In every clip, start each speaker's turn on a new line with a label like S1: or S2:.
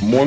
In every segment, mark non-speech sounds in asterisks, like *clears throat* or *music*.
S1: Moin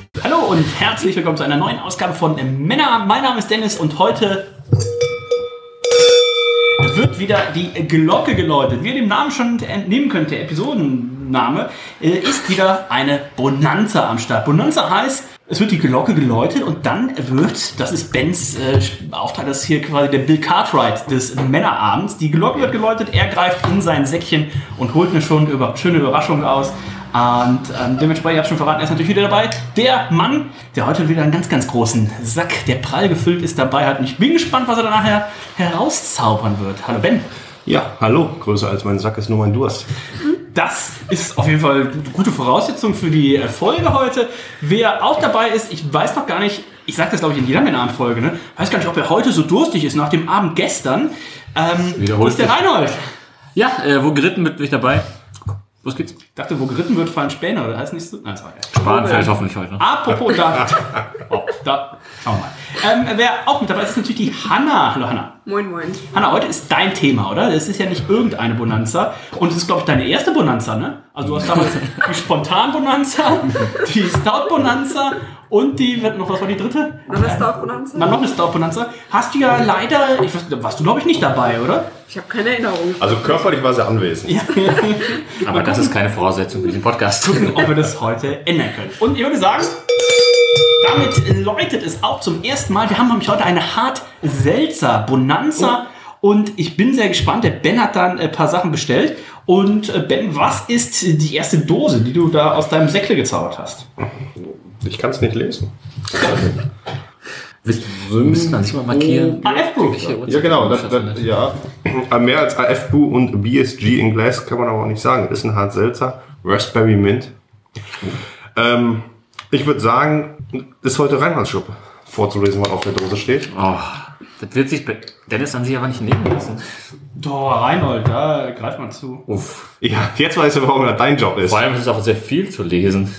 S2: Hallo und herzlich willkommen zu einer neuen Ausgabe von Männerabend. Mein Name ist Dennis und heute wird wieder die Glocke geläutet. Wie ihr dem Namen schon entnehmen könnt, der Episodenname, äh, ist wieder eine Bonanza am Start. Bonanza heißt, es wird die Glocke geläutet und dann wird, das ist Bens äh, Auftrag, das ist hier quasi der Bill Cartwright des Männerabends. Die Glocke wird geläutet, er greift in sein Säckchen und holt eine schon über, schöne Überraschung aus. Und ähm, dementsprechend, ich habe schon verraten, er ist natürlich wieder dabei. Der Mann, der heute wieder einen ganz, ganz großen Sack, der prall gefüllt ist, dabei hat. Und ich bin gespannt, was er dann nachher herauszaubern wird. Hallo Ben.
S3: Ja, hallo. Größer als mein Sack ist nur mein Durst.
S2: Das ist auf jeden Fall eine gute Voraussetzung für die äh, Folge heute. Wer auch dabei ist, ich weiß noch gar nicht, ich sage das glaube ich in jeder Männerabendfolge, ne? Ich weiß gar nicht, ob er heute so durstig ist nach dem Abend gestern. Ähm, wo ist der Reinhold?
S4: Ja, äh, wo geritten mit mich dabei?
S2: Was gibt's? Ich dachte, wo geritten wird, fallen Späne, oder heißt nicht so? Nein, sorry.
S4: Spahn vielleicht hoffentlich heute.
S2: Apropos da. *laughs* Oh, da. Schauen wir mal. Ähm, wer auch mit dabei ist, ist natürlich die Hanna. Hallo Hanna.
S5: Moin, moin.
S2: Hanna, heute ist dein Thema, oder? Das ist ja nicht irgendeine Bonanza. Und es ist, glaube ich, deine erste Bonanza, ne? Also du hast damals die Spontan-Bonanza, die Stout-Bonanza und die, wird noch was war die dritte?
S5: Noch eine Stout-Bonanza.
S2: Na, noch eine Stout-Bonanza. Hast du ja leider, ich weiß, warst du, glaube ich, nicht dabei, oder?
S5: Ich habe keine Erinnerung.
S3: Also körperlich war sie anwesend.
S2: Ja.
S4: Aber das ist keine Voraussetzung für diesen Podcast.
S2: Gucken, ob wir das heute ändern können. Und ich würde sagen, damit läutet es auch zum ersten Mal. Wir haben nämlich heute eine Hart-Selzer Bonanza. Und ich bin sehr gespannt. Der Ben hat dann ein paar Sachen bestellt. Und äh, Ben, was ist die erste Dose, die du da aus deinem Säckle gezaubert hast?
S3: Ich kann es nicht lesen.
S4: Wir müssen das mal markieren.
S2: AF-Brew.
S3: Ja, genau. Das, das, ja. Mehr als AF-Bu und BSG in Glas kann man aber auch nicht sagen. Ist ein hart Seltzer. Raspberry Mint. Ähm, ich würde sagen, ist heute Reinhardschuppe vorzulesen, was auf der Dose steht.
S4: Oh, das wird sich Dennis an sich aber nicht nehmen lassen.
S2: Doch, Reinhold, da greift man zu.
S4: Uff.
S3: Ja, jetzt weißt du, warum das dein Job ist.
S4: Vor allem ist es auch sehr viel zu lesen.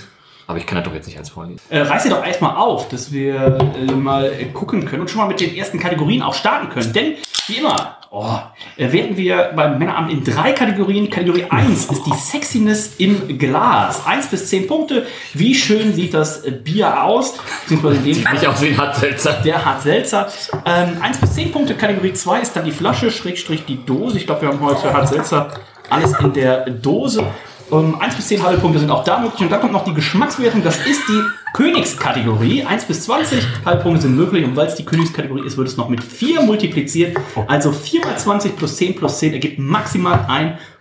S4: Aber ich kann das doch jetzt nicht eins vorlesen.
S2: Äh, reiß dir doch erstmal auf, dass wir äh, mal äh, gucken können und schon mal mit den ersten Kategorien auch starten können. Denn, wie immer, oh, äh, werden wir beim Männeramt in drei Kategorien. Kategorie 1 ist die Sexiness im Glas. 1 bis 10 Punkte. Wie schön sieht das Bier aus? Beziehungsweise in dem
S4: Nicht aussehen hat seltsam.
S2: Äh, der hart Seltzer. Ähm, 1 bis 10 Punkte. Kategorie 2 ist dann die Flasche, Schrägstrich die Dose. Ich glaube, wir haben heute hart Seltzer alles in der Dose. Um, 1 bis 10 halbe Punkte sind auch da möglich. Und dann kommt noch die Geschmackswertung. Das ist die Königskategorie. 1 bis 20 Halbpunkte sind möglich. Und weil es die Königskategorie ist, wird es noch mit 4 multipliziert. Also 4 mal 20 plus 10 plus 10 ergibt maximal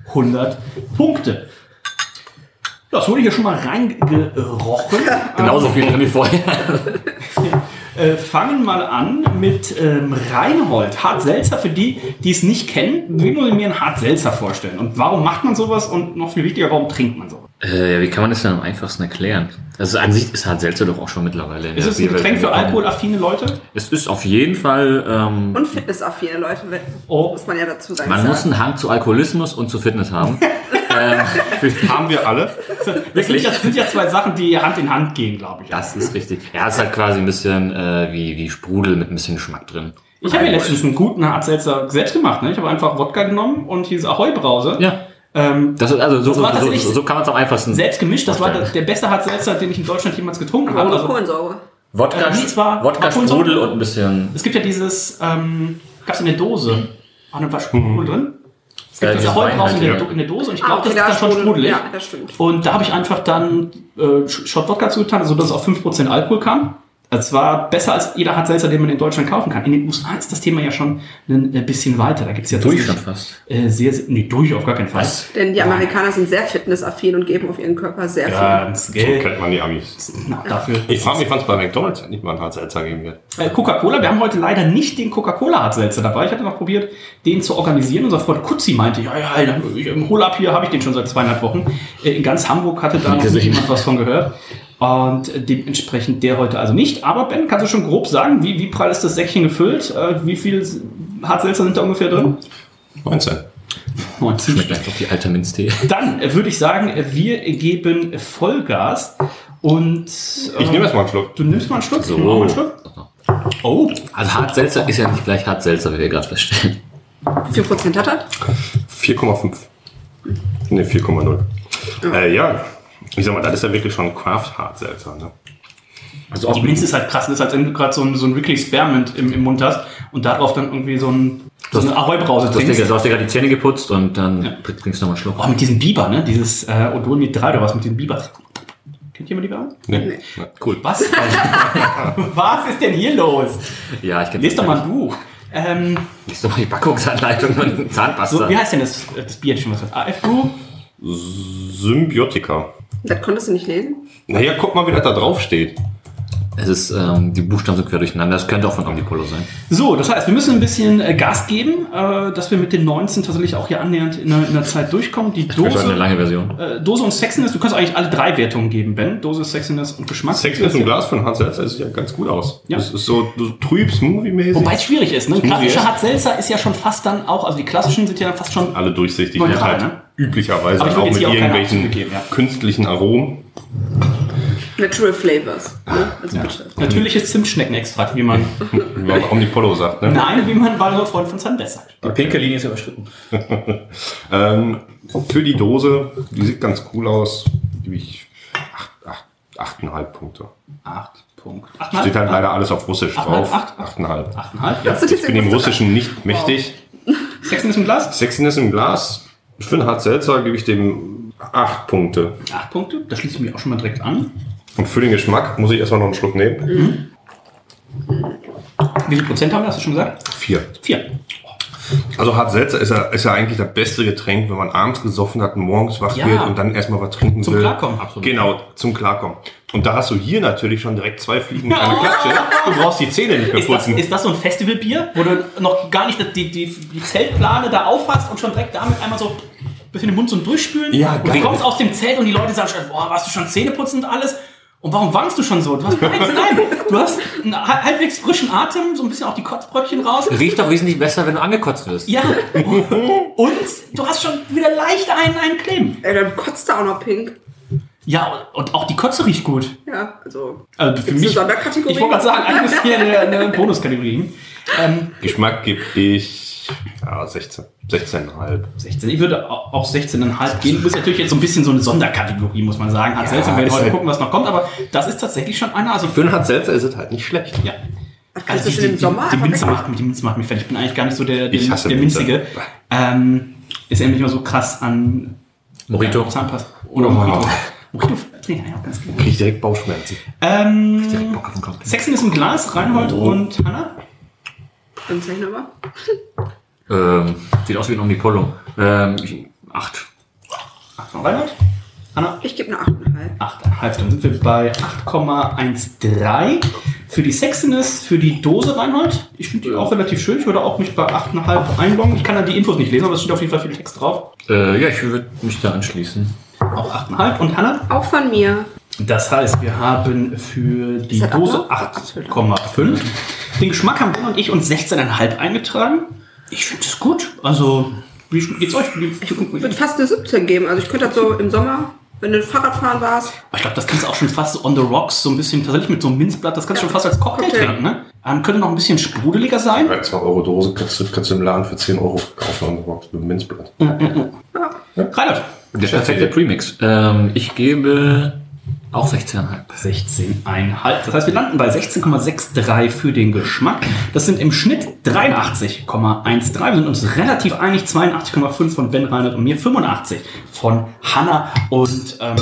S2: 100 Punkte. Ja, Das wurde hier schon mal reingerochen.
S4: Genauso viel drin wie vorher.
S2: Äh, fangen mal an mit ähm, Reinhold. Hart Seltzer für die, die es nicht kennen. Wie muss ich mir einen Hart Seltzer vorstellen? Und warum macht man sowas? Und noch viel wichtiger, warum trinkt man sowas?
S4: Äh, ja, wie kann man das denn am einfachsten erklären? Also an sich ist hart Seltzer doch auch schon mittlerweile. in
S2: Ist
S4: der
S2: es ein
S4: Bierwelt
S2: Getränk für
S4: angekommen.
S2: alkoholaffine Leute?
S4: Es ist auf jeden Fall. Ähm,
S5: Und fitnessaffine Leute, wenn-
S2: Oh.
S5: muss man ja dazu sagen.
S4: man muss einen Hang zu Alkoholismus und zu
S5: *laughs*
S4: Fitness haben. ähm,
S3: Haben wir alle.
S2: Das sind, ja, das sind ja zwei Sachen, die Hand in Hand gehen, glaube ich.
S4: das ist richtig. Ja, es ist halt quasi ein bisschen äh, wie, wie Sprudel mit ein bisschen Geschmack drin.
S2: Ich habe ja letztens einen guten Hart Seltzer selbst gemacht. Ne? Ich habe einfach Wodka genommen und diese Ahoi-Brause.
S4: Ja.
S2: Ähm,
S4: Das ist, also so,
S2: Das war
S4: so,
S2: tatsächlich-
S4: so, so kann man es am einfachsten.
S2: selbst gemischt, das war
S4: Wodka.
S2: der, der beste Hart Seltzer, den ich in Deutschland jemals getrunken habe.
S5: Aber
S2: Also,
S5: Kohlensäure.
S4: Wodka,
S2: Äh, nee, es war-
S4: Wodka
S2: war Kohlensäure.
S4: Sprudel und ein bisschen.
S2: Es gibt ja dieses, ähm, gab's in der Dose. War da was Sprudel drin? Es
S4: Ja,
S2: gibt das
S4: dieses
S2: ja heute raus in
S4: Wein
S2: der,
S4: halt, ja.
S2: in der Dose und ich
S5: Ah,
S2: glaube,
S5: okay,
S2: das
S5: da
S2: ist dann schon
S5: Sprudel.
S2: sprudelig.
S5: Ja, das stimmt.
S2: Und da habe ich einfach dann äh, Shot Wodka zugetan, sodass es auf 5% Alkohol kam. Es war besser als jeder Hart Seltzer, den man in Deutschland kaufen kann. In den USA ist das Thema ja schon ein ein bisschen weiter. Da gibt's ja
S4: Durch schon
S2: tatsächlich,
S4: fast.
S2: Äh, sehr, sehr, nee, durch auf gar keinen Fall.
S4: Was?
S5: Denn die Amerikaner sind sehr fitnessaffin und geben auf ihren Körper sehr viel.
S2: Ganz
S3: So
S2: Geld.
S3: kennt man die Amis.
S2: Na, dafür.
S3: Ich frage mich, wann es bei McDonalds nicht mal einen Hartzelzer geben wird.
S2: Äh, Coca-Cola, wir haben heute leider nicht den Coca-Cola-Hartselzer dabei. Ich hatte noch probiert, den zu organisieren. Unser Freund Kutzi meinte, ja, ja, dann- ich- im Roll-Up hier habe ich den schon seit zweieinhalb Wochen. Äh, In ganz Hamburg hatte da noch
S4: Gesehen.
S2: jemand was von gehört. Und äh, dementsprechend der heute also nicht. Aber Ben, kannst du schon grob sagen, wie, wie prall ist das Säckchen gefüllt? Äh, Wie viel Hartselzer sind da ungefähr drin?
S3: 19.
S2: 19
S4: Schmeckt einfach wie alter Minztee.
S2: Dann äh, würde ich sagen, äh, wir geben Vollgas und. äh,
S3: Ich nehme erstmal einen Schluck.
S2: Du nimmst mal einen Schluck? Ich nehme auch mal einen Schluck. Oh,
S4: Also hart Seltzer ist ja nicht gleich hart Seltzer, wie wir gerade feststellen. *laughs*
S5: Wie viel Prozent hat er?
S3: 4,5. Ne, 4,0. Äh, ja, ich sag mal, das ist ja wirklich schon craft hart seltsam. Ne?
S2: Also die Minze ist halt krass, das ist, als wenn du gerade so ein, so ein Wrigley Spearmint im, im Mund hast und darauf dann irgendwie so, ein, so eine Ahoi-Brause
S4: Du hast dir
S2: trinkst.
S4: du hast dir gerade die Zähne geputzt und dann trinkst du nochmal einen Schluck.
S2: Oh, mit diesem Biber, ne? Dieses äh, Odolmid 3 oder was mit diesem Biber. Kennt jemand die Biber?
S3: Nee.
S4: cool.
S2: Was? *laughs* was ist denn hier los?
S4: Ja, ich kenne
S2: Lest doch mal ein Buch. Ähm,
S4: Lest doch mal die Packungsanleitung von Zahnpasta.
S2: so, wie heißt denn das, äh, das Bier jetzt schon? Was ist das? AF Brew?
S3: Symbiotika.
S5: Das konntest du nicht lesen?
S3: Naja, guck mal, wie das da drauf steht.
S4: Es ist, ähm, die Buchstaben sind quer durcheinander. Das könnte auch von Omnipolo sein.
S2: So, das heißt, wir müssen ein bisschen äh, Gas geben, äh, dass wir mit den 19 tatsächlich auch hier annähernd in einer, in einer Zeit durchkommen. Die
S4: Das ist eine
S2: Dose,
S4: lange Version.
S2: äh, Dose und Sexiness, du kannst eigentlich alle drei Wertungen geben, Ben. Dose, Sexiness und Geschmack.
S3: Sex ist ein Glas von Hard Seltzer, sieht ja ganz gut aus.
S2: Ja.
S3: Das ist so, so trüb, smoothie-mäßig.
S2: Wobei es schwierig ist, ne? Ein
S3: Smoothie
S2: klassischer
S3: ist-
S2: Hartselzer ist ja schon fast dann auch, also die klassischen sind ja dann fast schon.
S3: alle durchsichtig.
S2: Neutral,
S3: Neutral, halt
S2: ne?
S3: Üblicherweise
S2: Aber ich würd
S3: auch
S2: jetzt
S3: mit
S2: hier auch keine
S3: irgendwelchen
S2: Abzüge geben, ja.
S3: künstlichen Aromen.
S5: Natural Flavors. Ne? Also bitte.
S2: Natürlich ist Zimtschneckenextrakt, wie *laughs* man.
S3: Wie man Omnipolo sagt, ne?
S2: Nein, wie man bei Freund von Sanders sagt.
S3: Die pinke
S2: Linie ist überschritten.
S3: Ähm, für die Dose, die sieht ganz cool aus, gebe ich 8,5 Punkte.
S2: Acht Punkt.
S3: Steht halt
S2: Achteinhalb?
S3: leider alles auf Russisch
S2: Acht,
S3: drauf.
S2: acht,
S3: 8,5.
S2: Achteinhalb, ja.
S5: Hast du
S3: Ich
S5: diese
S3: bin dem
S5: große-
S3: Russischen nicht mächtig.
S2: Sexiness im Glas?
S3: Sexiness im Glas. Ich finde Hart Seltzer gebe ich dem 8 Punkte.
S2: Acht Punkte, da schließe ich mich auch schon mal direkt an.
S3: Und für den Geschmack muss ich erstmal noch einen Schluck nehmen.
S2: Wie viel Prozent haben wir, hast du schon gesagt?
S3: 4.
S2: Vier.
S3: Also Hart Seltzer ist ja, ist ja eigentlich das beste Getränk, wenn man abends gesoffen hat, morgens wach
S2: Ja.
S3: wird und dann erstmal was trinken
S2: Zum
S3: will.
S2: Klarkommen, absolut.
S3: Genau, zum Klarkommen. Und da hast du hier natürlich schon direkt zwei Fliegen mit einer Klatsche. Du brauchst die Zähne nicht mehr
S2: Ist das,
S3: putzen.
S2: ist das so ein Festivalbier, wo du noch gar nicht die, die, die Zeltplane da auffasst und schon direkt damit einmal so ein bisschen den Mund so durchspülen?
S3: Ja,
S2: und du
S3: geil.
S2: kommst aus dem Zelt und die Leute sagen schon, boah, warst du schon zähneputzend und alles? Und warum wankst du schon so? Du hast nein, nein, du hast einen ha- halbwegs frischen Atem, so ein bisschen auch die Kotzbrötchen raus.
S4: Riecht doch wesentlich besser, wenn du angekotzt wirst.
S2: Ja, und du hast schon wieder leicht einen, einen Claim.
S5: Ey, dann kotzt er auch noch pink.
S2: Ja, und auch die Kotze riecht gut.
S5: Ja, also.
S2: Also für
S5: Gibt's
S2: mich,
S5: eine Sonderkategorie?
S2: ich wollte gerade sagen, eigentlich ist hier eine, eine Bonuskategorie. Ähm,
S3: Geschmack gebe ich ja, 16. 16,5.
S2: 16. Ich würde au- auf 16,5 gehen. Du bist natürlich jetzt so ein bisschen so eine Sonderkategorie, muss man sagen. Hat
S3: Ja,
S2: seltsam, wir werden
S3: ist
S2: heute
S3: halt-
S2: gucken, was noch kommt, aber das ist tatsächlich schon einer. Also,
S3: Für einen Hart Seltzer ist es halt nicht schlecht.
S2: ja.
S5: Ach, kannst
S2: Also
S5: du
S2: die,
S5: schon
S2: die,
S5: im Sommer
S2: die,
S5: einfach
S2: Minze
S5: weg-
S2: macht, mich- die Minze macht mich fertig. Ich bin eigentlich gar nicht so der, der,
S3: Ich hasse
S2: der
S3: Minze.
S2: Minzige. Ähm, ist ja nämlich immer so krass an
S4: Morito.
S2: Zahnpasta. Oder
S3: Oh.
S2: Morito. Morito trinke ich auch ganz gerne.
S3: Kriege ich direkt Bauchschmerzen.
S2: Ähm,
S4: Bock auf den Kopf.
S2: Sexen ist im Glas, Reinhold
S3: Oh.
S2: und Hanna.
S5: Dann zeig nochmal.
S4: Ähm, sieht aus wie ein Omnipolo. Ähm, ich, acht.
S2: Acht von Reinhold. Hanna.
S5: Ich gebe eine 8,5.
S2: 8,5. Dann sind wir bei 8,13 für die Sexiness, für die Dose Reinhold. Ich finde die auch relativ schön. Ich würde auch mich bei 8,5 einloggen. Ich kann da die Infos nicht lesen, aber es steht auf jeden Fall viel Text drauf.
S4: Äh, ja, ich würde mich da anschließen.
S2: Auch 8,5. Und Hannah?
S5: Auch von mir.
S2: Das heißt, wir haben für die
S5: Ist das
S2: Dose
S5: Apfel?
S2: 8,5. Den Geschmack haben Ben und ich uns 16,5 eingetragen. Ich finde es gut. Also, wie geht's euch? Wie-
S5: Ich würde fast eine 17 geben. Also ich könnte das so im Sommer, wenn du Fahrradfahren warst.
S2: Ich glaube, das kannst du auch schon fast so on the rocks, so ein bisschen tatsächlich mit so einem Minzblatt, das kannst du schon fast als Cocktail
S5: Cocktail.
S2: trinken, ne? Ähm, könnte noch ein bisschen sprudeliger sein.
S3: 2 Euro Dose kannst du, kannst du im Laden für 10 Euro kaufen und brauchst du ein Minzblatt.
S2: Reinhard.
S4: Der perfekte Premix. Ähm, ich gebe auch 16,5.
S2: 16,5. Das heißt, wir landen bei 16,63 für den Geschmack. Das sind im Schnitt 83,13. Wir sind uns relativ einig. 82,5 von Ben Reinhardt und mir, 85 von Hanna und ähm,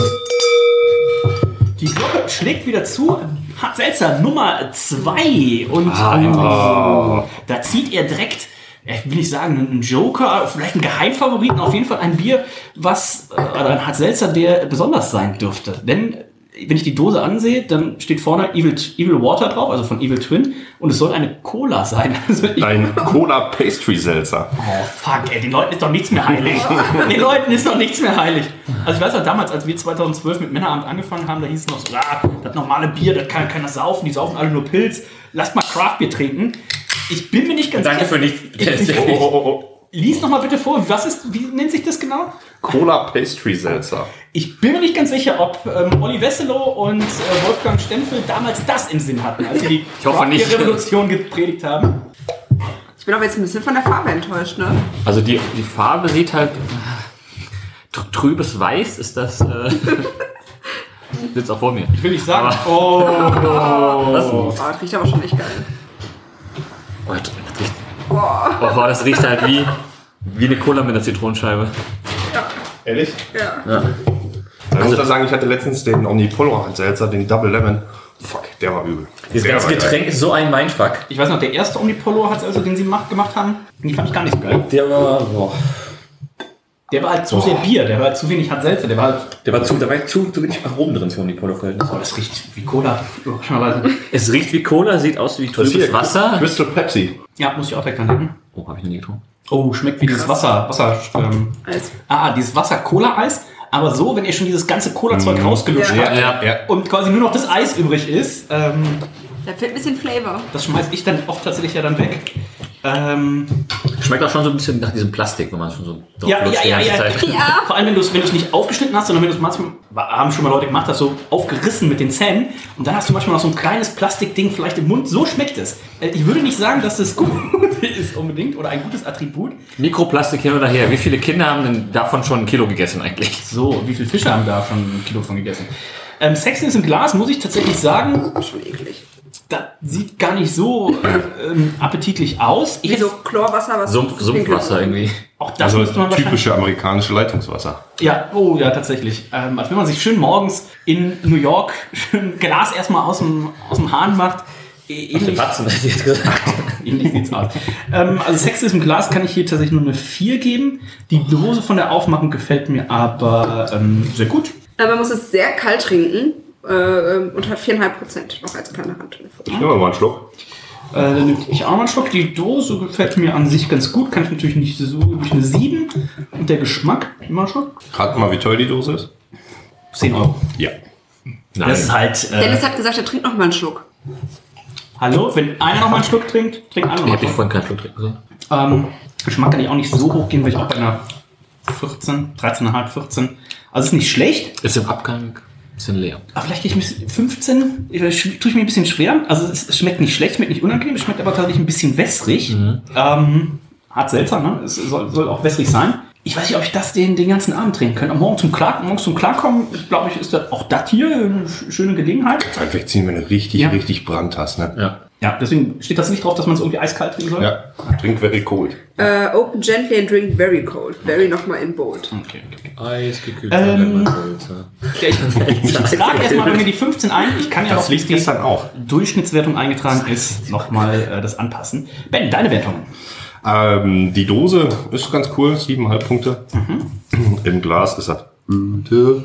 S2: die Glocke schlägt wieder zu. Hat Selzer Nummer 2 und oh, da zieht er direkt. Ich will nicht sagen, einen Joker, vielleicht einen Geheimfavoriten, auf jeden Fall ein Bier, was, äh, oder ein Hart Seltzer, der besonders sein dürfte. Denn wenn ich die Dose ansehe, dann steht vorne Evil, Evil Water drauf, also von Evil Twin. Und es soll eine Cola sein. *laughs* Also ich,
S3: Ein Cola Pastry Seltzer.
S2: Oh fuck, ey, den Leuten ist doch nichts mehr heilig. den Leuten ist doch nichts mehr heilig. Also ich weiß noch damals, als wir 2012 mit Männeramt angefangen haben, da hieß es noch so, ah, das normale Bier, das kann keiner saufen, die saufen alle nur Pilz. Lasst mal Craftbier trinken. Ich bin mir nicht ganz
S4: Danke
S2: sicher.
S4: für nichts.
S3: Oh, oh, oh, oh.
S2: Lies nochmal bitte vor, was ist, wie nennt sich das genau?
S3: Cola Pastry Seltzer.
S2: Ich bin mir nicht ganz sicher, ob ähm, Olli Wesselow und äh, Wolfgang Stempfel damals das im Sinn hatten, als sie die
S4: Ich hoffe nicht.
S2: Revolution gepredigt haben.
S5: Ich bin aber jetzt ein bisschen von der Farbe enttäuscht, ne?
S4: Also die, die Farbe sieht halt tr- trübes Weiß ist das. *laughs* Äh, sitzt auch vor mir.
S2: Will ich sagen. Oh,
S5: Oh, das riecht aber schon echt geil.
S4: Oh, das riecht, oh, das riecht halt wie, wie eine Cola mit einer Zitronenscheibe.
S3: Ehrlich?
S5: Ja.
S3: Ich muss da sagen, ich hatte letztens den Omnipolor Seltzer, den Double Lemon. Fuck, der war übel.
S4: Dieses
S3: Der
S4: ganze
S3: war geil.
S4: Getränk ist so ein Mindfuck.
S2: ich weiß noch, der erste Omnipolo hat also, den sie gemacht, gemacht haben, den fand ich gar nicht so geil.
S4: Der war, boah,
S2: Der war halt zu sehr Bier, der war halt zu wenig hat Seltzer, der war halt,
S4: der war zu, da war zu, zu wenig Aromen drin für die Polo-Verhältnisse.
S2: oh, das riecht wie Cola,
S5: *laughs*
S2: überraschenderweise.
S4: Es riecht wie Cola, sieht aus wie
S3: Das
S4: trübes Wasser.
S3: Crystal Pepsi.
S2: Ja, muss ich auch direkt dran denken.
S4: Oh, habe ich noch nie getrunken.
S2: Oh, schmeckt wie dieses Wasser, Wasser, ähm,
S5: Eis.
S2: ah, dieses Wasser-Cola-Eis, aber so, wenn ihr schon dieses ganze Cola-Zeug rausgelutscht
S5: Mhm. Ja.
S2: habt
S4: Ja.
S3: ja.
S2: und quasi nur noch das Eis übrig ist, ähm,
S5: Da fehlt ein bisschen Flavor.
S2: Das schmeiß ich dann oft tatsächlich ja dann weg. Ähm,
S4: Schmeckt auch schon so ein bisschen nach diesem Plastik, wenn man schon so drauf
S2: ja,
S4: lutscht
S2: ja,
S4: die
S2: ja,
S4: ganze
S2: ja,
S4: Zeit.
S5: Ja.
S2: Vor allem, wenn du es wenn du's nicht aufgeschnitten hast, sondern wenn du es manchmal, haben schon mal Leute gemacht, das so aufgerissen mit den Zähnen und dann hast du manchmal noch so ein kleines Plastikding vielleicht im Mund. So schmeckt es. Äh, Ich würde nicht sagen, dass das gut *laughs* ist unbedingt oder ein gutes Attribut.
S4: Mikroplastik hin oder her. Wie viele Kinder haben denn davon schon ein Kilo gegessen eigentlich?
S2: So, wie viele Fische haben da schon ein Kilo von gegessen? Ähm, Sex ist im Glas, muss ich tatsächlich sagen,
S5: Auch schon eklig.
S2: das sieht gar nicht so äh, ähm, appetitlich aus. Ich
S5: Wie so
S2: hätte-
S5: Chlorwasser, was.
S4: Sumpf, Sumpfwasser irgendwie.
S2: auch das
S3: Also
S2: müsste man
S3: das
S2: wahrscheinlich-
S3: typische amerikanische Leitungswasser.
S2: Ja, oh ja, tatsächlich. Ähm, als wenn man sich schön morgens in New York *laughs* schön Glas erstmal aus dem, aus dem Hahn macht. Ä- Ähnlich,
S4: Batzen, hätte ich jetzt gesagt.
S2: *laughs* ähnlich sieht's aus. Ähm, also Sex ist im Glas kann ich hier tatsächlich nur eine 4 geben. Die Dose von der Aufmachung gefällt mir aber ähm, sehr gut.
S5: Äh, man muss es sehr kalt trinken. Äh, ähm, und hat 4,5 Prozent noch als kleine Handtelefon.
S3: Ich nehme mal einen Schluck.
S2: Äh, dann nehme ich auch mal einen Schluck. Die Dose gefällt mir an sich ganz gut. Kann ich natürlich nicht so durch eine 7. Und der Geschmack, immer schon,
S3: Raten mal, wie teuer die Dose ist.
S2: 10 Euro.
S3: Ja.
S2: Das ist halt... Äh,
S5: Dennis hat gesagt, er trinkt noch mal einen Schluck.
S2: hallo, wenn einer noch mal einen Schluck trinkt, trinkt einer noch
S4: Ich
S2: mal einen
S4: hab dich
S2: Schluck.
S4: vorhin keinen Schluck trinken gesehen.
S2: Ähm, Geschmack kann ich auch nicht so hoch gehen, weil ich auch bei einer 14, 13,5, 14. Also ist nicht schlecht,
S4: Ist im Abgang ein bisschen leer.
S2: aber vielleicht gehe ich mit 15, äh, sch- tue ich mir ein bisschen schwer. Also es es schmeckt nicht schlecht, schmeckt nicht unangenehm, es schmeckt aber tatsächlich ein bisschen wässrig.
S3: Mhm.
S2: Ähm, hart seltsam, ne? Es soll, soll auch wässrig sein. Ich weiß nicht, ob ich das den, den ganzen Abend trinken kann. Am Morgen zum, Klar, morgens zum Klarkommen, glaube ich, ist das auch das hier eine sch- schöne Gelegenheit.
S3: Halt wegziehen, wenn du richtig,
S2: Ja.
S3: richtig Brand hast. Ne?
S4: Ja.
S2: Ja, deswegen steht das nicht drauf, dass man es irgendwie eiskalt trinken soll.
S3: Ja. Trink very cold.
S5: Äh, open gently and drink very cold. Very nochmal im Boot.
S2: Okay, okay.
S4: Eis gekühlt.
S2: Ähm.
S4: Lemonade.
S2: Ja, ich, ich trage erstmal bei mir die 15 ein. Ich kann ja
S3: Das
S2: noch
S3: liegt
S2: die
S3: gestern auch.
S2: Durchschnittswertung eingetragen ist, nochmal äh, das anpassen. Ben, deine Wertung.
S3: Ähm, die Dose ist ganz cool, 7,5 Punkte. Im Glas ist das öde.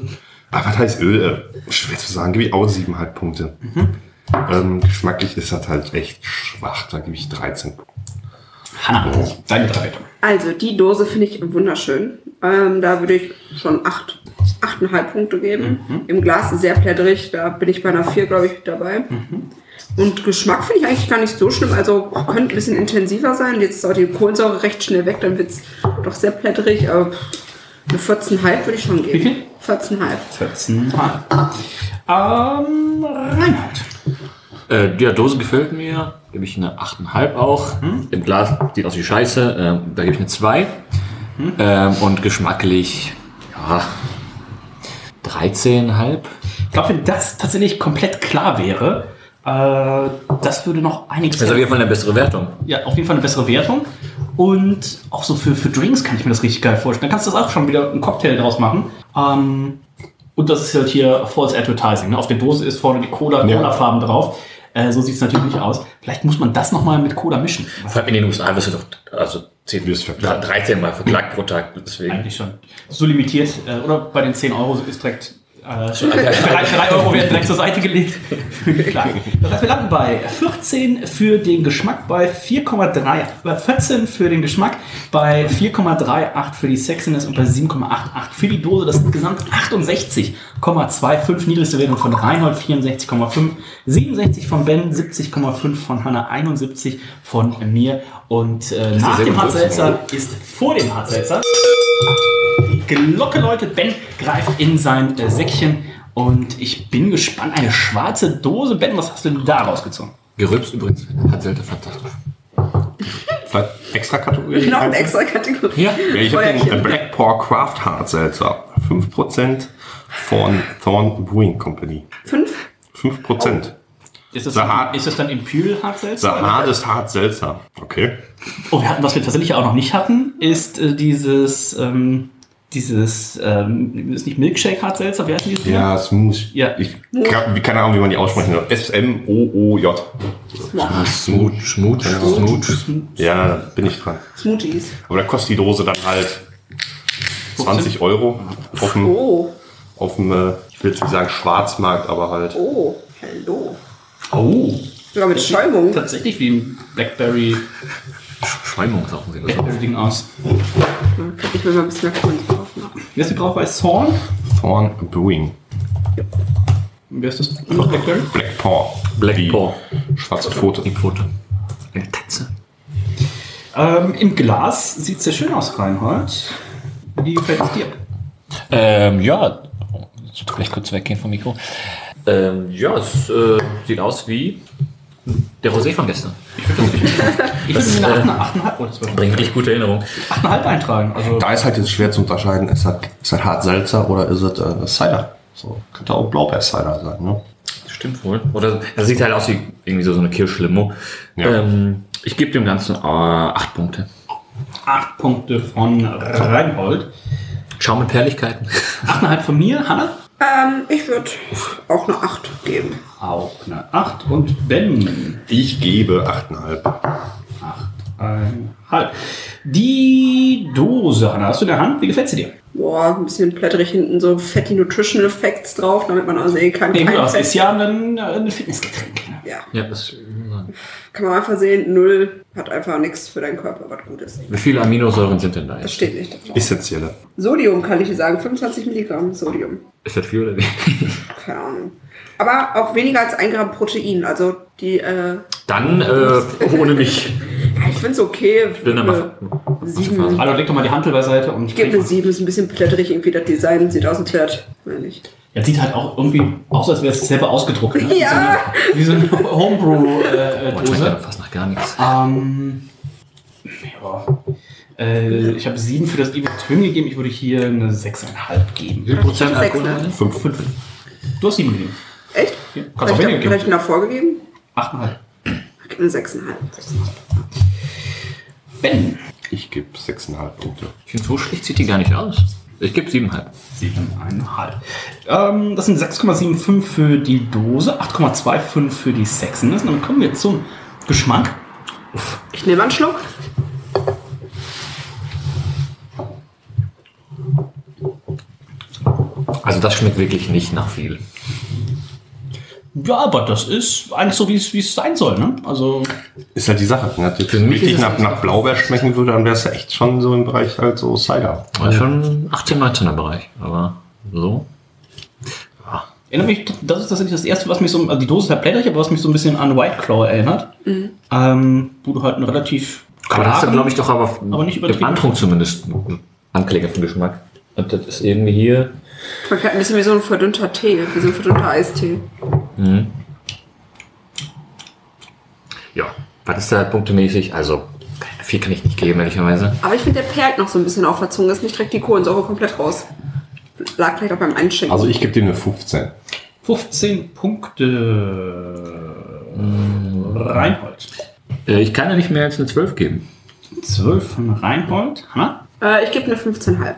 S3: Ah, was heißt öde? Schwer zu sagen, gebe ich auch 7,5 Punkte. Ähm, geschmacklich ist das halt echt schwach, da gebe ich 13 Punkte.
S2: Hanna, deine drei Wertung.
S5: Also, die Dose finde ich wunderschön. Ähm, da würde ich schon acht, 8,5 Punkte geben.
S2: Mhm.
S5: Im Glas sehr plädrig, da bin ich bei einer 4, glaube ich, dabei.
S2: Mhm.
S5: Und Geschmack finde ich eigentlich gar nicht so schlimm. Also könnte ein bisschen intensiver sein. Jetzt ist auch die Kohlensäure recht schnell weg, dann wird es doch sehr plädrig. Aber eine 14,5 würde ich schon
S2: Wie viel?
S5: geben. 14,5.
S2: 14. Ähm, Reinhard.
S4: Äh, ja, Dose gefällt mir. Gebe ich eine 8,5 auch. Im Glas sieht aus wie Scheiße. Ähm, da gebe ich eine 2. Ähm, und geschmacklich, ja, 13,5.
S2: Ich glaube, wenn das tatsächlich komplett klar wäre, äh, das würde noch einiges.
S4: Das ist auf jeden Fall eine bessere Wertung.
S2: ja, auf jeden Fall eine bessere Wertung. Und auch so für, für Drinks kann ich mir das richtig geil vorstellen. Dann kannst du das auch schon wieder einen Cocktail draus machen. Ähm, und das ist halt hier False Advertising. Ne? Auf der Dose ist vorne die Cola,
S3: Ja.
S2: Cola-Farben drauf. Äh, so sieht es natürlich nicht aus. Vielleicht muss man das nochmal mit Cola mischen.
S4: Vor allem in den USA wirst du doch also 10,
S3: Wirst verklagt.
S4: 13 Mal verklagt pro Tag. Deswegen.
S2: Eigentlich schon. So limitiert. Äh, oder bei den 10 Euro ist direkt Äh, schon drei- drei Euro werden direkt zur Seite gelegt. Klar. Das heißt, wir landen bei 14 für den Geschmack, bei 4,3, bei 14 äh, für den Geschmack, bei 4,38 für die Sexiness und bei 7,88 für die Dose. Das sind gesamt 68,25. Niedrigste Wertung von Reinhold 64,5, 67 von Ben, 70,5 von Hannah, 71 von mir. Und äh, nach dem Hard Seltzer ist vor dem Hard Seltzer. Glocke läutet, Ben greift in sein äh, Säckchen und ich bin gespannt. Eine schwarze Dose. Ben, was hast du denn da rausgezogen?
S4: Gerübs übrigens hat selten fantastisch.
S3: Vielleicht extra Kategorie?
S5: Genau, eine extra Kategorie.
S4: Ja.
S3: Ja, ich habe den
S5: Feuerchen.
S3: Black Paw Craft Hard Seltzer. 5% von Thorn Brewing Company.
S5: Fünf. Oh.
S3: 5%.
S2: Ist das,
S3: The Hard-
S2: ist das dann Impyl Hard Seltzer?
S3: The hardest Hard Seltzer. Okay.
S2: Oh, wir hatten, was wir tatsächlich auch noch nicht hatten, ist äh, dieses, ähm, dieses, ähm, ist nicht Milkshake Hard Seltzer, wie heißt denn dieses? Ding?
S3: Ja, Smooth.
S2: Ja.
S3: Ich hab keine Ahnung, wie man die aussprechen soll. S-M-O-O-J.
S4: Smooth, smooth, smooth.
S3: Ja, da bin ich dran.
S5: Smoothies.
S3: Aber da kostet die Dose dann halt 20 Euro auf dem,
S5: Oh,
S3: auf dem äh, ich will jetzt nicht sagen Schwarzmarkt, aber halt.
S5: oh, hallo.
S2: Oh,
S5: Sogar mit Schäumung.
S2: tatsächlich wie ein Blackberry
S4: Schäumung sagen sie. das.
S2: Blackberry Ding aus.
S5: Ich will mal ein bisschen mehr Kunden drauf machen.
S2: Wer ist die braucht bei Thorn?
S3: Thorn Brewing.
S2: Wer ist das? Noch Blackberry?
S3: Black Paw.
S4: Black
S3: Die
S4: Paw.
S3: Schwarze Pfote.
S4: Die Pfote. Eine Katze.
S2: Ähm, Im Glas sieht sehr schön aus, Reinhold. Wie gefällt es dir?
S4: Ähm, ja. Oh, jetzt wird gleich kurz weggehen vom Mikro. Ähm, ja, es äh, sieht aus wie der Rosé von gestern.
S2: Ich würde mir
S4: äh,
S2: eine oh, 8,5 oder 12.
S4: Bringt wirklich gute Erinnerung.
S2: 8,5 eintragen. Also
S3: Da ist halt jetzt schwer zu unterscheiden, ist das, ist das hart Seltzer oder ist es äh, Cider? So, könnte auch Blaubeer-Cider sein, ne?
S4: Stimmt wohl. Oder das sieht halt aus wie irgendwie so, so eine Kirschlimo.
S3: Ja.
S4: Ähm, ich gebe dem Ganzen äh, acht Punkte.
S2: 8 Punkte von Reinhold.
S4: Schaum und Perligkeiten.
S2: 8,5 von mir, Hanna.
S5: Ähm, ich würde auch eine 8 geben.
S2: Auch eine 8 und Ben.
S3: Ich gebe 8,5.
S2: 8,5. Die Dose, Hanna, hast du in der Hand? Wie gefällt sie dir?
S5: Boah, ein bisschen blätterig hinten, so Fatty Nutritional Facts drauf, damit man also eh kein,
S2: Nee, gut,
S5: kein
S2: das ist
S5: Fett.
S2: ja ein, äh, ein Fitnessgetränk. ne?
S5: Ja,
S4: *laughs* ja, das,
S5: kann man einfach sehen, null hat einfach nichts für deinen Körper, was gut ist.
S4: wie viele Aminosäuren sind denn da?
S5: Das
S4: Jetzt?
S5: steht nicht drauf.
S3: Essentielle.
S5: Sodium kann ich dir sagen, 25 Milligramm Sodium.
S4: Ist das viel oder wenig?
S5: Keine Ahnung. Aber auch weniger als ein Gramm Protein. Also die, äh,
S4: Dann äh, ohne mich. Oh,
S5: ja, ich finde es okay. Ich
S4: Dann
S5: gebe
S4: mach-
S5: eine 7.
S2: Also leg doch mal die Hantel beiseite und
S5: Ich gebe eine 7, ist ein bisschen blätterig irgendwie, das Design sieht aus, als wäre das, weiß nicht.
S2: Das sieht halt auch irgendwie aus, als wäre es selber ausgedruckt. Ne?
S5: Ja.
S2: Wie so eine, wie so äh, eine
S4: Boah, das schmeckt ja
S2: Homebrew-Dose.
S4: dann fast nach gar nichts.
S2: Ähm, ja. Äh, ich habe 7 für das Evil Twin gegeben. Ich würde hier eine 6,5 geben.
S4: Wie viel Prozent
S5: Ich hab sechs,
S4: Alkohol?
S5: ne?
S4: drin?
S3: 5.
S2: Du hast 7 gegeben.
S5: Echt?
S2: Ja,
S5: Hätte
S2: Kannst auch
S5: ich,
S2: weniger
S5: da- hätte ich
S2: geben.
S5: mir da vorgegeben?
S2: 8,5.
S5: Ich gebe eine 6,5.
S2: Ben.
S3: Ich gebe 6,5 Punkte.
S4: Ich finde, so schlecht sieht die gar nicht aus. Ich gebe siebeneinhalb.
S2: 7,5. Ähm, das sind 6,75 für die Dose, 8,25 für die Sexen. Und dann kommen wir zum Geschmack.
S5: Ich nehme einen Schluck.
S4: Also das schmeckt wirklich nicht nach viel.
S2: Ja, aber das ist eigentlich so, wie es wie es sein soll. Ne? Also
S3: Ist halt die Sache. Wenn das jetzt
S4: Für mich
S3: richtig
S4: ist es-
S3: nach, nach Blaubeer schmecken würde, dann wäre es ja echt schon so im Bereich halt so Cider.
S4: War schon 18, 19er Bereich. Aber so. Ah.
S2: erinnert mich, das ist tatsächlich das erste, was mich so, also die Dose ist halt blätterig, aber was mich so ein bisschen an White Claw erinnert. Ähm, wo du halt einen relativ
S4: Aber da hast du,
S2: klaren-
S4: glaube ich, doch aber,
S2: Aber nicht
S4: im
S2: übertrieben.
S4: Antrunk zumindest einen Ankläger für Geschmack. Und das ist irgendwie hier.
S5: Man halt ein bisschen wie so ein verdünnter Tee, wie so ein verdünnter Eistee.
S4: Ja, was ist da punktemäßig? Also, viel kann ich nicht geben, ehrlicherweise.
S5: Aber ich finde, der perlt noch so ein bisschen auf der Zunge. Ist nicht direkt die Kohlensäure komplett raus. Lag vielleicht auch beim Einschenken.
S3: Also ich gebe dem eine 15.
S2: 15 Punkte.
S4: Mhm.
S2: Reinhold.
S4: Äh, Ich kann ja nicht mehr als eine 12 geben.
S2: 12 von Reinhold. Hanna?
S5: äh, ich gebe eine 15,5.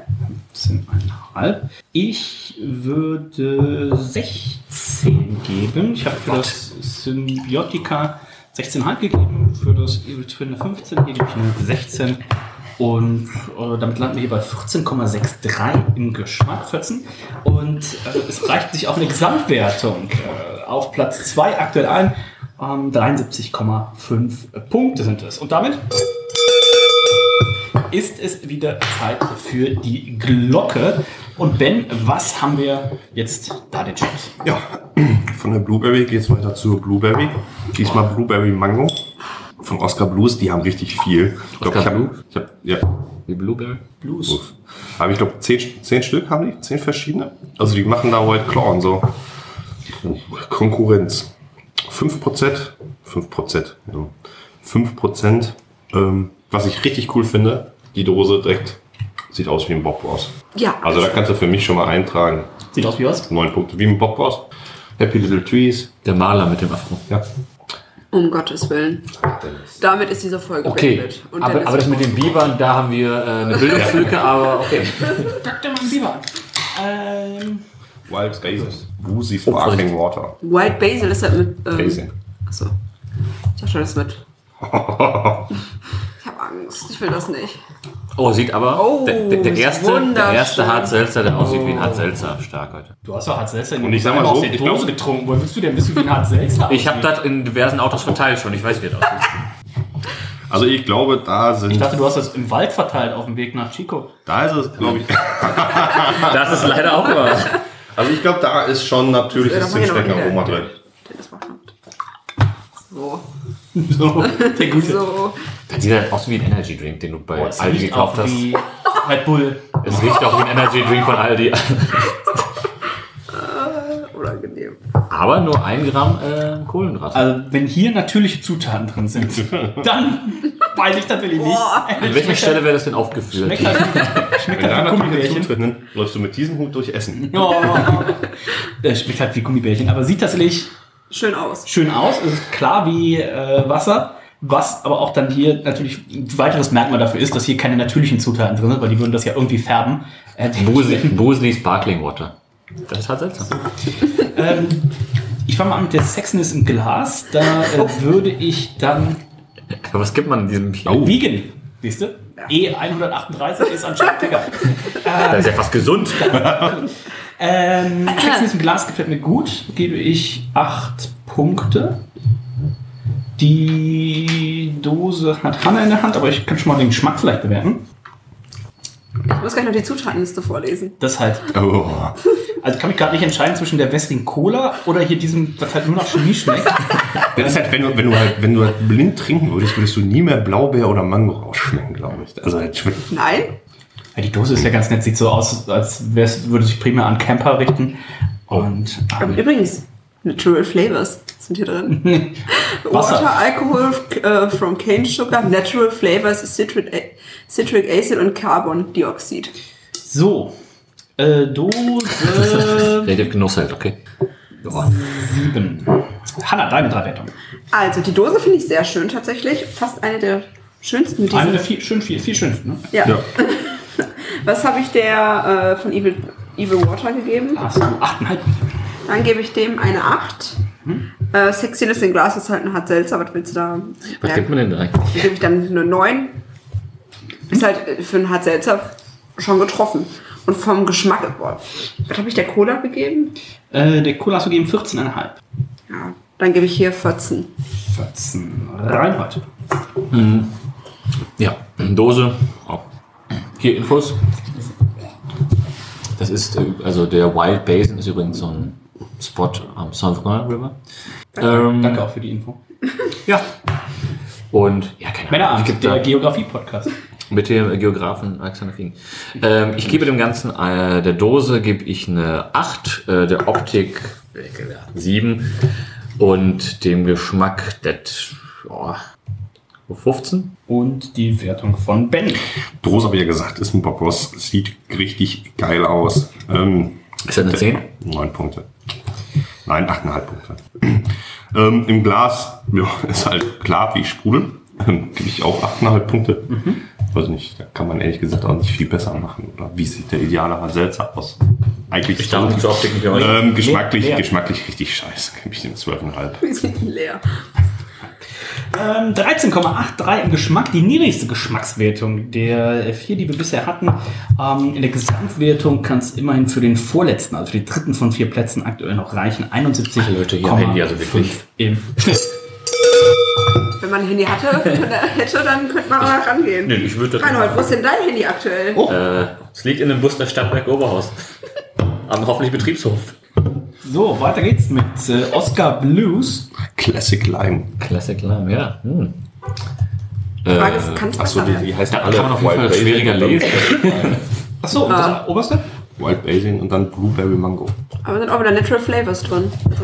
S2: 17,5. Ich würde 16 geben. Ich habe für das Symbiotika 16,5 gegeben. Für das Evil Twin eine 15. Hier gebe ich eine 16. Und äh, damit landen wir hier bei 14,63 im Geschmack. 14. Und äh, es reicht sich auf eine Gesamtwertung äh, auf Platz 2 aktuell ein. Ähm, 73,5 Punkte sind es. Und damit ist es wieder Zeit für die Glocke. Und Ben, was haben wir jetzt da den Chat?
S3: Ja, *clears throat* von der Blueberry geht's weiter zur Blueberry. Diesmal Blueberry Mango von Oscar Blues. Die haben richtig viel. Ich glaub,
S4: Oscar
S3: ich hab,
S4: Blues?
S3: Ich hab, ja,
S4: Die Blueberry.
S2: Blues.
S3: Blues. Aber ich glaube, zehn, zehn Stück haben die, zehn verschiedene. Also die machen da White Claw und so. Konkurrenz. 5%, 5%, ja. 5%, ähm, was ich richtig cool finde, die Dose direkt sieht aus wie ein Bob Ross.
S5: Ja.
S3: Also da kannst du für mich schon mal eintragen.
S2: Sieht aus wie was?
S3: Neun Punkte, wie ein Bob Ross. Happy Little Trees.
S4: Der Maler mit dem Afro.
S3: Ja.
S5: Um Gottes Willen. Damit ist diese Folge
S4: Okay,
S5: beendet.
S4: aber,
S5: Dennis
S4: aber das mit den Bibern, da haben wir äh, eine Bildungslücke, aber okay.
S2: Pack dir mal einen Biber an. Ähm,
S3: Wild Spaces. Woozy Sparkling Water.
S5: White Basil ist halt mit. Ähm,
S3: Basil.
S5: Achso. Ich dachte, das ist mit. Ich habe Angst. Ich will das nicht.
S4: Oh, sieht aber
S5: Oh,
S4: der, der, der
S5: ist
S4: erste, der erste
S5: wunderschön.
S4: Hartselzer, der aussieht wie ein Hartselzer. Stark heute.
S2: du hast doch Hartselzer
S3: Und ich sag mal
S2: aus
S3: so,
S2: der
S3: ich
S2: Dose
S3: glaub-
S2: getrunken. Woher willst du denn wissen, wie ein Hartselzer
S4: Ich habe
S2: aussieht?
S4: das in diversen Autos verteilt schon. Ich weiß, wie das aussieht.
S3: Also ich glaube, da sind.
S2: Ich dachte, du hast das im Wald verteilt auf dem Weg nach Chico. *laughs*
S3: da ist es, glaube ich.
S4: *laughs* Das ist leider auch wahr.
S3: Also ich glaube, da ist schon
S5: Ja, da
S3: natürliches
S5: muss ich noch
S3: Zimtsteckenaroma drin.
S5: Dennis macht damit. So.
S2: So, der gute.
S5: So.
S4: Das sieht halt aus wie ein Energy Drink, den du bei
S2: Boah, es
S4: Aldi
S2: riecht
S4: gekauft
S2: auch
S4: hast.
S2: wie Red Bull.
S4: Es riecht auch wie ein Energy Drink von Aldi.
S5: Unangenehm.
S4: Aber nur ein Gramm äh, Kohlenhydrate.
S2: Also, wenn hier natürliche Zutaten drin sind,
S3: *laughs*
S2: dann weiß ich natürlich nicht.
S4: An welcher Stelle wäre das denn aufgeführt?
S2: Schmeckt
S3: *laughs*
S2: halt, schmeckt
S3: Wenn da
S2: halt wie
S3: natürliche
S2: Gummibärchen.
S3: Zutaten läufst du mit diesem Hut durch Essen.
S2: Ja. Das Oh. schmeckt halt wie Gummibärchen, aber sieht tatsächlich
S5: Schön aus.
S2: schön aus. Es ist klar wie äh, Wasser. Was aber auch dann hier natürlich ein weiteres Merkmal dafür ist, dass hier keine natürlichen Zutaten drin sind, weil die würden das ja irgendwie färben. Äh,
S4: Busi, Busli Sparkling Water. Das ist halt seltsam.
S2: Ähm, ich fange mal an mit der Sexiness im Glas. Da äh, würde ich dann
S4: Aber was gibt man in diesem Oh, Bier?
S2: Vegan. Siehst du? E138 ist anscheinend Digga.
S4: das ist ja fast gesund.
S2: Ähm, Sexiness im Glas gefällt mir gut. Gebe ich 8 Punkte. Die Dose hat Hanna in der Hand, aber ich kann schon mal den Geschmack vielleicht bewerten.
S5: Ich muss gleich noch die Zutatenliste vorlesen.
S2: Das halt.
S3: Oh.
S2: Also ich kann mich gerade nicht entscheiden zwischen der Wessling Cola oder hier diesem, was halt nur nach Chemie schmeckt.
S3: Das ist halt, wenn du, wenn du halt, wenn du halt blind trinken würdest, würdest du nie mehr Blaubeer oder Mango rausschmecken, glaube ich. Also halt schmeckt.
S5: Nein?
S2: Ja, die Dose ist ja ganz nett, sieht so aus, als wär's, würde sich primär an Camper richten. Und
S5: Aber
S2: ähm,
S5: übrigens, Natural Flavors sind hier drin.
S2: Wasser.
S5: Water, Alcohol äh, from cane sugar, natural flavors, citric, a citric acid und Carbondioxid.
S2: so, äh, Dose
S4: Relativ genusselt, halt, okay. Boah.
S2: 7. Hanna, deine drei Wertungen.
S5: Also, die Dose finde ich sehr schön tatsächlich. Fast eine der schönsten. mit
S2: Eine
S5: diesen-
S2: der vier, schön, vier, vier schönsten, ne?
S5: ja.
S3: Ja.
S5: *laughs* Was habe ich der äh, von Evil, Evil Water gegeben?
S2: Hast du 8,5.
S5: Dann gebe ich dem eine 8. Äh, Sexiness in Glass ist halt ein hart seltsam. Was willst du da?
S4: Was gibt man denn da eigentlich?
S5: Dann gebe ich dann eine 9. Ist halt äh, für einen hart seltsam schon getroffen. Und vom Geschmack, boah, was habe ich der Cola gegeben?
S2: Äh, der Cola hast du gegeben 14,5.
S5: Ja, dann gebe ich hier *laughs* 14.
S2: 14. Reinhold.
S4: Ja, Dose. Auch. Hier Infos. Das ist, äh, also der Wild Basin ist übrigens so ein Spot am San Juan River. Ähm,
S2: Danke auch für die Info.
S4: Ja. Und, ja, keine Ahnung. Ich
S2: Männerabend,
S4: geb
S2: der
S4: da,
S2: Geografie-Podcast.
S4: mit dem Geografen Alexander Fien. Ähm, ich gebe dem Ganzen, äh, der Dose gebe ich eine 8, äh, der Optik äh, 7 und dem Geschmack das oh, 15.
S2: Und die Wertung von Ben.
S3: Dros habe ich ja gesagt, ist ein Bob Ross. Sieht richtig geil aus. Ähm,
S4: Ist das eine 10?
S3: Neun Punkte. Nein, 8,5 Punkte. *clears throat* ähm, Im Glas *laughs* ja, ist halt klar wie Sprudel. *laughs* Ähm, Gebe ich auch 8,5 Punkte.
S4: Mhm.
S3: Weiß nicht, da kann man ehrlich gesagt auch nicht viel besser machen. Oder wie sieht der ideale Hanselzer aus? Eigentlich so.
S4: Optik mit
S3: ähm, geschmacklich,
S2: Leer, leer.
S3: geschmacklich richtig scheiße. Gebe ich dem 12,5.
S5: Die sind leer.
S2: Ähm, 13,83 im Geschmack, die niedrigste Geschmackswertung der vier, die wir bisher hatten. Ähm, in der Gesamtwertung kann es immerhin für den vorletzten, also für die dritten von vier Plätzen aktuell noch reichen. 71
S4: Leute, hier am Handy, also wirklich.
S2: im Schnitt.
S5: Wenn man ein Handy hatte,
S4: *laughs*
S5: hätte, dann könnte man mal rangehen.
S4: Nee, ich würde das
S5: Reinhold, wo ist denn dein Handy aktuell?
S4: Äh, Es liegt in dem Bus der Stadtwerk Oberhaus. Am hoffentlich Betriebshof.
S2: So, weiter geht's mit äh, Oscar Blues.
S3: Classic Lime.
S4: Classic Lime, ja. Hm.
S5: Die Frage ist, kannst du
S3: Achso, die,
S5: besser
S3: die heißen
S4: Da
S3: alle
S4: kann man auf jeden Fall schwieriger lesen.
S2: Achso, und das oberste?
S3: Wild Basil und dann Blueberry Mango.
S5: Aber sind auch wieder Natural Flavors drin. Also,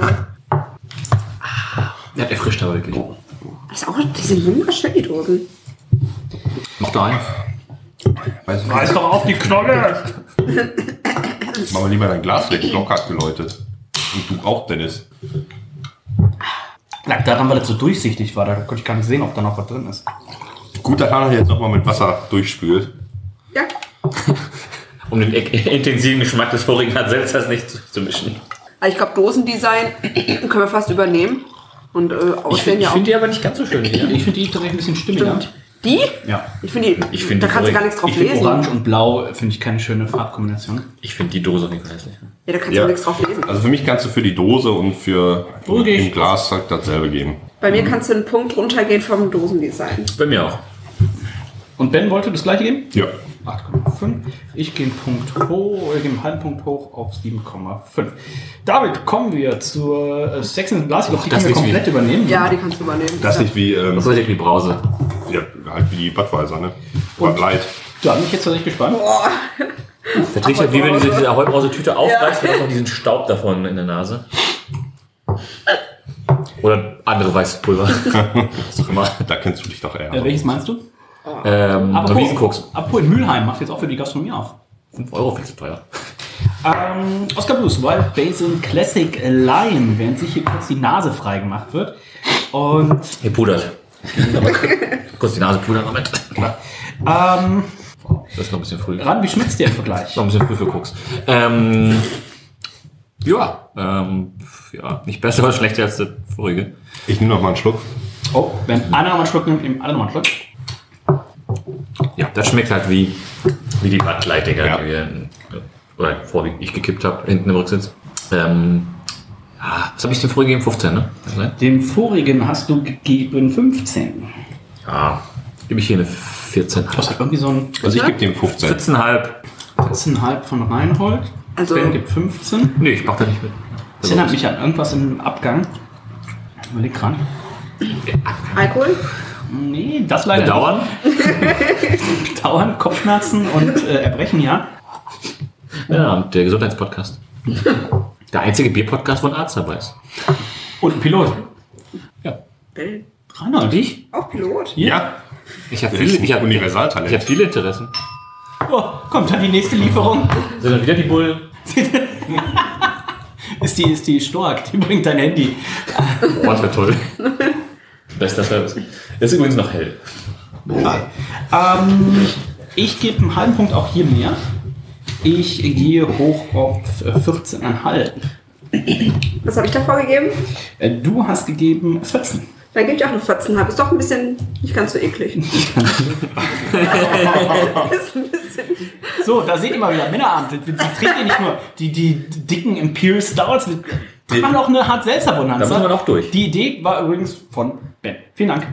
S4: Ja, der frischt aber wirklich.
S5: das ist auch, die sind wunderschön, die Dosen.
S4: Mach da ein.
S3: Weißt du,
S2: Reiß doch auf die Knolle!
S3: mach mal lieber dein Glas weg. Lockert geläutet. Und du auch, Dennis.
S2: Lag daran, weil das so durchsichtig war, da konnte ich gar nicht sehen, ob da noch was drin ist.
S3: Gut, dass Hannah jetzt nochmal mit Wasser durchspült.
S5: Ja,
S4: Um den e- *laughs* intensiven Geschmack des vorigen Adselzers nicht zu, zu mischen.
S5: also ich glaube, Dosendesign *clears throat* können wir fast übernehmen. Und äh,
S4: Ich
S5: aussehen
S4: finde
S5: ja auch.
S4: find die aber nicht ganz so schön hier.
S2: Ich finde die tatsächlich ein bisschen stimmiger.
S5: Die?
S2: Ja.
S5: Ich finde, die,
S4: Ich find
S5: da
S4: die
S5: kannst du
S4: orange-
S5: gar nichts drauf
S2: Ich finde
S5: lesen.
S2: Orange und Blau äh, finde ich keine schöne Farbkombination.
S4: Ich finde die Dose nicht hässlich.
S5: Ja, da kannst du nichts drauf lesen.
S3: Also für mich kannst du für die Dose und für
S2: Okay.
S3: im Glas halt dasselbe geben.
S5: Bei mir kannst du einen Punkt runtergehen vom Dosendesign.
S4: Bei mir auch.
S2: Und Ben wollte das gleiche geben?
S3: Ja.
S2: 8,5. Ich gehe einen Punkt hoch, ich gehe einen halben Punkt hoch auf 7,5. Damit kommen wir zur äh, sechsten Glas. Ich glaube, die
S4: das
S2: können wir
S4: ist wie-
S2: komplett übernehmen.
S5: Ja, die kannst du übernehmen.
S3: Das
S5: ja.
S3: nicht wie, ähm,
S4: Das ist wie Brause.
S3: ja, halt wie die Budweiser, ne? War leid.
S2: Da bin ich jetzt tatsächlich gespannt.
S5: Oh.
S4: Das riecht halt wie wenn du diese Heubrause-Tüte aufreißt und hast noch diesen Staub davon in der Nase. Oder andere weißes Pulver. Was auch immer.
S3: Da kennst du dich doch eher.
S2: Äh, welches meinst du?
S4: Ähm, Riesenkoks.
S2: Apropos, in Mülheim macht jetzt auch für die Gastronomie auf.
S4: 5 Euro viel zu teuer.
S2: Ähm, Oscar Blues, Wild Basil Classic Lime, während sich hier kurz die Nase frei gemacht wird. Und
S4: Ihr pudert. Kurz die Nase pudern, Moment.
S2: ähm,
S4: Das ist noch ein bisschen früh. Noch
S2: Ran, wie schmeckt's dir im Vergleich?
S4: ein bisschen früh für Koks. Ähm, ja, ähm, ja, nicht besser oder schlechter als der vorige.
S3: Ich nehme noch mal einen Schluck.
S2: Oh, wenn einer nochmal einen Schluck nimmt, nimmt alle nochmal einen Schluck.
S4: Ja, das schmeckt halt wie, wie die Bud Light, Digga,
S3: Ja.
S4: die wir in- oder vorwiegend ich gekippt habe, hinten im Rücksitz. Ähm, ja, was habe ich dem vorher gegeben? 15, ne? Kann sein?
S2: Dem vorigen hast du gegeben 15.
S4: Ja, gebe ich hier eine 14.
S2: Du hast halt irgendwie so ein
S3: Also ich gebe dem 15.
S4: 14,5.
S2: 14,5 von Reinhold.
S5: Also-
S2: ben gibt 15.
S4: Nee, ich mach da nicht mit.
S2: Das erinnert mich an irgendwas im Abgang. Überleg dran.
S5: Alkohol?
S2: Nee, das leider
S4: Bedauern?
S2: nicht. Dauern, Kopfschmerzen und äh, Erbrechen, ja.
S4: Ja, und
S2: *laughs*
S4: der Gesundheitspodcast. Der einzige Bierpodcast, wo ein Arzt dabei ist.
S2: Und ein Pilot.
S5: Bill.
S2: Reinhold, ich?
S5: Auch Pilot?
S3: Ja,
S4: Ich habe
S3: das ist
S4: viele,
S3: ein
S4: ich hab, ich
S3: Universaltalent.
S4: hab viele Interessen.
S2: Oh, kommt dann die nächste Lieferung.
S4: Sind dann wieder die Bullen?
S2: Ist die, ist die Stork, die *laughs* bringt dein Handy.
S4: Oh, das wär toll. *laughs* Bester Service. Das ist übrigens noch hell.
S2: Ähm, ich gebe einen halben Punkt auch hier mehr. Ich gehe hoch auf äh, 14,5.
S5: Was habe ich da vorgegeben?
S2: Äh, Du hast gegeben 14.
S5: Dann gebe ich auch eine 14,5. Ist doch ein bisschen nicht ganz so
S4: *laughs*
S5: eklig. *laughs* ist ein bisschen.
S2: So, da seht ihr mal wieder Männerabend. Die trinken ja nicht nur die, die dicken Imperial Stouts. Wir machen auch eine hart seltzer
S4: Da müssen wir noch durch.
S2: Die Idee war übrigens von Ben. Vielen Dank.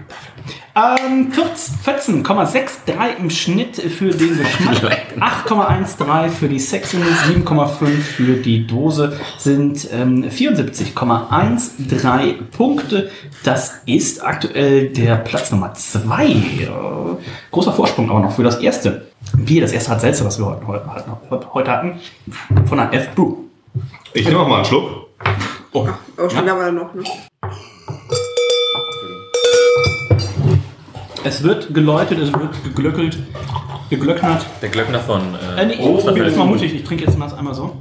S2: Ähm, 14, 14,63 im Schnitt für den *laughs* Geschmack. 8,13 für die Sexiness, 7,5 für die Dose sind ähm, 74,13 Punkte. Das ist aktuell der Platz Nummer 2. Großer Vorsprung aber noch für das erste Bier, das erste hat seltsam, was wir heute, heute, heute hatten, von der F-Brew.
S3: Ich nehme noch mal einen Schluck.
S5: Oh, schon da war er noch, ne?
S2: Es wird geläutet, es wird geglöckelt, geglöcknert.
S4: Der Glöckner von.
S2: Äh, nee, ich
S4: Osterfeld.
S2: bin jetzt mal mutig, ich trinke jetzt mal das einmal so.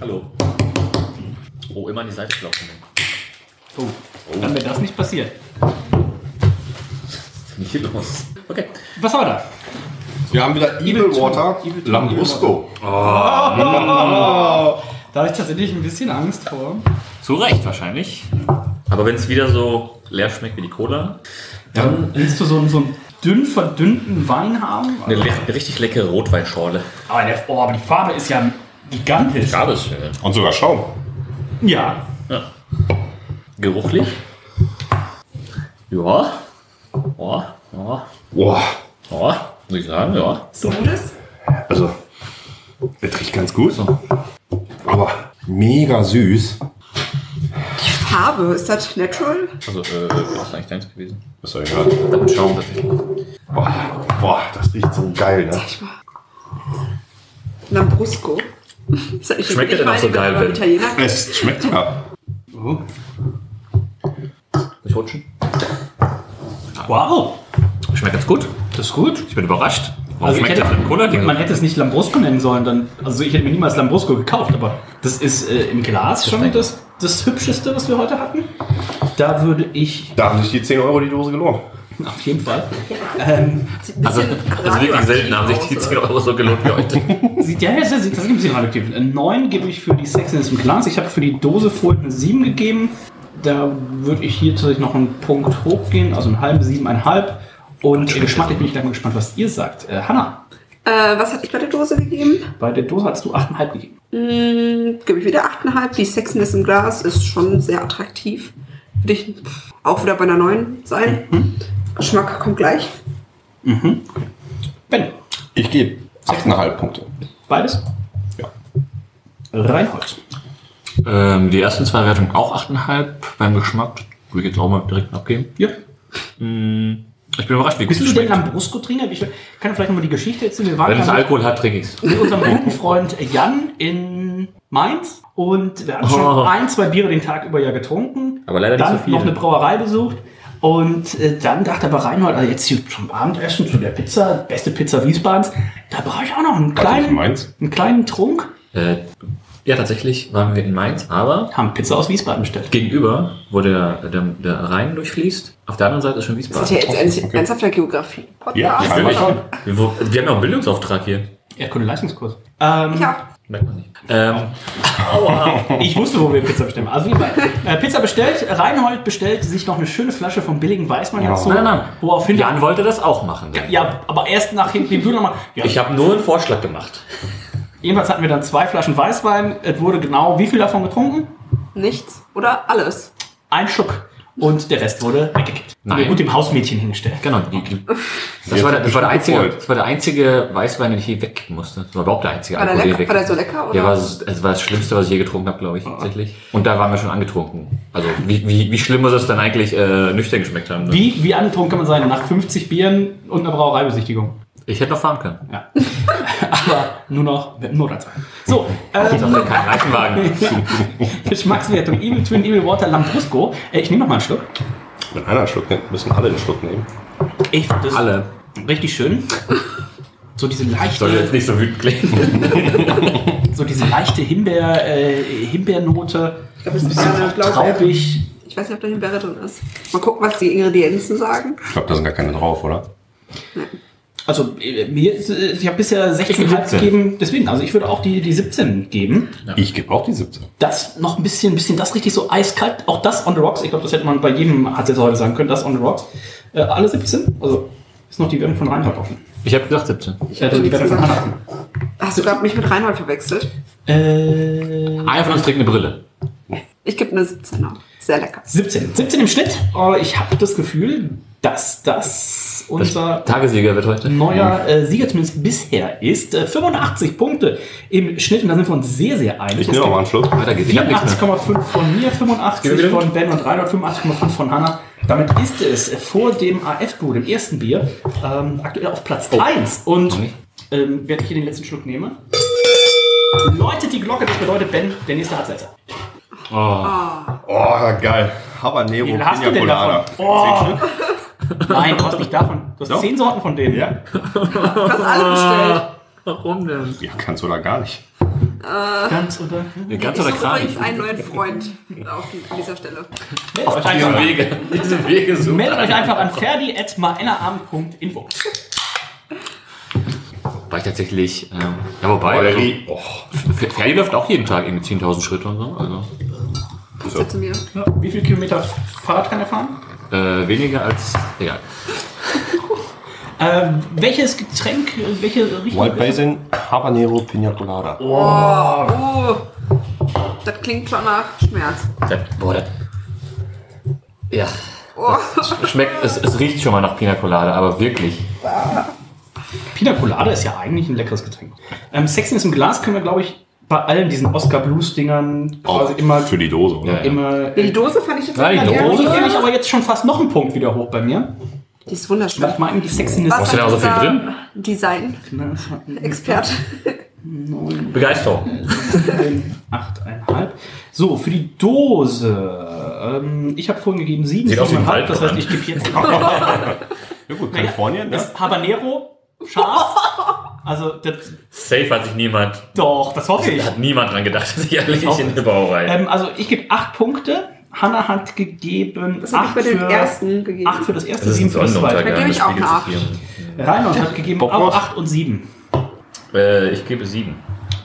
S4: Hallo. Oh, immer an die Seite klopfen.
S2: Oh, dann wäre das nicht passiert.
S4: Nicht hier los. Okay.
S2: Was haben wir da?
S3: Wir haben wieder Evil Water Lambrusco.
S2: Da habe ich tatsächlich ein bisschen Angst vor.
S4: Zu Recht wahrscheinlich. Aber wenn es wieder so leer schmeckt wie die Cola,
S2: Dann willst du so, einen- so einen dünn verdünnten Wein haben?
S4: eine, le eine richtig leckere Rotweinschorle.
S2: Aber, der, oh, aber die Farbe ist ja gigantisch.
S4: Gab es schon.
S3: Und sogar Schaum.
S2: Ja.
S4: Geruchlich? Ja. Ja, ja,
S3: Boah.
S4: ja. Muss ich sagen, ja.
S5: So gut ist.
S3: Also, das riecht ganz gut. Aber mega süß.
S5: Die Farbe, ist das natural?
S4: Also, äh, das ist eigentlich deins gewesen.
S3: Was soll ich hören?
S4: Damit Schaum tatsächlich.
S3: Boah, boah, das riecht so geil, ne?
S5: Lambrusco. Das ist echt-
S4: Schmeckt
S5: ich
S4: der denn
S5: war
S4: auch so
S5: lieber
S4: geil,
S5: beim
S4: Ben?
S5: Italiener.
S3: Es schmeckt ja.
S2: Oh.
S4: Soll ich rutschen?
S2: Wow.
S4: Schmeckt ganz gut.
S2: Das ist gut.
S4: Ich bin überrascht. Warum
S2: Also ich
S4: schmeckt
S2: hätte,
S4: das mit Cola? Die
S2: man hätte es nicht Lambrusco nennen sollen, dann, also ich hätte mir niemals Lambrusco gekauft, aber das ist äh, im Glas schon
S4: schmeckt.
S2: das, das Hübscheste, was wir heute hatten. Da würde ich
S3: Da haben sich die 10 Euro die Dose gelohnt.
S2: auf jeden Fall.
S5: Sieht ein
S4: also,
S5: bisschen
S4: also wirklich selten haben sich die
S5: radioaktiv
S4: 10 Euro so gelohnt wie heute.
S2: Sieht, ja, das, das gibt ein bisschen radioaktiv. Äh, Neun gebe ich für die Sexiness im Glas. Ich habe für die Dose vorhin eine 7 gegeben. Da würde ich hier tatsächlich noch einen Punkt hochgehen, also einen halben, siebeneinhalb. Und im Geschmack, ich bin ich gleich mal gespannt, was ihr sagt. Äh, Hanna,
S5: aus. Äh, was hatte ich bei der Dose gegeben?
S2: bei der Dose hast du 8,5 gegeben.
S5: Hm, Gebe ich wieder 8,5. Die Sexiness im Glas ist schon sehr attraktiv. Würde ich pff, auch wieder bei einer 9 sein. Geschmack kommt gleich.
S2: Ben,
S3: Ich gebe 6,5 Punkte.
S2: beides?
S3: Ja.
S2: Reinhold.
S4: *laughs* ähm, die ersten zwei Wertungen auch 8,5 beim Geschmack. Würde ich jetzt auch mal direkt abgeben.
S2: Ja.
S4: Ich bin überrascht, wie gut
S2: Bist
S4: es
S2: du denn
S4: schmeckt.
S2: Lambrusco-Trinker? Ich kann vielleicht nochmal die Geschichte erzählen. Wir waren
S4: Wenn es
S2: ja mit-
S4: Alkohol hat, trinke ich es.
S2: mit unserem guten Freund Jan in Mainz und wir hatten schon
S4: Oh.
S2: ein, zwei Biere den Tag über ja getrunken.
S4: Aber leider nicht
S2: dann
S4: so viel.
S2: noch eine Brauerei besucht und äh, dann dachte aber Reinhold, also jetzt hier zum Abendessen, zu der Pizza, beste Pizza Wiesbadens, da brauche ich auch noch einen
S3: Warte, ich
S2: kleinen,
S3: meins?
S2: einen kleinen Trunk.
S4: Äh, ja, tatsächlich waren wir in Mainz, aber
S2: Haben Pizza aus Wiesbaden bestellt.
S4: gegenüber, wo der, der, der Rhein durchfließt, auf der anderen Seite ist schon
S5: Das ist ja
S4: Wiesbaden.
S5: jetzt endlich ein ernsthafter Geografie-Podcast.
S3: Ja,
S4: Ich
S3: scheinbar
S4: will
S3: schon.
S4: nicht- Wir, wir haben ja einen Bildungsauftrag hier.
S2: Erkunde Leistungskurs. Ähm,
S5: Ja,
S4: Merkt man nicht. Ähm,
S2: Ich wusste, wo wir Pizza bestellen. Also egal. äh, Pizza bestellt, Reinhold bestellt sich noch eine schöne Flasche vom billigen Weißwein dazu.
S4: nein, nein.
S2: Woraufhin
S4: Jan wollte das auch machen.
S2: Ja, aber erst nach hinten du nochmal. Ja,
S4: Ich habe nur einen Vorschlag gemacht.
S2: Jedenfalls hatten wir dann zwei Flaschen Weißwein. Es wurde genau wie viel davon getrunken?
S5: nichts oder alles.
S2: Ein Schluck. Und der Rest wurde weggekippt.
S4: Nein.
S2: Und dem Hausmädchen hingestellt.
S4: Genau. die- die- Das war, der, das, war der
S3: Jetzt hat mich
S4: einzige,
S3: gefreut.
S4: das war der einzige Weißwein, den ich je wegkippen musste. Das war überhaupt der einzige
S5: War der,
S4: Alkohol, den ich
S5: lecker, war der so
S4: wegkippen-
S5: lecker? Oder?
S4: Ja, war, das das war das Schlimmste, was ich je getrunken habe, glaube ich, tatsächlich. Und da waren wir schon angetrunken. Also wie, wie, wie schlimm muss es dann eigentlich äh, nüchtern geschmeckt haben? Ne?
S2: Wie, wie angetrunken kann man sein? Nach 50 Bieren und einer Brauereibesichtigung.
S4: Ich hätte noch fahren können. *laughs*
S2: Ja. aber nur noch mit einem Notarztwein. So,
S4: Ich
S2: ähm,
S4: dachte, kein Reifenwagen.
S2: Geschmackswertung. Evil Twin, Evil Water, Lambrusco. Äh, ich nehme noch mal einen Schluck.
S3: Wenn einer einen Schluck nimmt, müssen alle einen Schluck nehmen.
S2: Ich fand das
S4: *laughs* Alle.
S2: richtig schön. So diese leichte...
S4: Soll jetzt nicht so wütend klingen.
S2: so diese leichte Himbeer, äh, Himbeernote.
S5: Ich glaube, das
S2: Ein
S5: ist
S2: bisschen
S5: eine
S2: auch
S5: Blaubeere.
S2: traubig.
S5: Ich weiß nicht, ob da Himbeere drin ist. Mal gucken, was die Ingredienzen sagen.
S3: Ich glaube, da sind gar keine drauf, oder?
S2: Also äh, mir, ist, äh, ich habe bisher 16
S4: Ich geb
S2: Halb gegeben, deswegen, also ich würde auch die, die 17 geben.
S3: Ich gebe auch die 17.
S2: Das noch ein bisschen, bisschen das richtig so eiskalt, auch das on the rocks, ich glaube, das hätte man bei jedem hat jetzt heute sagen können, das on the rocks. Äh, alle 17, also ist noch die Wertung von Reinhard offen.
S4: Ich habe gesagt 17.
S2: Ich hätte die Wertung von Reinhard offen.
S5: Hast du gerade mich mit Reinhold verwechselt?
S2: Äh,
S4: Einer von uns trägt eine Brille.
S5: Ich gebe eine 17er. Sehr lecker.
S2: 17, 17 im Schnitt, aber ich habe das Gefühl, dass das unser
S4: Tagesieger wird heute.
S2: neuer äh, Sieger zumindest bisher ist. Äh, 85 Punkte im Schnitt und da sind wir uns sehr, sehr einig.
S3: Ich
S2: Es
S3: nehme auch
S2: gibt
S3: mal einen Schluck.
S4: Weiter geht's. Ich hab nichts mehr.
S2: 84,5 von mir, 85
S4: Gib mir
S2: von Ben und 385,5 von Hannah. Damit ist es vor dem AF-Brew, dem ersten Bier, ähm, aktuell auf Platz 1. Und
S4: nicht?
S2: ähm, während ich hier den letzten Schluck nehme, läutet die Glocke, das bedeutet Ben, der nächste Hartsetzer.
S3: Oh, geil. Habanero
S2: Wie viel hast du
S3: Piña
S2: denn davon?
S3: Colada.
S2: Oh. Nein, du hast nicht davon. Du hast
S3: Doch.
S2: zehn Sorten von denen.
S3: Ja?
S5: Du hast alles bestellt.
S4: Warum denn?
S3: Ja, kannst du da gar nicht.
S2: Ganz oder?
S4: Ganz
S5: Ich
S4: oder
S5: suche
S4: Kran?
S5: übrigens einen neuen Freund auf, an dieser Stelle.
S2: Auf
S4: Diese Wege. Diese Wege so.
S2: Meldet euch einfach an ferdi.maenaarm.info.
S4: War ich tatsächlich. Ähm, ja, wobei.
S3: der
S4: also,
S3: rie-
S4: Fer- Ferdi läuft auch jeden Tag irgendwie 10.000 Schritte und so. Also.
S5: passt ja zu mir.
S2: Ja, Wie viel Kilometer Fahrrad kann er fahren?
S4: Äh, weniger als. Egal.
S2: Äh, welches Getränk, äh, welche Richtung?
S3: White Basin, Habanero, Pina Colada.
S5: Oh, das klingt schon nach Schmerz.
S4: Das, boah, das, ja.
S5: Oh.
S4: Das schmeckt, es, es riecht schon mal nach Pina Colada, aber wirklich.
S2: Pina Colada ist ja eigentlich ein leckeres Getränk. Ähm, Sexiness im Glas können wir, glaube ich, bei allen diesen Oscar-Blues-Dingern
S3: Also
S2: quasi immer...
S6: Für die Dose, oder?
S4: Ja, ja.
S2: immer
S5: Die Dose fand ich jetzt
S4: Nein, die
S5: immer
S2: Dose
S5: gerne.
S2: finde ich aber jetzt schon fast noch einen Punkt wieder hoch bei mir.
S5: Die ist wunderschön.
S2: Ich mag eigentlich Sexiness.
S4: ist denn da so viel
S5: dieser
S4: drin?
S5: Design-Experte.
S4: Begeisterung.
S2: Achteinhalb. So, für die Dose. Ähm, ich habe vorhin gegeben sieben,
S4: Sieht aus wie ein
S2: siebeneinhalb, das heißt,
S4: Waldbrand.
S2: ich gebe jetzt
S3: Ja gut, Kalifornien, ne?
S2: das Habanero scharf. Also, das,
S4: Safe hat sich niemand,
S2: doch, das hoffe ich.
S4: hat niemand dran gedacht, *laughs* dass ich eigentlich in eine Brauerei.
S5: Äh,
S2: Ähm, also, ich gebe acht Punkte. Hannah hat gegeben
S5: Das habe ich
S2: acht
S5: bei den
S2: für,
S5: ersten gegeben.
S2: acht für das erste,
S4: Das ist ein
S2: sieben für das
S4: Sonnenuntergang.
S2: zweite.
S5: Da gebe ich
S4: das
S5: auch
S4: spiegelt
S5: nach.
S4: sich
S2: Reinhold hat gegeben auch
S3: Bockhaus.
S2: acht und sieben.
S4: hier. Äh, ich gebe sieben.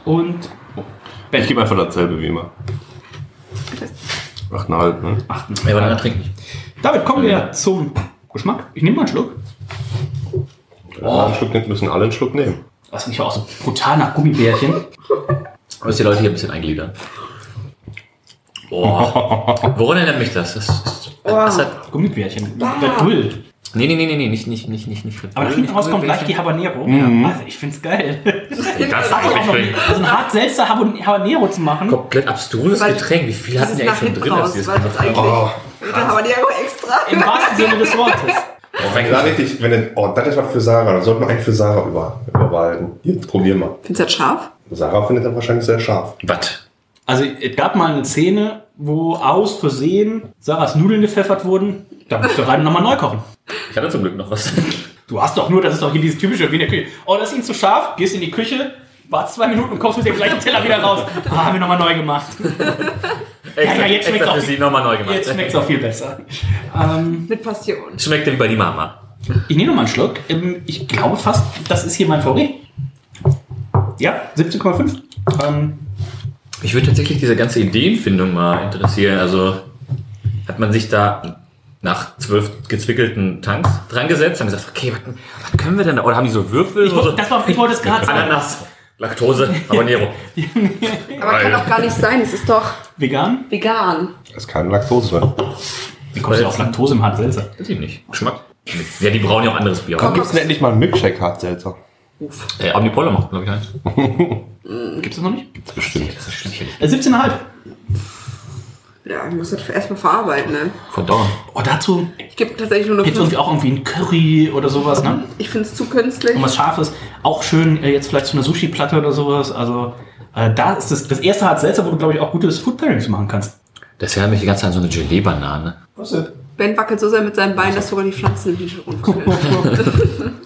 S2: Und
S3: Ich gebe einfach dasselbe wie immer. Achteinhalb, ne?
S4: Ja, aber dann trinken.
S2: damit Äh, kommen wir zum Geschmack. Ich nehme mal einen Schluck.
S3: Ja, Einen Schluck nimmt, müssen alle einen Schluck nehmen.
S2: Das riecht ja auch so brutal nach Gummibärchen.
S4: Müssen die Leute hier ein bisschen eingliedern. Boah.
S2: *laughs*
S4: Woran erinnert mich das? Das, das,
S5: Oh.
S4: das hat,
S2: Gummibärchen. Red Bull.
S4: nee, nee, nee, nee, nee, nicht, nicht, nicht, nicht, nicht.
S2: Aber nach hinten raus kommt gleich die Habanero.
S4: Mhm.
S2: Also ich find's geil.
S5: *laughs*
S4: Das hat
S2: Auch noch nie-
S4: mich
S2: so ein hart seltsamer Haban- Habanero zu machen.
S4: komplett abstruses
S5: Weil-
S4: Getränk. Wie viel
S5: Das
S4: hatten
S5: ist
S4: die
S5: nach
S4: eigentlich schon
S5: hinten
S4: drin?
S5: raus,
S4: als die das
S5: weil das
S4: gemacht haben?
S5: eigentlich.
S3: Oh.
S5: Oh, Da haben wir die auch extra.
S2: Im wahrsten Sinne des Wortes.
S4: Oh,
S3: Ja, richtig. Wenn denn, oh, das ist was für Sarah. Da sollte man einen für Sarah über, überbehalten. Hier, probier mal.
S5: Findest du das halt scharf?
S3: Sarah findet das wahrscheinlich sehr scharf.
S4: Was?
S2: Also es gab mal eine Szene, wo aus Versehen Sarahs Nudeln gepfeffert wurden. Da musst du rein nochmal neu kochen.
S4: Ich hatte zum Glück noch was.
S2: Du hast doch nur, das ist doch hier dieses typische Wiener Küche. Oh, das ist ihnen zu scharf. Gehst in die Küche, wartest zwei Minuten und kommst mit dem gleichen Teller wieder raus. Ah, haben wir nochmal neu gemacht.
S4: Extra,
S2: ja, jetzt schmeckt's
S4: extra
S2: auch.
S4: für sie nochmal neu gemacht.
S2: Jetzt schmeckt's auch viel besser. Ähm,
S5: Mit Passion.
S4: Schmeckt ja wie bei die Mama.
S2: Ich nehme nochmal einen Schluck. Ähm, Ich glaube fast, das ist hier mein VW. Ja, 17,5. Ähm,
S4: Ich würde tatsächlich diese ganze Ideenfindung mal interessieren. Also hat man sich da nach zwölf gezwickelten Tanks dran gesetzt und gesagt, okay, was, was können wir denn da? Oder haben die so Würfel?
S2: ich,
S4: oder
S2: wollte-
S4: so?
S2: das war, ich wollte es gerade sagen.
S4: Ananas, Laktose, Habanero. *laughs*
S5: Aber kann doch gar nicht sein, es ist doch
S2: Vegan?
S5: vegan.
S3: Da ist keine Laktose drin.
S2: Wie kommst du auf Laktose im Hartselzer?
S4: Weiß ich nicht. Äh, Geschmack. Ja, die brauen ja auch anderes Bier.
S3: Wann Oh, gibt's denn endlich mal einen Milkshake Hartselzer?
S4: Äh, Omnipolo macht, glaube ich, eins.
S2: Gibt es noch nicht?
S3: Bestimmt.
S4: Das ist schlecht.
S2: Äh, 17,5.
S5: Ja, ich muss das erstmal verarbeiten, ne?
S4: Verdammt.
S2: Oh, dazu
S5: Ich gebe tatsächlich nur eine
S2: gibt es
S5: 5.
S2: irgendwie auch irgendwie ein Curry oder sowas, ne?
S5: Ich finde es zu künstlich.
S2: Irgendwas Scharfes. Auch schön, äh, jetzt vielleicht zu einer Sushi-Platte oder sowas. Also, äh, da ist das, das erste Hartselzer, wo du, glaube ich, auch gutes Food Pairings machen
S4: *laughs*
S2: kannst.
S4: Das erinnert mich die ganze Zeit an so eine Gelee-Banane.
S5: Ben wackelt so sehr mit seinen Beinen, dass sogar die Pflanzen im Hintergrund *laughs* verfehlen.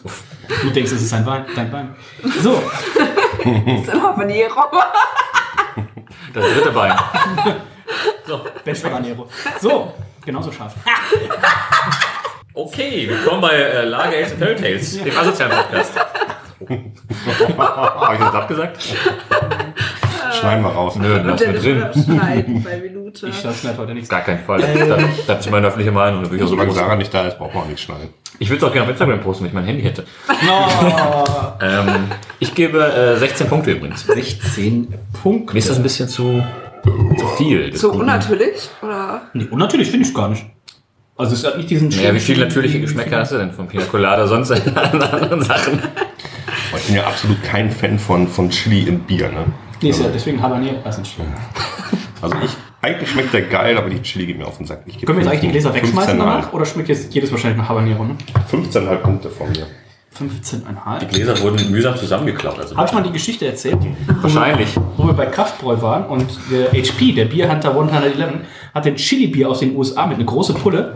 S2: Du denkst, es ist ein Wein, dein Wein. So,
S5: Das ist ein Habanero.
S4: Das dritte Bein.
S2: Bachelor Banero. So, genauso scharf.
S4: *laughs* Ah. Okay, willkommen bei äh, Lager Ales and Fairy Tales, dem asozialen Podcast.
S3: Habe ich das abgesagt? *laughs* Schneiden wir raus.
S4: Nö, da Äh, ist
S5: Der
S4: mir drin.
S5: wird schneiden bei Minute.
S2: Ich schneide heute nichts.
S4: Gar keinen Fall. Das, das ist meine öffentliche Meinung. da will Ich, auch so
S3: Solange
S4: groß-
S3: Sarah nicht da ist, braucht man auch nicht schneiden.
S4: ich würde es auch gerne auf Instagram posten, wenn ich mein Handy *laughs* hätte. ähm, ich gebe äh, 16 Punkte übrigens.
S2: 16 Punkte.
S4: Mir ist das ein bisschen zu, zu viel. des
S5: So
S4: Guten.
S5: unnatürlich? Oder?
S2: Nee, und natürlich finde ich es gar nicht. Also es hat nicht diesen
S4: Naja, wie viele natürliche Geschmäcker hast du denn von Pina Colada sonst an anderen Sachen?
S3: Aber ich bin ja absolut kein Fan von, von Chili im Bier. Ne?
S2: Nee, ist ja deswegen Habanero. Weiß nicht.
S3: Also ich, eigentlich schmeckt der geil, aber die Chili geht mir auf den Sack. Ich gebe
S2: Können wir jetzt eigentlich die Gläser
S3: 15,5.
S2: wegschmeißen danach? Oder schmeckt jetzt jedes wahrscheinlich nach Habanero, ne?
S3: 15,5 Punkte von mir.
S2: 15,5.
S4: Gläser wurden mühsam zusammengeklaut. Also
S2: Habe ich mal die Geschichte erzählt,
S4: wahrscheinlich.
S2: wo wir bei Kraftbräu waren und der HP, der Bierhunter 111, hat ein Chili-Bier aus den USA mit einer großen Pulle.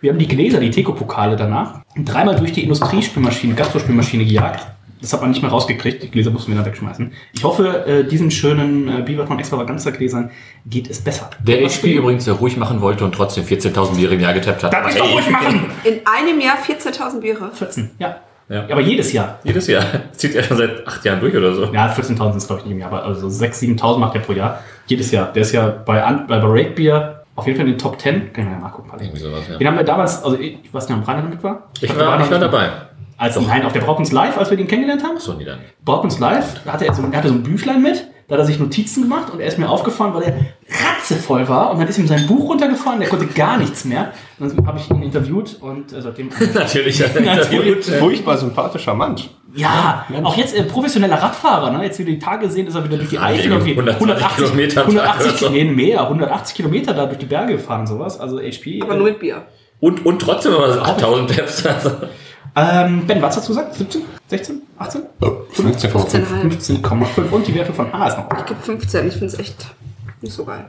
S2: Wir haben die Gläser, die Tekopokale danach, dreimal durch die Industriespülmaschine, Gastrospülmaschine gejagt. Das hat man nicht mehr rausgekriegt. Die Gläser mussten wir dann wegschmeißen. Ich hoffe, äh, diesen schönen äh, Biber von Extravaganza Gläsern geht es besser.
S4: Der HP übrigens, der ruhig machen wollte und trotzdem 14.000 Bier im Jahr getappt hat.
S2: Das ist doch ruhig machen!
S5: In einem Jahr 14.000 Biere.
S2: 14, ja.
S4: Ja.
S2: Aber jedes Jahr.
S4: Jedes Jahr. Das zieht er schon seit acht Jahren durch oder so.
S2: Ja, 14.000 ist glaube ich nicht im Jahr, aber also 6.000, 7.000 macht er pro Jahr. Jedes Jahr. Der ist ja bei, An- bei Rate Beer Auf jeden Fall in den Top 10. Können wir ja nachgucken. Parallel.
S4: Irgendwie sowas, ja.
S2: Den haben wir damals, also ich ich weiß nicht, ob Rainer mit war.
S4: Ich war, ich war dabei.
S2: Also nein, auf der Brockens Live, als wir den kennengelernt haben.
S4: So, nie dann.
S2: Brockens Live, da hatte er, so, er hatte so ein Büchlein mit, da hat er sich Notizen gemacht und er ist mir aufgefallen, weil er ratzevoll war und dann ist ihm sein Buch runtergefallen, der konnte gar nichts mehr. Und dann habe ich ihn interviewt und äh,
S4: *laughs*
S2: seitdem.
S4: Natürlich.
S3: Furchtbar sympathischer Mensch.
S2: ja, auch jetzt äh, professioneller Radfahrer, ne? Jetzt wie wir die Tage sehen, ist er wieder durch die
S4: Radwege,
S2: Eifel irgendwie
S4: 120 Kilometer am Tag
S2: 180,
S4: oder so.
S2: nee, mehr, 180 Kilometer da durch die Berge gefahren, sowas. Also HP.
S5: Aber nur mit Bier.
S4: Und, und trotzdem haben wir 8000 Tabs. Also.
S2: Ähm, ben, was hast du gesagt? 17? 16? 18?
S3: 15 vor 15.
S5: 15,5.
S2: 15,5 und die Wertung von H ist noch
S5: Ich gebe 15. Ich finde es echt nicht so geil.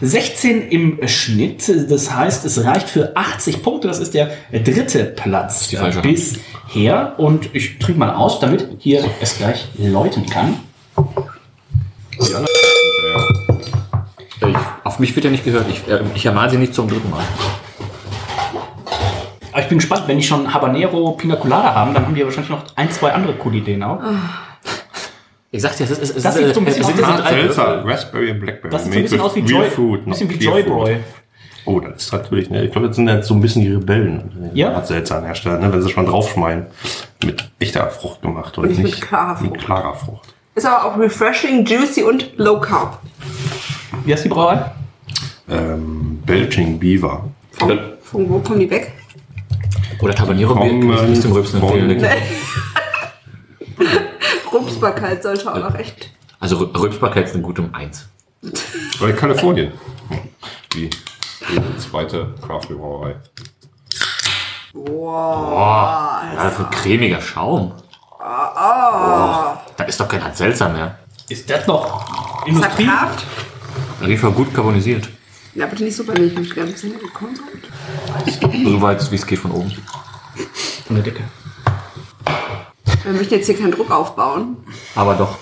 S2: 16 im Schnitt, das heißt, es reicht für 80 Punkte, das ist der dritte Platz
S4: die falsche
S2: äh, bisher. Und ich trinke mal aus, damit hier es gleich läuten kann.
S4: Ich, auf mich wird ja nicht gehört. Ich, äh, ich ermahne sie nicht zum dritten Mal.
S2: Aber ich bin gespannt, wenn die schon Habanero Pina Colada haben, dann haben die ja wahrscheinlich noch ein, zwei andere coole Ideen auch.
S4: Ich sagte, es ist, es ist, äh,
S2: Das sieht so ein bisschen
S4: es
S2: aus-
S4: sind
S2: das
S4: alte
S2: sieht-
S4: Alkohol.
S3: Seltzer, Raspberry und Blackberry.
S2: Das sieht so
S3: made
S2: ein bisschen
S3: with
S2: aus wie
S3: real
S2: Joy,
S3: fruit, not
S2: bisschen wie
S3: clear
S2: Joy
S3: fruit.
S2: Boy.
S3: Oh, das ist natürlich, ne? ich glaube, das sind jetzt so ein bisschen die Rebellen, die
S2: Ja.
S3: Art Seltzer herstellen, ne? wenn sie schon draufschmeien. Mit echter Frucht gemacht und
S5: Nicht
S3: nicht,
S5: mit klarer
S3: mit
S5: Frucht.
S3: klarer Frucht.
S5: Ist aber auch refreshing, juicy und low carb.
S2: Wie heißt die Brauerei?
S3: Ähm, Belching Beaver.
S5: Von, von wo kommen die weg?
S4: Oder Tabanero
S3: Kommen,
S4: Bier. Ich nicht zum
S3: äh,
S4: Rübsen
S3: Bonn.
S4: empfehlen.
S5: Rupsbarkeit sollte auch noch echt.
S4: Also Rü- Rübsbarkeit ist eine gute um eins.
S3: Bei Kalifornien. Die, die zweite Craft Beer Brauerei.
S4: Boah, ja, das ist ein cremiger Schaum.
S5: Ah,
S4: Boah, das ist doch kein Hans Seltzer mehr.
S2: Ist das noch
S5: Sagt
S2: Industrie?
S5: Kraft?
S4: Rief war gut carbonisiert.
S5: Ja, bitte nicht so bei mir. Ich möchte gerne wissen, wo die kommen sollen.
S4: Soweit wie es geht von oben.
S2: Von der Decke.
S5: Wir möchten jetzt hier keinen Druck aufbauen.
S4: Aber doch.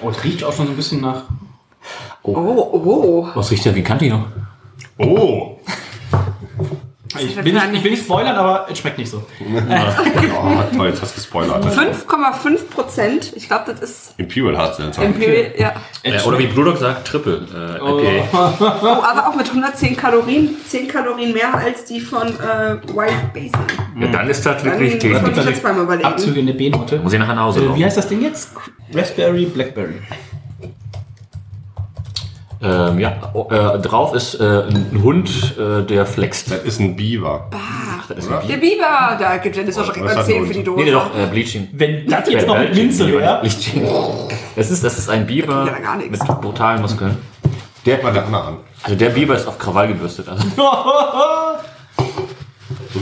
S2: Oh, es riecht auch schon so ein bisschen nach.
S5: Oh, oh.
S4: Was riecht der wie Cantino?
S2: Äh,
S3: Oh!
S2: Ich will, nicht, ich will nicht spoilern, aber es schmeckt nicht so.
S3: oh toll, jetzt hast du gespoilert.
S5: 5,5 Prozent. Ich glaube, das ist
S3: Imperial Hard Seltzer.
S5: Imperial. Ja.
S4: Äh, oder wie Brudok sagt, Triple. Äh, okay.
S5: Oh, aber auch mit 110 Kalorien. 10 Kalorien mehr als die von äh, Wild Basin.
S4: Ja, dann ist das
S5: Dann
S4: wirklich
S5: muss man
S4: gegen.
S5: sich jetzt zweimal überlegen.
S2: Abzüge in der B-Note.
S4: Muss ich nachher nach Hause
S2: Äh, wie
S4: laufen.
S2: heißt das Ding jetzt? Raspberry, Blackberry.
S4: Ähm, ja, oh, äh, drauf ist äh, ein Hund, äh, der flext.
S3: Das ist ein Beaver.
S4: Ach, das ist ein
S5: Der Biber, da gibt es auch direkt
S3: das
S5: mal
S3: hat
S5: 10
S3: nur-
S5: für die Dose.
S4: Nee, nee, doch, äh, Bleaching. Äh,
S2: Wenn das jetzt noch mit
S4: Bleaching,
S2: Minze
S4: lieber
S2: wäre.
S4: Bleaching. Das ist, das ist ein Biber
S5: Das geht ja gar
S4: mit
S5: nichts.
S4: brutalen Muskeln.
S3: Der hat mal der Anna an.
S4: Also der Biber ist auf Krawall gebürstet. Also
S3: So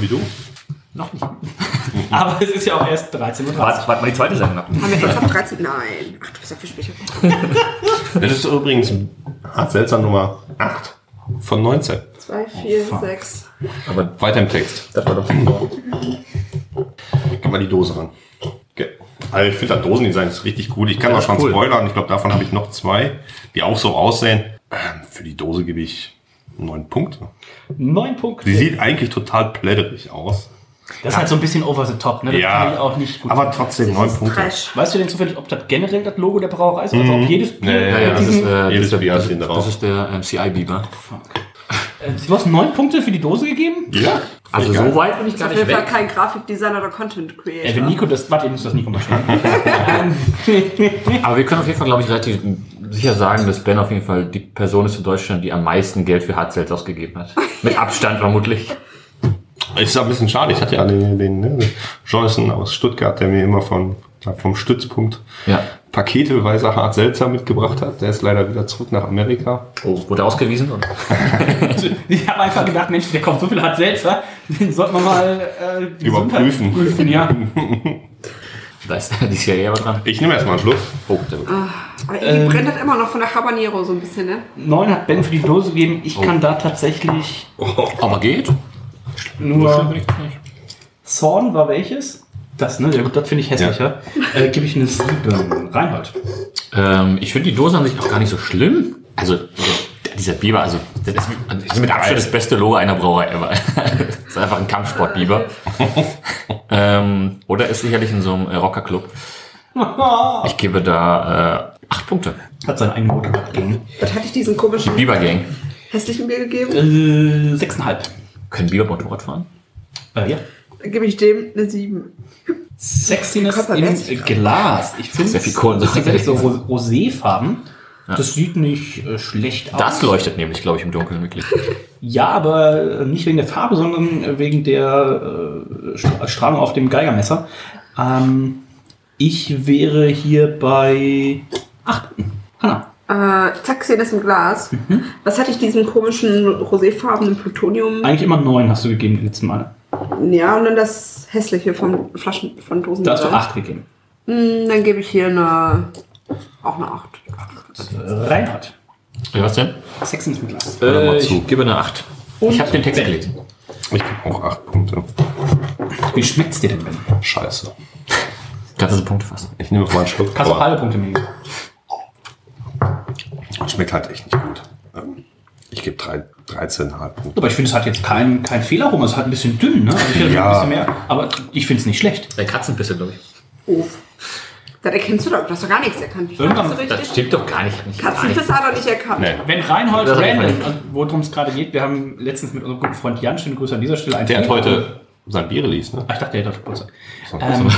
S3: wie du.
S4: noch nicht.
S2: *laughs* Aber es ist ja auch erst 13 Uhr.
S4: Warte, warte mal die zweite Sache nach.
S5: Haben wir jetzt auf 13? Nein. Ach, du bist ja viel später.
S3: Das ist übrigens Hard Seltzer Nummer 8 von 19.
S5: 2,
S3: Oh,
S5: 4, 6.
S4: Aber
S3: Weiter im Text.
S4: das war doch so.
S3: Gib mal die Dose ran. Okay. Also ich finde das Dosendesign ist richtig cool. Ich kann
S4: Ja,
S3: auch schon
S4: cool.
S3: spoilern. Ich glaube, davon habe ich noch zwei, die auch so aussehen. Ähm, Für die Dose gebe ich neun Punkte.
S2: Neun Punkte.
S3: Die sieht eigentlich total pläderig aus.
S2: Das ist halt so ein bisschen over the top, ne? Das kann ich auch nicht gut.
S3: aber trotzdem neun Punkte.
S5: Trash.
S2: weißt du denn zufällig, ob das generell das Logo der Brauerei ist? Oder ob jedes Bier.
S3: Nee,
S4: Ja, ja, das ist, äh,
S3: Jedes
S4: das,
S3: Bier hat
S4: ist,
S3: den
S4: das,
S3: drauf.
S4: das ist der ähm, CI-Biber.
S2: Äh, Du hast neun Punkte für die Dose gegeben?
S3: Ja.
S4: Also so weit bin ich gar
S5: Auf
S4: nicht
S5: jeden Fall
S4: weg.
S5: kein Grafikdesigner oder Content
S2: Äh, wenn
S5: Creator.
S2: Nico das. Warte, ihr müsst das Nico mal schreiben.
S4: Aber wir können auf jeden Fall, glaube ich, relativ sicher sagen, dass Ben auf jeden Fall die Person ist in Deutschland, die am meisten Geld für Hard Sales ausgegeben hat. Mit Abstand vermutlich.
S3: Ist ja ein bisschen schade. Ich hatte ja den, den ne, Johnson aus Stuttgart, der mir immer von, ich glaub, vom Stützpunkt
S4: Ja.
S3: paketeweise hart seltsam mitgebracht hat. Der ist leider wieder zurück nach Amerika.
S4: Oh, wurde ausgewiesen. Und
S2: *laughs* ich habe einfach gedacht, Mensch, der kommt so viel hat seltsam. Den sollten wir mal äh, Gesundheit
S3: Überprüfen.
S2: prüfen, ja.
S4: da ist *laughs* die CIA aber dran.
S3: Ich nehme erstmal einen Schluck.
S4: Oh, sehr gut.
S5: Aber
S2: ähm,
S5: irgendwie brennt das immer noch von der Habanero so ein bisschen, ne?
S2: Neun hat Ben für die Dose gegeben. Ich
S4: Oh.
S2: kann da tatsächlich
S4: Aber geht. Oh.
S2: nur. Zorn war welches? Das, ne? Ja, gut, das finde ich hässlicher. Äh, Gebe ich eine 7.
S4: *laughs*
S2: Reinhold.
S4: Ähm, ich finde die Dose an sich auch gar nicht so schlimm. Also, also, dieser Biber, also, das ist, das ist mit Abstand das beste Logo einer Brauerei ever. *laughs* das ist einfach ein *laughs* Kampfsport-Biber. ähm, oder ist sicherlich in so einem äh, Rockerclub. Ich gebe da äh, acht Punkte.
S2: Hat seinen eigenen Motorrad gegeben.
S5: Das hatte ich diesen komischen.
S4: Biber Gang.
S5: hässlichen Bier gegeben,
S2: Äh, 6,5.
S4: Können Biber Motorrad fahren?
S2: Äh, ja.
S5: dann gebe ich dem eine 7.
S2: Sexiness
S5: Körper lässt sich
S2: im Glas. Ich finde
S4: Sehr viel Kohlensäure.
S2: tatsächlich so ros- roséfarben. Das sieht nicht äh, schlecht aus.
S4: Das leuchtet nämlich, glaube ich, im Dunkeln wirklich.
S2: Ja, aber äh, nicht wegen der Farbe, sondern äh, wegen der äh, Stra- Strahlung auf dem Geigermesser. Ähm, ich wäre hier bei 8. Hanna.
S5: Äh, Taxi das im Glas.
S2: Mhm.
S5: Was hatte ich diesem komischen roséfarbenen Plutonium?
S2: Eigentlich immer 9 hast du gegeben die letzten Mal.
S5: Ja, und dann das hässliche von Flaschen von Dosen.
S2: Da hast du 8 gegeben.
S5: Mm, Dann gebe ich hier eine auch eine 8.
S2: Äh, Reinhard.
S4: Ja, was denn?
S2: Sex ins Glas.
S4: Äh,
S3: mal zu.
S4: ich gebe eine 8. ich habe den Text gelesen.
S3: Ich gebe auch acht Punkte.
S2: Wie schmeckt's dir denn, Ben?
S3: Scheiße.
S4: Kannst du so Punkte fassen?
S3: Ich nehme mal einen Schluck.
S2: Kannst du
S3: aber
S2: halbe Punkte mehr geben.
S3: Schmeckt halt echt nicht gut. Ähm, Ich gebe drei- 13,5 Punkte.
S2: Aber ich finde, es hat jetzt keinen kein Fehler rum. Es hat ein bisschen dünn, ne? Also ich hätte
S3: Ja.
S2: ein bisschen mehr, aber ich finde es nicht schlecht.
S4: Äh, Katzenpisse, glaube ich.
S5: Oof. Das erkennst du doch. Du hast doch gar nichts erkannt. Wie fandest du
S4: Das
S5: richtig?
S4: stimmt doch gar nicht. Ich hab gar nicht.
S5: Katzenpiss hat er nicht erkannt.
S3: Nee.
S2: Wenn Reinhold
S4: Das hat
S2: Randall,
S4: gefallen.
S2: also worum es gerade geht, wir haben letztens mit unserem guten Freund Jan, schönen Grüße an dieser Stelle, einen
S3: Der hat
S2: Film-
S3: heute sein Bier-Release, ne?
S2: Ah, ich dachte, er hat heute Geburtstag.
S3: So,
S2: Ähm,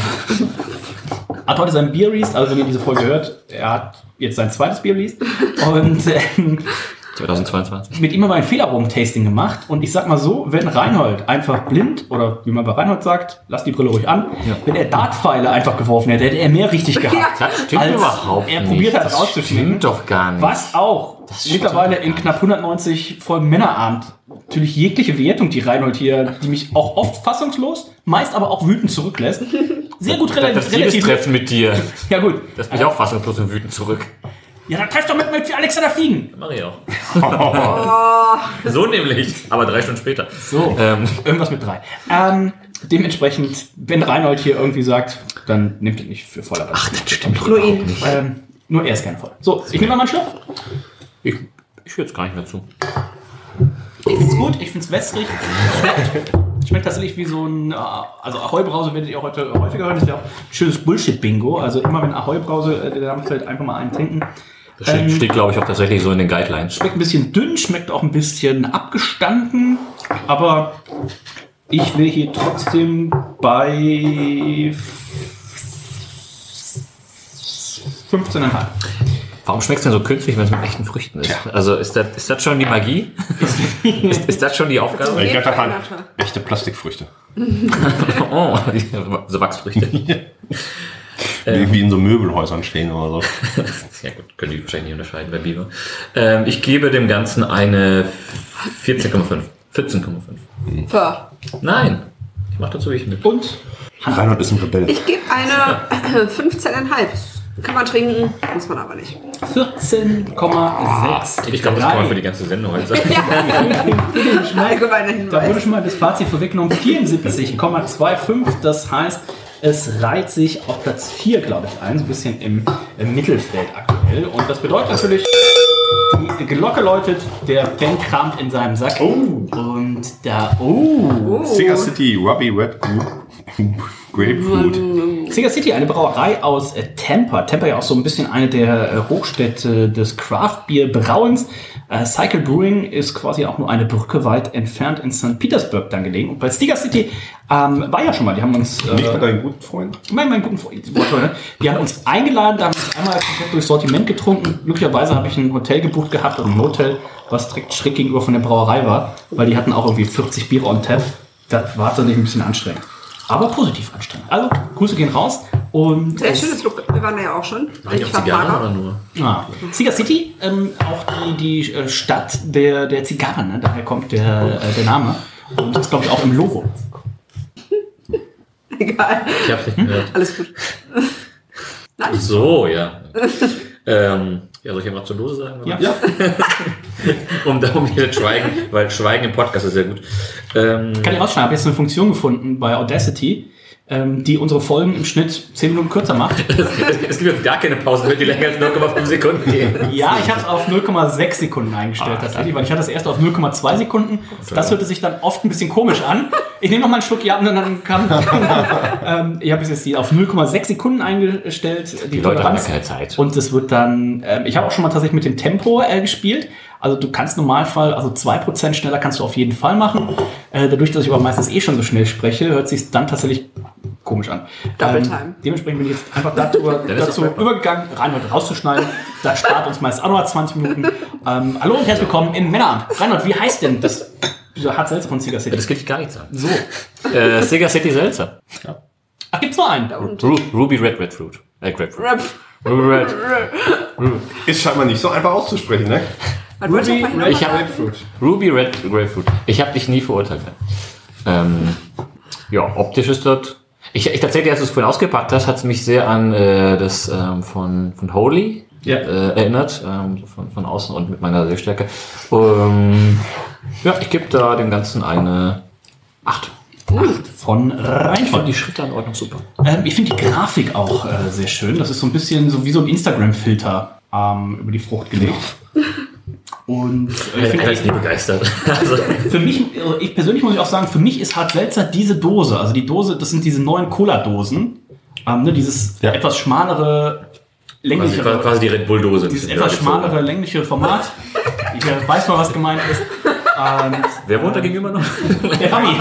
S2: hat heute sein Bier released, also wenn ihr diese Folge hört, er hat jetzt sein zweites Bier released. Und ähm,
S4: 2022.
S2: mit ihm haben wir ein Fehlerrum-Tasting gemacht. Und ich sag mal so, wenn Reinhold einfach blind, oder wie man bei Reinhold sagt, lass die Brille ruhig an, wenn er Dartpfeile einfach geworfen hätte, hätte er mehr richtig gehabt.
S4: Das stimmt
S2: Als
S4: überhaupt
S2: er
S4: nicht.
S2: probiert hat,
S4: das
S2: rauszuschneiden.
S4: stimmt doch gar nicht.
S2: Was auch mittlerweile in knapp 190 Folgen Männerabend natürlich jegliche Wertung, die Reinhold hier, die mich auch oft fassungslos, meist aber auch wütend zurücklässt, sehr gut
S4: Das,
S2: relativ.
S4: das Liebestreffen mit dir.
S2: *laughs* ja gut. Äh,
S4: Das bin ich auch fassungslos und wütend zurück.
S2: Ja, dann treff doch mit, mit Alexander Fliegen.
S4: Mach ich auch. so nämlich. Aber drei Stunden später.
S2: So,
S4: Ähm,
S2: irgendwas mit drei. Ähm, dementsprechend, wenn Reinhold hier irgendwie sagt, dann nimmt er nicht für voller Ach,
S4: das stimmt doch
S5: Nur ihn.
S2: ähm, nur er ist gerne voll. So, ich nehme mal einen Schluck.
S4: Ich, ich höre jetzt gar nicht mehr zu.
S2: Ich find's gut, ich find's wässrig. Schmeckt, schmeckt tatsächlich wie so ein, äh, also Ahoi-Brause werdet ihr heute häufiger hören, das ist ja auch ein schönes Bullshit-Bingo. Also immer wenn Ahoi-Brause äh, der Name fällt, einfach mal einen trinken.
S4: Das steht,
S2: Ähm.
S4: steht glaube ich, auch tatsächlich so in den Guidelines.
S2: Schmeckt ein bisschen dünn, schmeckt auch ein bisschen abgestanden, aber ich will hier trotzdem bei 15,5.
S4: Warum schmeckt es denn so künstlich, wenn es mit echten Früchten ist? Also ist das, ist das schon
S2: *laughs*
S4: die Magie? ist, ist das schon die
S3: *laughs*
S4: Aufgabe?
S3: Ich glaube, da waren
S5: Veränderte.
S3: echte Plastikfrüchte.
S4: Oh, *laughs* so Wachsfrüchte.
S3: Die wie in so Möbelhäusern stehen oder *laughs* so.
S4: Ja gut, können die wahrscheinlich nicht unterscheiden bei Biber. Ähm, ich gebe dem Ganzen eine 14,5. 14,5.
S5: Ver.
S4: Nein, ich mache dazu wie ich mit.
S2: Und
S3: Reinhard ist ein Rebell.
S5: Ich gebe eine äh, 15,5. Kann man trinken, muss man aber nicht.
S2: 14,6.
S4: Ah, Ich glaube, das kann man für die ganze Sendung heute sagen.
S5: Allgemeiner
S2: Da wurde
S5: Hinweis.
S2: schon mal das Fazit vorweggenommen. 74,25. Das heißt, es reiht sich auf Platz 4, glaube ich, ein. So ein bisschen im, im Mittelfeld aktuell. Und das bedeutet natürlich, die Glocke läutet, der Ben kramt in seinem Sack. Und da, oh.
S3: Singer City, Ruby Red Group, *laughs* Grapefruit.
S2: Singer City, eine Brauerei aus äh, Tampa. Tampa ja auch so ein bisschen eine der äh, Hochstädte des Craft Beer Brauens. Äh, Cycle Brewing ist quasi auch nur eine Brücke weit entfernt in St. Petersburg dann gelegen. Und bei Sticker City ähm, war ja schon mal, die haben uns
S3: Nicht mit
S2: äh,
S3: deinen guten Freunden.
S2: mein, mein guten Freund, Freunde, ne? die haben uns eingeladen, da haben wir einmal komplett durchs Sortiment getrunken. Glücklicherweise habe ich ein Hotel gebucht gehabt und ein Hotel, was direkt schräg gegenüber von der Brauerei war, weil die hatten auch irgendwie 40 Biere on tap. Das war tatsächlich ein bisschen anstrengend. Aber positiv anstrengend. Also, Grüße gehen raus und
S5: Sehr schönes Look. Wir waren da ja auch schon.
S4: Ich
S5: Ich war
S4: Zigarren oder
S5: Fahrer.
S4: nur?
S2: Ah. Cigar City, ähm, auch die, die äh, Stadt der, der Zigarren, ne? daher kommt der, äh, der Name. Und das glaube ich auch im Logo.
S5: Egal.
S4: Ich habe nicht gehört.
S5: Alles gut.
S4: Ach so, ja. ähm, ja, soll ich mal zur Dose sagen?
S2: Ja.
S4: Um darum hier das Schweigen, weil Schweigen im Podcast ist sehr gut. Ähm, *laughs*
S2: Kann ich rausschneiden, habe jetzt eine Funktion gefunden bei Audacity, ähm, die unsere Folgen im Schnitt 10 Minuten kürzer macht.
S4: es gibt jetzt gar keine Pausen, wenn die länger als 0,5 Sekunden gehen.
S2: Ja, ich habe es auf 0,6 Sekunden
S4: Ah,
S2: eingestellt tatsächlich, weil ich hatte das erst auf 0,2 Sekunden. Das hörte sich dann oft ein bisschen komisch an. Ich nehme noch mal einen Schluck Japan und dann kam... *laughs* ähm, ich habe es jetzt die auf 0,6 Sekunden eingestellt. Die,
S4: Leute haben ja
S2: Toleranz.
S4: keine Zeit.
S2: Und es wird dann... Ähm, ich habe auch schon mal tatsächlich mit dem Tempo äh, gespielt. Also du kannst im Normalfall, also 2% schneller kannst du auf jeden Fall machen. Äh, dadurch, dass ich aber meistens eh schon so schnell spreche, hört sich dann tatsächlich komisch an. Ähm,
S5: Double time.
S2: Dementsprechend bin ich jetzt einfach darüber, dazu übergegangen, Reinhold rauszuschneiden. Das spart uns meist auch noch 20 Minuten. Ähm, hallo und herzlich willkommen im Männerabend. Reinhold, wie heißt denn das? Hat Selzer von Sega City.
S4: Das geht gar nichts an.
S2: So.
S4: Äh, Sega City Seltzer.
S2: Ach, gibt's nur einen?
S4: Ru Ruby Red Red Fruit. Äh, Grapefruit.
S5: Rap.
S4: Ruby Red.
S3: Ist scheinbar nicht so einfach auszusprechen, ne?
S5: Was wollte ich vorhin
S4: Ich
S5: nochmal
S4: hab,
S5: sagen?
S4: Ruby Red Grapefruit. Ich habe dich nie verurteilt. Ähm, ja, optisch ist das. Ich, ich tatsächlich, als du es vorhin ausgepackt hast, hat es mich sehr an äh, das ähm, von, von Holy
S2: Ja.
S4: äh, erinnert. Ähm, so von, von außen und mit meiner Sehstärke. Ähm, ja, ich gebe da dem Ganzen eine 8.
S2: Von Reinhold.
S4: die Schrittanordnung super.
S2: Ähm, ich finde die Grafik auch äh, sehr schön. Das ist so ein bisschen so wie so ein Instagram-Filter ähm, über die Frucht
S4: *laughs*
S2: gelegt. Und äh, ich
S4: Ich bin
S2: finde
S4: eigentlich nie
S2: *laughs*
S4: begeistert. Also,
S2: für mich, also ich persönlich muss ich auch sagen, für mich ist hart seltsam diese Dose. Also die Dose, das sind diese neuen Cola-Dosen. Ähm, ne, dieses
S3: Ja.
S2: etwas schmalere,
S4: quasi,
S2: länglichere,
S4: quasi die Red Bull Dose. Also,
S2: dieses etwas schmalere, länglichere Format. Ich äh, weiß mal, was gemeint ist. Und,
S4: Wer wohnt da gegenüber noch? *laughs*
S2: der Rami.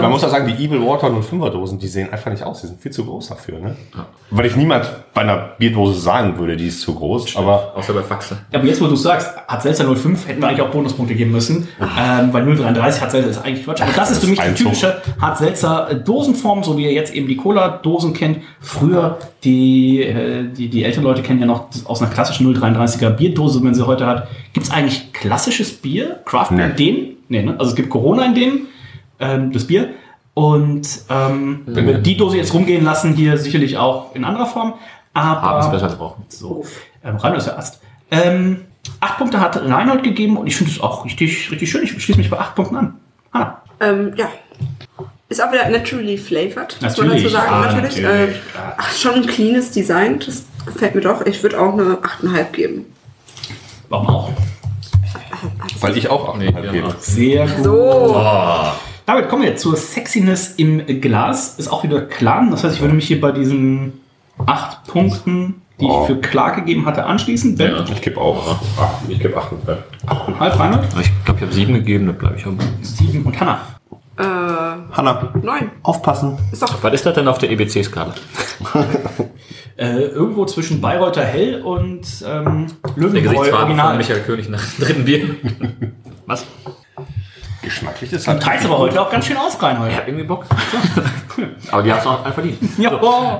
S3: Man muss auch sagen, die Evil Water 05er Dosen, die sehen einfach nicht aus. Die sind viel zu groß dafür, ne? Weil ich niemals bei einer Bierdose sagen würde, die ist zu groß, aber
S4: Außer bei Faxe.
S2: Ja, Aber jetzt, wo du sagst, hat Selzer 05, hätten wir eigentlich auch Bonuspunkte geben müssen, ähm, weil 033 hat Selzer ist eigentlich Quatsch. Aber das ist für mich die
S3: ein Zug.
S2: typische hat Selzer Dosenform, so wie ihr jetzt eben die Cola-Dosen kennt. Früher, die, äh, die, die älteren Leute kennen ja noch das- aus einer klassischen 033er Bierdose, wenn sie heute hat. gibt's eigentlich klassisches Bier? Craft Beer in denen? Nee, ne? Also es gibt Corona in denen, ähm, das Bier. Und ähm, wenn wir die Dose jetzt rumgehen lassen, hier sicherlich auch in anderer Form. Aber
S4: Haben es Ah, besser als brauchen.
S2: so, ähm, Reinhold ist der Ast. Ähm, acht Punkte hat Reinhold gegeben und ich finde es auch richtig, richtig schön. Ich schließe mich bei acht Punkten an. Hanna.
S5: Ähm, ja. Ist auch wieder naturally flavored, muss man
S2: Natürlich,
S5: dazu sagen.
S2: ah,
S5: natürlich.
S2: natürlich,
S5: Äh, ach, schon ein cleanes Design, das gefällt mir doch. Ich würde auch eine 8,5 geben.
S2: Warum auch?
S3: weil ich auch auch
S4: Nee,
S3: halt
S4: ja.
S3: gebe.
S2: Sehr gut.
S5: So,
S2: Damit kommen wir jetzt zur Sexiness im Glas. Ist auch wieder klar. Das heißt, ich würde mich hier bei diesen acht Punkten, die
S3: Oh.
S2: ich für klar gegeben hatte, anschließen. Ben,
S4: Ja.
S3: Ich gebe auch. Ach, Ah, ich gebe 8.
S2: halb Reinhold,
S4: Ich glaube, ich habe sieben gegeben, dann bleibe ich auch bei.
S2: sieben und Hanna.
S3: Hanna,
S5: 9.
S3: aufpassen.
S5: Ist doch
S4: Was ist das denn auf der EBC-Skala?
S2: Äh, irgendwo zwischen Bayreuther Hell und ähm, Löwenbräu
S4: von
S2: Original.
S4: Michael König nach dem dritten Bier. *laughs* Was?
S3: Geschmacklich ist
S2: Du teilst aber heute auch ganz schön aus, Reinhold.
S4: Ich habe irgendwie Bock. Aber die hast du auch alle verdient.
S2: Ja,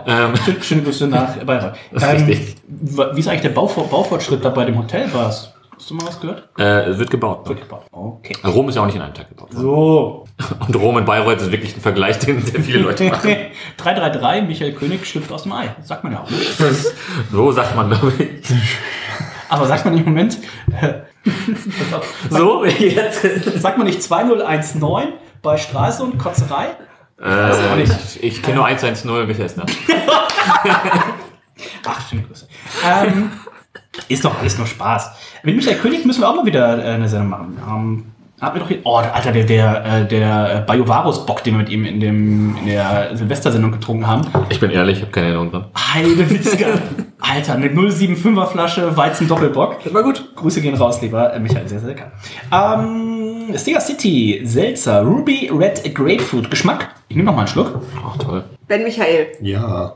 S4: Ähm,
S2: Schön- Schöne Grüße nach Bayreuth.
S4: *laughs*
S2: Ähm,
S4: Das ist richtig.
S2: wa- Wie ist eigentlich der Baufo- Baufortschritt da bei dem Hotel? Warst? Hast du mal was gehört?
S4: äh, es wird gebaut. Ne?
S2: Okay.
S4: Rom ist ja auch nicht in einem Tag gebaut. worden.
S2: So.
S4: Und Rom in Bayreuth ist wirklich ein Vergleich, den sehr viele Leute
S2: *laughs*
S4: machen. *laughs*
S2: 333, Michael König schlüpft aus dem Ei. Das sagt man ja auch. nicht.
S4: So sagt man, glaube ich.
S2: Aber sagt man nicht, Moment. *laughs* äh,
S4: So, jetzt.
S2: sagt man nicht 2019 bei Straße und Kotzerei?
S4: Äh, ich ich kenne nur 110, Michael ist da.
S2: Ach, schöne Grüße. Ähm, ist doch alles nur Spaß. Mit Michael König müssen wir auch mal wieder äh, eine Sendung machen. Ähm, hat mir doch hier, oh, Alter, der, der, äh, der Bayovarus-Bock, den wir mit ihm in, dem, in der Silvestersendung getrunken haben.
S4: Ich bin ehrlich, ich habe keine Erinnerung dran.
S2: Heide *laughs* Witzka. Alter, eine 075er Flasche Weizen Doppelbock. Das war gut. Grüße gehen raus, lieber äh, Michael, sehr, sehr lecker. Ähm, Sega City, Seltzer, Ruby Red Grapefruit. Geschmack? Ich nehme noch mal einen Schluck.
S4: Ach, toll.
S5: Ben Michael.
S3: Ja.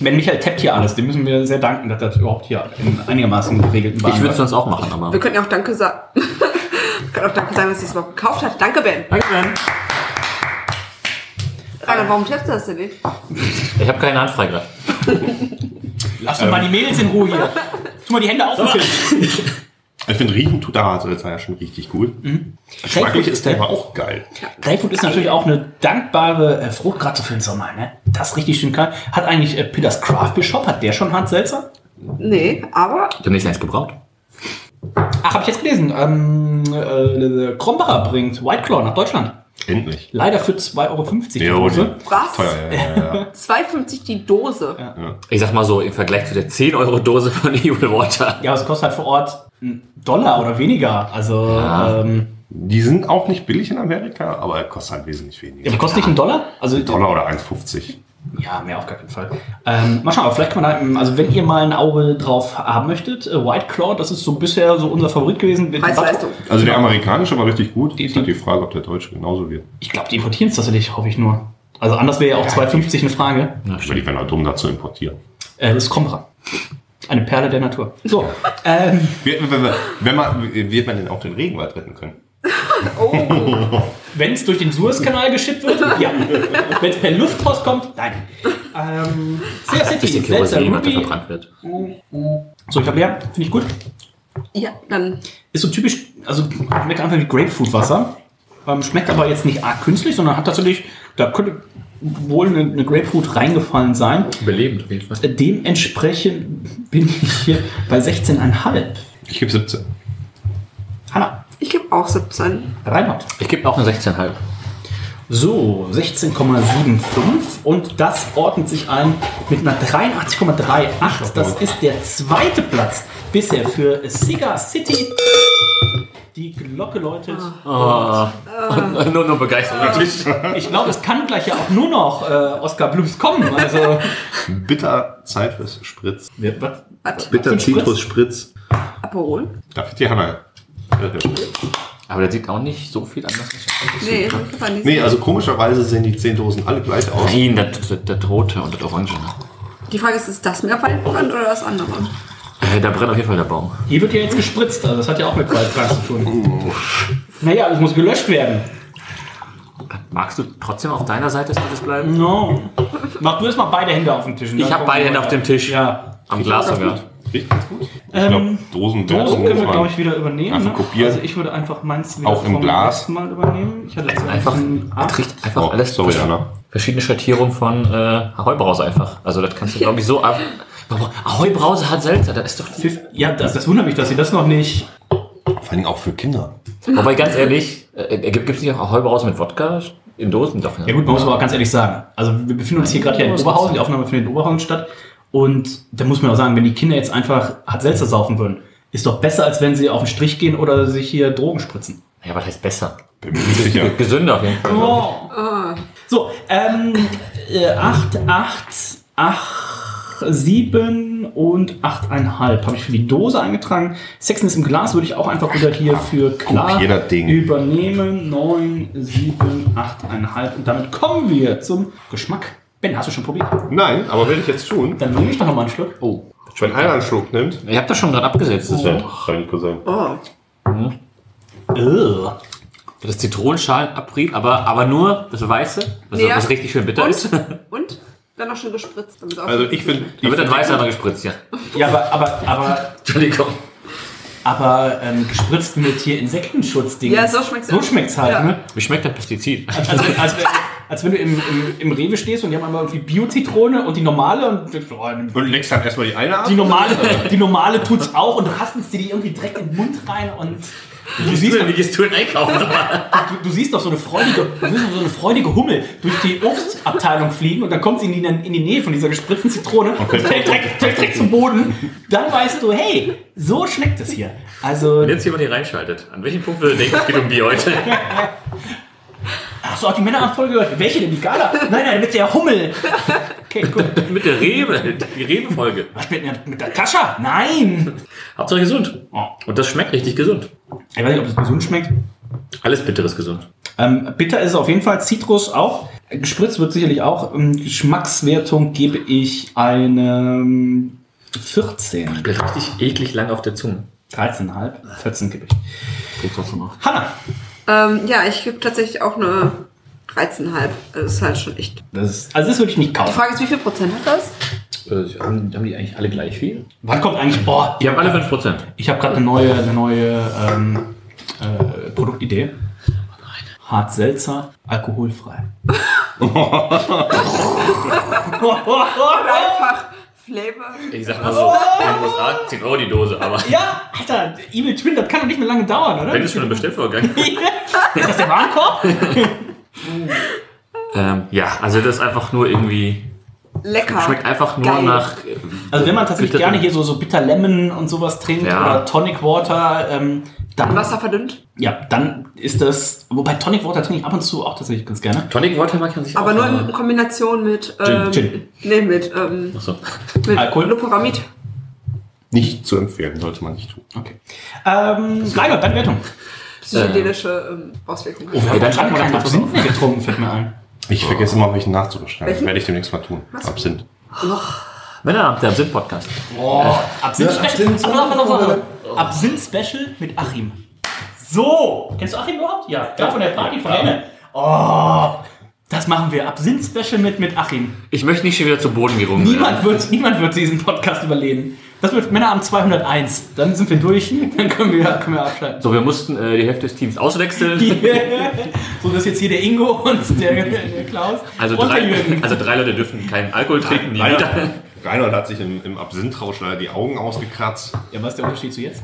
S2: Wenn Michael tappt hier alles, dem müssen wir sehr danken, dass das überhaupt hier in einigermaßen geregelten Bahnen
S4: Ich würde es
S2: läuft.
S4: sonst auch machen, aber.
S5: Wir könnten ja auch Danke sagen. *laughs* Wir können auch Danke sagen, dass sie es überhaupt gekauft hat. Danke, Ben.
S4: Danke, Ben.
S5: Rainer, warum treffst du das denn nicht?
S4: Ich habe keine Anfrage gerade.
S2: Lass doch mal die Mädels in Ruhe hier. Tu mal die Hände auf den Tisch.
S3: Ich finde, riechen tut der Haselzer ja schon richtig gut. Geschmacklich Mhm. ist der aber auch geil.
S2: Grapefruit ist natürlich auch eine dankbare äh, Frucht, gerade so für den Sommer. Ne? Das ist richtig schön kalt. Hat eigentlich äh, Peters Craft Bishop, hat der schon hart Seltzer?
S5: Nee, aber
S4: Ich habe nichts eins gebraut.
S2: Ach, habe ich jetzt gelesen. Ähm, äh, Krombacher bringt White Claw nach Deutschland.
S3: Endlich.
S2: Leider für 2,50 Euro. die
S3: Ja,
S2: Dose.
S5: was?
S3: Teuer, ja, ja, ja, ja.
S5: 2,50 die Dose.
S4: Ich sag mal so, im Vergleich zu der 10-Euro-Dose von *laughs* Evil Water.
S2: Ja, aber es kostet halt vor Ort einen Dollar oder weniger. Also,
S4: Ja.
S2: ähm,
S3: Die sind auch nicht billig in Amerika, aber er kostet halt wesentlich
S2: ja,
S3: weniger.
S2: aber kostet nicht einen Dollar? Also,
S3: Dollar oder 1,50.
S2: Ja, mehr auf gar keinen Fall. Ähm, mal schauen, aber vielleicht kann man da, eben- also wenn ihr mal ein Auge drauf haben möchtet, äh, White Claw, das ist so bisher so unser Favorit gewesen. Mit
S5: Preis-Leistung.
S3: Also der amerikanische war richtig gut. Ist
S2: Die-
S3: halt die Frage, ob der deutsche genauso wird.
S2: Ich glaube, die importieren es tatsächlich, hoffe ich nur. Also anders wäre ja auch 2,50 eine Frage.
S3: Aber die wären halt dumm, da zu importieren.
S2: Äh, das ist Kombra. Eine Perle der Natur. So, ähm,
S3: Wird, wenn wir- wenn man, wird man denn auch den Regenwald retten können?
S2: wenn es durch den Suezkanal geschippt wird, ja. Wenn es per Luftpost kommt, nein. Ähm, Sea City, letzter
S4: Kerosin, der eh
S2: Ruby. Oh,
S4: verbrannt wird.
S2: So, ich glaube, ja, finde ich gut.
S5: Ja, dann
S2: Ist so typisch, also schmeckt einfach wie Grapefruitwasser. Ähm, schmeckt aber jetzt nicht arg künstlich, sondern hat tatsächlich, da könnte wohl eine, eine Grapefruit reingefallen sein.
S4: Belebend auf jeden Fall.
S2: Äh, Dementsprechend bin ich hier bei 16,5.
S3: Ich gebe 17.
S2: Hanna,
S5: ich gebe auch 17.
S2: Reinhard.
S4: Ich gebe auch eine 16,5.
S2: So, 16,75 und das ordnet sich ein mit einer 83,38. Das ist der zweite Platz bisher für Sega City. Die Glocke läutet.
S4: *laughs* nur, nur begeistert. Wirklich.
S2: Ich glaube, es kann gleich ja auch nur noch äh, Oscar Blums kommen. Also,
S3: Bitter Zeit fürs Spritz.
S2: was?
S5: Was?
S3: Bitter
S2: Für Spritz?
S3: Zitrus Spritz.
S5: Aperol?
S3: Da wird die Hanna.
S4: Aber der sieht auch nicht so viel anders aus.
S5: Nee, das war nicht
S3: Nee, also komischerweise sehen die 10 Dosen alle gleich aus.
S4: Nein, das, das, das rote und das orange.
S3: also-
S5: Die Frage ist, ist das mehr Waldbrand oder das andere?
S4: Äh, da brennt auf jeden Fall der Baum.
S2: Hier wird ja jetzt gespritzt, also das hat ja auch mit Waldbrand zu tun. Naja, es muss gelöscht werden.
S4: Magst du trotzdem auf deiner Seite des Tisches bleiben?
S2: No. Mach du erst mal beide Hände auf den Tisch. und
S4: Ich
S2: dann
S4: habe
S2: gucken wir
S4: beide Hände auf
S2: weiter.
S4: dem Tisch.
S2: Ja.
S4: Am Glas sogar.
S3: Riecht ganz gut. Ich
S2: Ähm,
S3: glaub,
S2: Dosen
S3: Dosen,
S2: können wir,
S3: muss
S2: glaube
S3: man-
S2: ich, wieder übernehmen.
S3: Einfach
S2: ne?
S3: kopieren.
S2: Also ich würde einfach meins wieder
S3: Auch im
S2: vom
S3: Glas.
S2: letzten Mal übernehmen. Ich hatte jetzt
S4: Einfach,
S2: einen Arzt.
S4: das riecht einfach
S3: Oh,
S4: alles
S3: sorry, Hanna.
S4: verschiedene Schattierungen von äh, Ahoi-Brause einfach. Also das kannst du, glaube ich, so ab... Aber Ahoi-Brause hat Seltzer, das ist doch...
S2: Pfiff. Ja, das, das wundert mich, dass sie das noch nicht.
S3: Vor allem auch für Kinder.
S4: Wobei, ganz ehrlich, äh, gibt es nicht auch Ahoi-Brause mit Wodka in Dosen? Doch, ne?
S2: Ja gut, man muss aber ganz ehrlich sagen. Also wir befinden uns hier gerade ja in Oberhausen, die Aufnahme findet in Oberhausen statt. Und da muss man auch sagen, wenn die Kinder jetzt einfach hat Seltzer saufen würden, ist doch besser, als wenn sie auf den Strich gehen oder sich hier Drogen spritzen.
S4: Ja, was heißt besser?
S3: Bin mir nicht sicher.
S4: Gesünder auf jeden Fall.
S2: So, ähm, 8, 8, 8, 7 und 8,5 habe ich für die Dose eingetragen. Sechsen ist im Glas, würde ich auch einfach wieder hier für klar
S3: Kopier das Ding.
S2: übernehmen. 9, 7, 8,5 und damit kommen wir zum Geschmack. Ben, hast du schon probiert?
S3: Nein, aber werde ich jetzt tun.
S2: Dann nehme ich doch nochmal einen Schluck.
S4: Oh,
S3: Wenn einer einen Schluck nimmt.
S4: ich habe das schon gerade abgesetzt. Das,
S3: Sein, sein Cousin.
S5: Oh,
S2: Ugh.
S4: das ist Zitronenschalenabrieb, aber, aber nur das Weiße, was,
S5: Ja.
S4: was richtig schön bitter ist. Da
S5: und? Und? Dann noch schon gespritzt. Damit es auch
S3: Also
S5: schön
S3: ich
S5: schmeckt.
S3: finde...
S4: wird das Weiße aber gespritzt, ja.
S2: Ja, aber, aber, aber,
S4: Entschuldigung.
S2: aber ähm, gespritzt mit hier Insektenschutzdingen.
S5: Ja, so schmeckt's
S2: So
S5: auch.
S2: schmeckt's halt,
S5: Ja.
S2: ne?
S4: Wie schmeckt das Pestizid?
S2: Als, wenn- Also, als, wenn- als wenn du im, im, im Rewe stehst und die haben einmal irgendwie Bio-Zitrone und die normale und denkst, oh, nimm-
S3: Und legst dann erstmal die eine ab.
S2: die normale, die normale tut's auch und rastelst dir die irgendwie direkt in den Mund rein und du siehst,
S4: Wie gehst du denn einkaufen?
S2: du, du siehst doch so eine freudige, du siehst doch so eine freudige Hummel durch die Obstabteilung fliegen und dann kommt sie in die, in die Nähe von dieser gespritzten Zitrone und fällt direkt, fällt direkt zum Boden. Dann weißt du, hey, so schmeckt es hier. Also,
S4: Wenn *laughs* jetzt jemand hier reinschaltet, an welchem Punkt würde denken, es geht um Bier heute?
S2: hast du auch die Männerabfolge gehört? Welche denn? Die Gala? Nein, nein, mit der Hummel. Okay, gut.
S4: *laughs* Mit der Rewe, die Rewe-Folge.
S2: Was mit, der- mit der Kascha? Nein!
S4: Hauptsache gesund. Und das schmeckt richtig gesund.
S2: Ich weiß nicht, ob das gesund schmeckt.
S4: Alles Bitteres gesund.
S2: Ähm, bitter ist es auf jeden Fall, Zitrus auch. Gespritzt wird sicherlich auch. Ähm, Geschmackswertung gebe ich eine ähm, 14.
S4: Bleibt richtig eklig lang auf der Zunge.
S2: 13,5. 14 gebe ich.
S4: Geht trotzdem auf.
S2: Hanna!
S5: Ähm, ja, ich gebe tatsächlich auch eine 13,5. Also das ist halt schon echt.
S2: Das ist, also das würde ich nicht
S5: Die
S2: kaufen.
S5: Frage ist, wie viel Prozent hat das?
S4: Äh, haben, haben die eigentlich alle gleich viel?
S2: Wann kommt eigentlich... Boah,
S4: Die haben alle 5%.
S2: ich habe gerade eine neue, eine neue ähm, äh, Produktidee. Hart Seltzer, alkoholfrei. *laughs*
S5: Einfach Flavor.
S4: Ich sag mal so, in den USA 10 Euro Oh, die Dose, aber *laughs*
S2: ja, Alter, Evil Twin, das kann doch nicht mehr lange dauern, oder?
S4: wenn es schon im Bestellvorgang
S2: Ist das der Warenkorb?
S4: ähm, Ja, also das ist einfach nur irgendwie,
S5: Lecker.
S4: schmeckt einfach nur
S5: Geil.
S4: nach, äh,
S2: Also wenn man tatsächlich
S4: Bitter-
S2: gerne hier so, so Bitter Lemon und sowas trinkt
S4: Ja.
S2: oder Tonic Water, ähm, Dann,
S5: Wasser verdünnt.
S2: ja, dann ist das. Wobei Tonic Water trinke ich ab und zu auch tatsächlich ganz gerne.
S4: Tonic Water mag ich an sich
S5: Aber nur
S4: auch,
S5: in Kombination mit. Ähm,
S2: Gin.
S5: Nee, mit. Ähm,
S4: Achso.
S5: mit
S2: Alkohol?
S5: Loperamid.
S3: Nicht zu empfehlen, sollte man nicht tun.
S2: Okay. Ähm, Gleichheit, deine Wertung.
S5: Psychedelische ähm, Auswirkungen.
S2: Oh, wir haben
S4: dann
S2: schon
S4: haben
S2: mal
S4: wir
S2: keinen
S4: keinen
S2: Absinth mehr getrunken, fällt mir ein.
S3: Ich vergesse immer, welchen nachzubeschreiben.
S5: Welchen?
S3: Werde ich demnächst mal tun. Absinth.
S4: Männerabend, der Absinth-Podcast.
S2: Boah, Oh, Absinth
S1: Ja, Absinth-
S2: Special. Aber noch, noch, noch, noch. Absinth Special mit Achim. So, kennst du Achim überhaupt? Ja, da von der Party von Henne. Oh, das machen wir. Absinth Special mit, mit Achim.
S4: Ich möchte nicht schon wieder zu Boden gerungen
S2: Niemand wird, niemand wird diesen Podcast überleben. Das wird Männerabend 201. Dann sind wir durch. Dann können wir, können wir abschalten. *laughs*
S4: So, wir mussten äh, die Hälfte des Teams auswechseln.
S2: So, das ist jetzt hier der Ingo und der, der Klaus.
S4: Also
S2: und der
S4: drei,
S2: Jürgen.
S4: also drei Leute dürfen keinen Alkohol trinken, nie wieder.
S3: Reinhold, Reinhold hat sich im, im Absinthrausch leider die Augen ausgekratzt.
S2: Ja, was ist der Unterschied zu jetzt?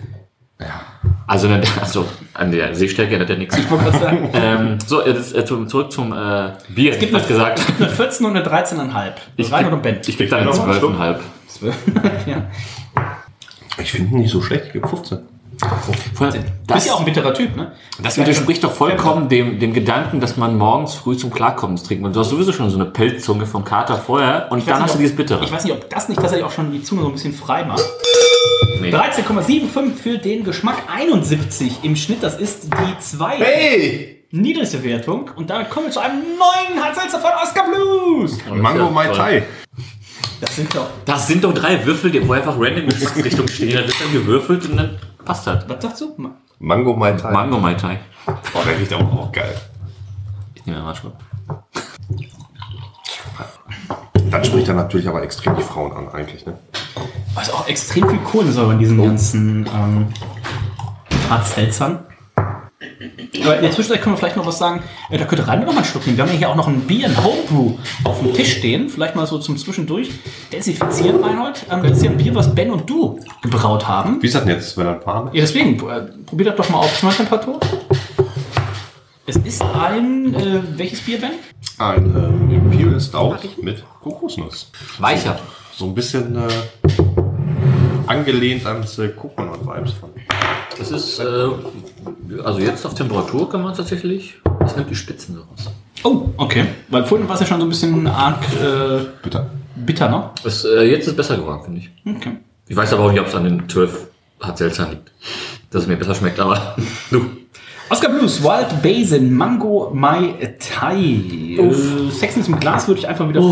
S4: Also, ne, also an der Sehstärke hat er nichts.
S2: Ich wollte gerade sagen.
S4: Ähm, so, äh, das, äh, zum- zurück zum äh, Bier. Es
S2: gibt
S4: was gesagt.
S2: Eine 14 und eine 13,5.
S4: Ich-
S2: Reinhold und Ben.
S4: Ich gebe dann
S3: Noch mal einen Schluck?
S4: 12,5.
S2: *laughs* ja.
S3: Ich finde ihn nicht so schlecht, ich gebe 15.
S2: Du bist ja auch ein bitterer Typ, ne?
S4: Das widerspricht doch vollkommen dem, dem Gedanken, dass man morgens früh zum Klarkommen trinken und du hast sowieso schon so eine Pelzzunge vom Kater vorher und
S2: weiß
S4: dann
S2: nicht,
S4: hast du
S2: ob-
S4: dieses Bittere.
S2: Ich weiß nicht, ob das nicht tatsächlich auch schon die Zunge so ein bisschen frei macht.
S4: Nee.
S2: 13,75 für den Geschmack 71 im Schnitt. Das ist die 2.
S3: Hey!
S2: Niedrigste Wertung. Und damit kommen wir zu einem neuen Handsalzer von Oscar Blues.
S3: Mango Mai Tai.
S2: Das sind doch.
S4: Das sind doch drei Würfel, die wo einfach random
S2: *laughs*
S4: in Richtung stehen. Dann wird dann gewürfelt und dann passt das.
S2: Was sagst du? Ma-
S3: Mango Mai Tai.
S4: Mango Mai Tai.
S3: Boah, der riecht aber auch geil.
S4: Ich nehme mal Schluck.
S3: Dann spricht er natürlich aber extrem die Frauen an, eigentlich, ne?
S2: Also auch extrem viel Kohlensäure in diesen ganzen ähm, Hartzelzern. Aber in der Zwischenzeit können wir vielleicht noch was sagen. Äh, Da könnte Reinhold noch mal einen Schluck nehmen. Wir haben ja hier auch noch ein Bier, ein Homebrew auf dem Tisch stehen. Vielleicht mal so zum Zwischendurch desinfizieren, Reinhold. Ähm, das ist ja ein Bier, was Ben und du gebraut haben.
S3: Wie ist das denn jetzt, wenn er ein Paar
S2: Ja, deswegen, äh, probier das doch mal auf Schmaltemperatur. Es ist ein, äh, welches Bier, Ben?
S3: Ein ähm, Imperial Stout mit Kokosnuss.
S4: Weicher.
S3: So ein bisschen äh, angelehnt an äh, Coconut-Vibes von.
S4: Das ist, äh, also jetzt auf Temperatur kann man es tatsächlich. Das nimmt die Spitzen so raus.
S2: Oh, okay. Weil vorhin war es ja schon so ein bisschen arg äh,
S3: Bitter.
S2: bitter, ne?
S4: Das, äh, jetzt ist es besser geworden, finde ich.
S2: Okay.
S4: Ich weiß aber auch nicht, ob es an den 12 hat seltsam liegt. Dass es mir besser schmeckt, aber *laughs* du.
S2: Oscar Blues, Wild Basin, Mango Mai Thai. Äh, Sex ist im Glas würde ich einfach wieder
S4: das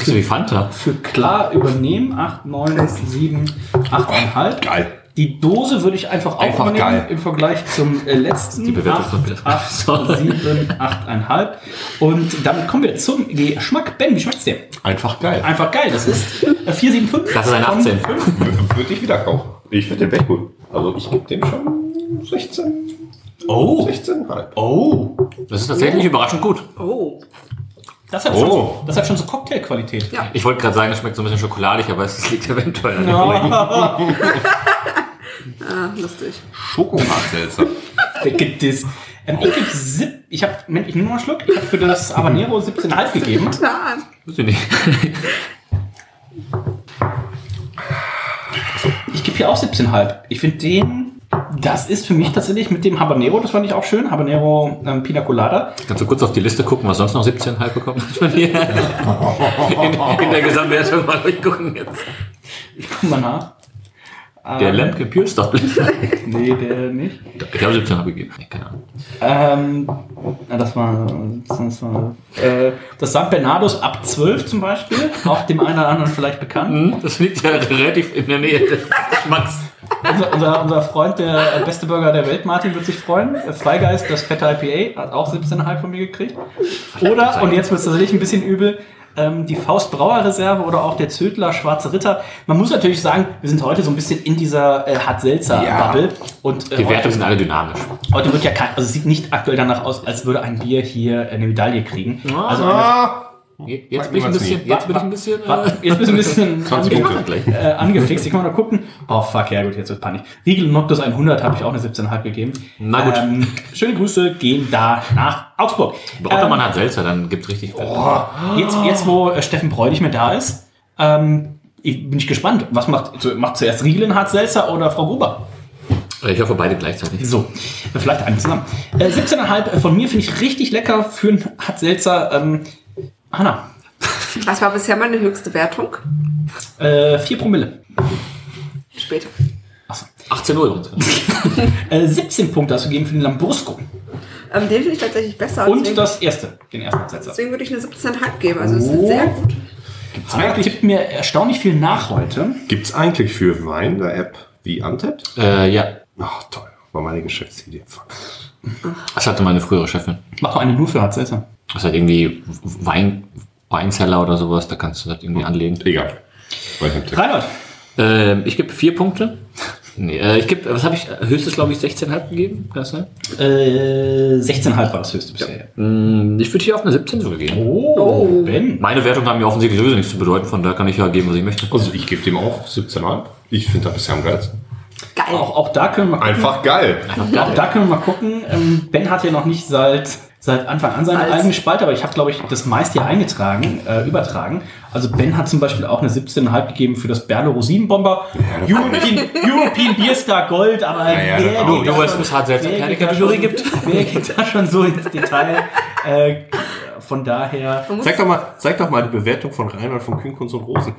S4: riecht so wie Fanta.
S2: für, für klar übernehmen. 8, 9, 7, 8,5.
S3: Geil.
S2: Die Dose würde ich einfach auch
S3: Einfach
S2: übernehmen
S3: geil.
S2: im Vergleich zum äh, letzten.
S4: Die Bewertung
S2: Acht,
S4: von Peter.
S2: acht, sieben, 8,5. Und damit kommen wir zum Geschmack. Ben, wie schmeckt's dir?
S3: Einfach geil.
S2: Einfach geil. Das ist äh, 4,75.
S4: Das ist eine 18.
S3: Würde ich wieder kaufen. Ich finde den echt gut. Also ich gebe dem schon 16,
S2: Oh,
S3: 16,5.
S2: oh.
S4: Das ist tatsächlich überraschend gut.
S5: Oh.
S2: Das hat,
S3: Oh.
S2: schon, das hat schon so Cocktailqualität.
S5: Ja.
S4: Ich wollte gerade sagen, das schmeckt so ein bisschen schokoladig, aber es liegt *laughs* eventuell an dem Blech.
S2: Ja.
S5: Ah, lustig.
S3: Schokomarkselzer. *laughs*
S2: Weggedisst. Ähm, ich gebe sieb, ich habe, Moment, ich nehme mal einen Schluck. Ich habe für das Habanero 17,5 gegeben.
S5: Na,
S4: Weiß ich nicht. *laughs*
S2: Ich gebe hier auch 17,5. Ich finde den, das ist für mich tatsächlich mit dem Habanero, das fand ich auch schön, Habanero ähm, Pina Colada.
S4: Kannst du kurz auf die Liste gucken, was sonst noch 17,5 bekommen *laughs* hat von dir? In, in der Gesamtwertung mal durchgucken jetzt.
S2: Guck mal nach.
S4: Der
S2: Ähm,
S4: Lampke Pure Stop. *laughs* Ich
S2: Nee, der nicht.
S4: habe 17,5 gegeben. Nee, keine Ahnung.
S2: Ähm, ja, das war, das war, äh, das San Bernardos ab 12 zum Beispiel, auch dem einen oder anderen vielleicht bekannt.
S4: Hm, Das liegt ja *laughs* relativ in der Nähe des Geschmacks.
S2: Unser, unser, unser Freund, der äh, beste Burger der Welt, Martin, wird sich freuen. Äh, Freigeist, das fette IPA, hat auch 17,5 von mir gekriegt. Oder, und jetzt wird es tatsächlich ein bisschen übel, ähm, die Faustbrauer-Reserve oder auch der Zödler Schwarze Ritter. Man muss natürlich sagen, wir sind heute so ein bisschen in dieser äh, Hart-Selzer-Bubble. Und äh,
S4: Die Werte
S2: heute,
S4: sind alle dynamisch.
S2: heute wird ja kein, also es sieht nicht aktuell danach aus, als würde ein Bier hier äh, eine Medaille kriegen. Also, eine,
S3: Ah!
S4: Jetzt bin ich ein bisschen. Jetzt bin ich ein bisschen. äh,
S2: wa- jetzt bist du ein
S4: *laughs*
S2: bisschen
S4: 20 Punkte gleich.
S2: äh, angefixt. Ich kann mal noch gucken. Oh fuck, ja gut, jetzt wird Panik. Riegel Noctus 100 habe ich auch eine 17,5 gegeben.
S4: Na gut.
S2: Ähm, schöne Grüße gehen da nach Augsburg. Ähm,
S4: Braucht doch mal einen Selzer, dann gibt's richtig.
S2: Jetzt, jetzt wo äh, Steffen Breu nicht mehr da ist, ähm, ich, bin ich gespannt. Was macht, zu, macht zuerst Riegel in Hartz Selzer oder Frau Gruber?
S4: Äh, Ich hoffe, beide gleichzeitig.
S2: So, vielleicht einen zusammen. Äh, 17,5 von mir finde ich richtig lecker für einen Hartselzer. Ähm, Hanna,
S5: Was war bisher meine höchste Wertung?
S2: äh, 4 Promille.
S5: Später.
S4: 18 Uhr übrigens.
S2: Äh, 17 Punkte hast du gegeben für den Lambrusco.
S5: Ähm, den finde ich tatsächlich besser. deswegen,
S2: Und das Oh. erste, den ersten Hartselzer.
S5: deswegen würde ich eine 17,5 geben. Also es ist sehr gut.
S2: Hanna tippt mir erstaunlich viel nach heute.
S3: Gibt's eigentlich für Wein eine App wie Antet?
S4: *laughs* äh, ja,
S3: Ach, toll. War meine Geschäftsidee. Fuck.
S4: das hatte meine frühere Chefin.
S2: Mach mal eine nur für Hartselzer.
S4: Das hat irgendwie Wein, Weinzeller oder sowas, da kannst du das irgendwie anlegen.
S3: Egal. Weiß nicht.
S2: Reinhold,
S4: Ähm, ich gebe vier Punkte. Nee, äh, ich gebe, was habe ich, höchstes glaube ich 16,5 gegeben? Kann das sein?
S2: äh, 16,5 war das höchste bisher.
S4: Hm, Ich würde hier auf eine 17 sogar gehen.
S2: Oh, Ben.
S4: Meine Wertungen haben mir offensichtlich sowieso nichts zu bedeuten, von da kann ich ja geben, was ich möchte.
S3: Also ich gebe dem auch 17,5. Ich finde das bisher am geilsten.
S5: Geil.
S2: Auch, auch da können wir mal gucken.
S3: Einfach geil.
S2: Auch da können wir mal gucken. Ähm, Ben hat ja noch nicht seit, seit Anfang an seine
S5: Als-
S2: eigene Spalte, aber ich habe, glaube ich, das meiste hier eingetragen, äh, übertragen. Also Ben hat zum Beispiel auch eine 17,5 gegeben für das Berlo Rosinenbomber. European, European Beer Star Gold, aber
S3: ja, das
S2: wer,
S3: auch.
S2: geht da
S4: Du weißt,
S2: schon-
S4: dass es Hartselzer
S2: wer
S4: keine
S2: geht da
S4: Kategorie
S2: schon-
S4: gibt.
S2: Wer geht da schon so ins Detail? Äh, von daher...
S3: Zeig doch, mal, zeig doch mal die Bewertung von Reinhold von Kühnkunst und Rosen.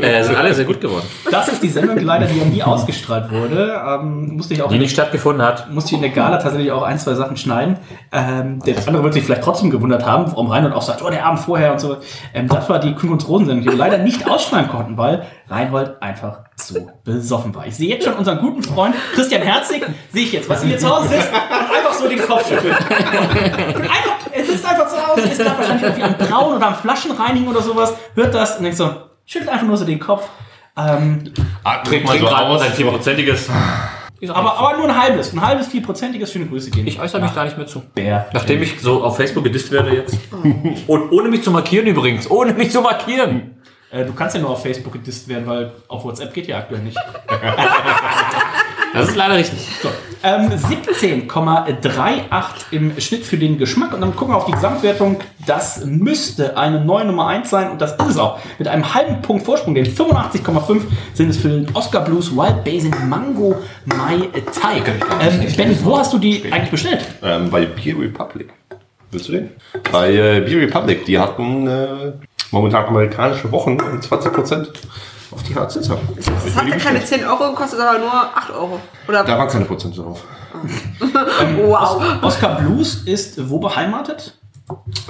S4: Äh, sind alle sehr gut geworden.
S2: Das ist die Sendung leider, die ja nie ausgestrahlt wurde. Ähm, musste ich auch
S4: Die nicht stattgefunden hat.
S2: musste ich in der Gala tatsächlich auch ein, zwei Sachen schneiden. Ähm, der andere wird sich vielleicht trotzdem gewundert haben, warum Reinhold auch sagt, oh, der Abend vorher und so. Ähm, das war die Kühl- und Rosensendung, die wir leider nicht ausstrahlen konnten, weil Reinhold einfach so besoffen war. Ich sehe jetzt schon unseren guten Freund Christian Herzig, sehe ich jetzt, was hier zu Hause sitzt und einfach so den Kopf schüttelt. Und einfach, er sitzt einfach zu Hause, ist da wahrscheinlich irgendwie am Brauen oder am Flaschenreinigen oder sowas, hört das und denkt so, schüttelt einfach nur so den Kopf. Ähm,
S4: Ah, Trink mal so aus. Ein vierprozentiges.
S2: aber, aber nur ein halbes, ein halbes, vierprozentiges, schöne Grüße gehen.
S4: Ich äußere mich da nicht mehr zu.
S2: Bär.
S4: Nachdem ich so auf Facebook gedisst werde *laughs* jetzt. Und ohne mich zu markieren übrigens. Ohne mich zu markieren.
S2: Äh, du kannst ja nur auf Facebook gedisst werden, weil auf WhatsApp geht ja aktuell nicht. *laughs*
S4: Das ist leider richtig.
S2: Ähm, 17,38 im Schnitt für den Geschmack. Und dann gucken wir auf die Gesamtwertung. Das müsste eine neue Nummer 1 sein. Und das ist es auch. Mit einem halben Punkt Vorsprung, den 85,5, sind es für den Oscar Blues Wild Basin Mango Mai Thai. Ähm, ben, wo hast du die eigentlich bestellt?
S3: Ähm, bei Beer Republic. Willst du den? Bei äh, Beer Republic. Die hatten äh, momentan amerikanische Wochen und 20% auf die Hartz-Sitzer.
S5: Das hat ja keine 10 Euro gekostet, aber nur 8 Euro. Oder Oh,
S3: Da waren keine Prozent drauf.
S5: wow.
S2: Oscar Blues ist wo beheimatet?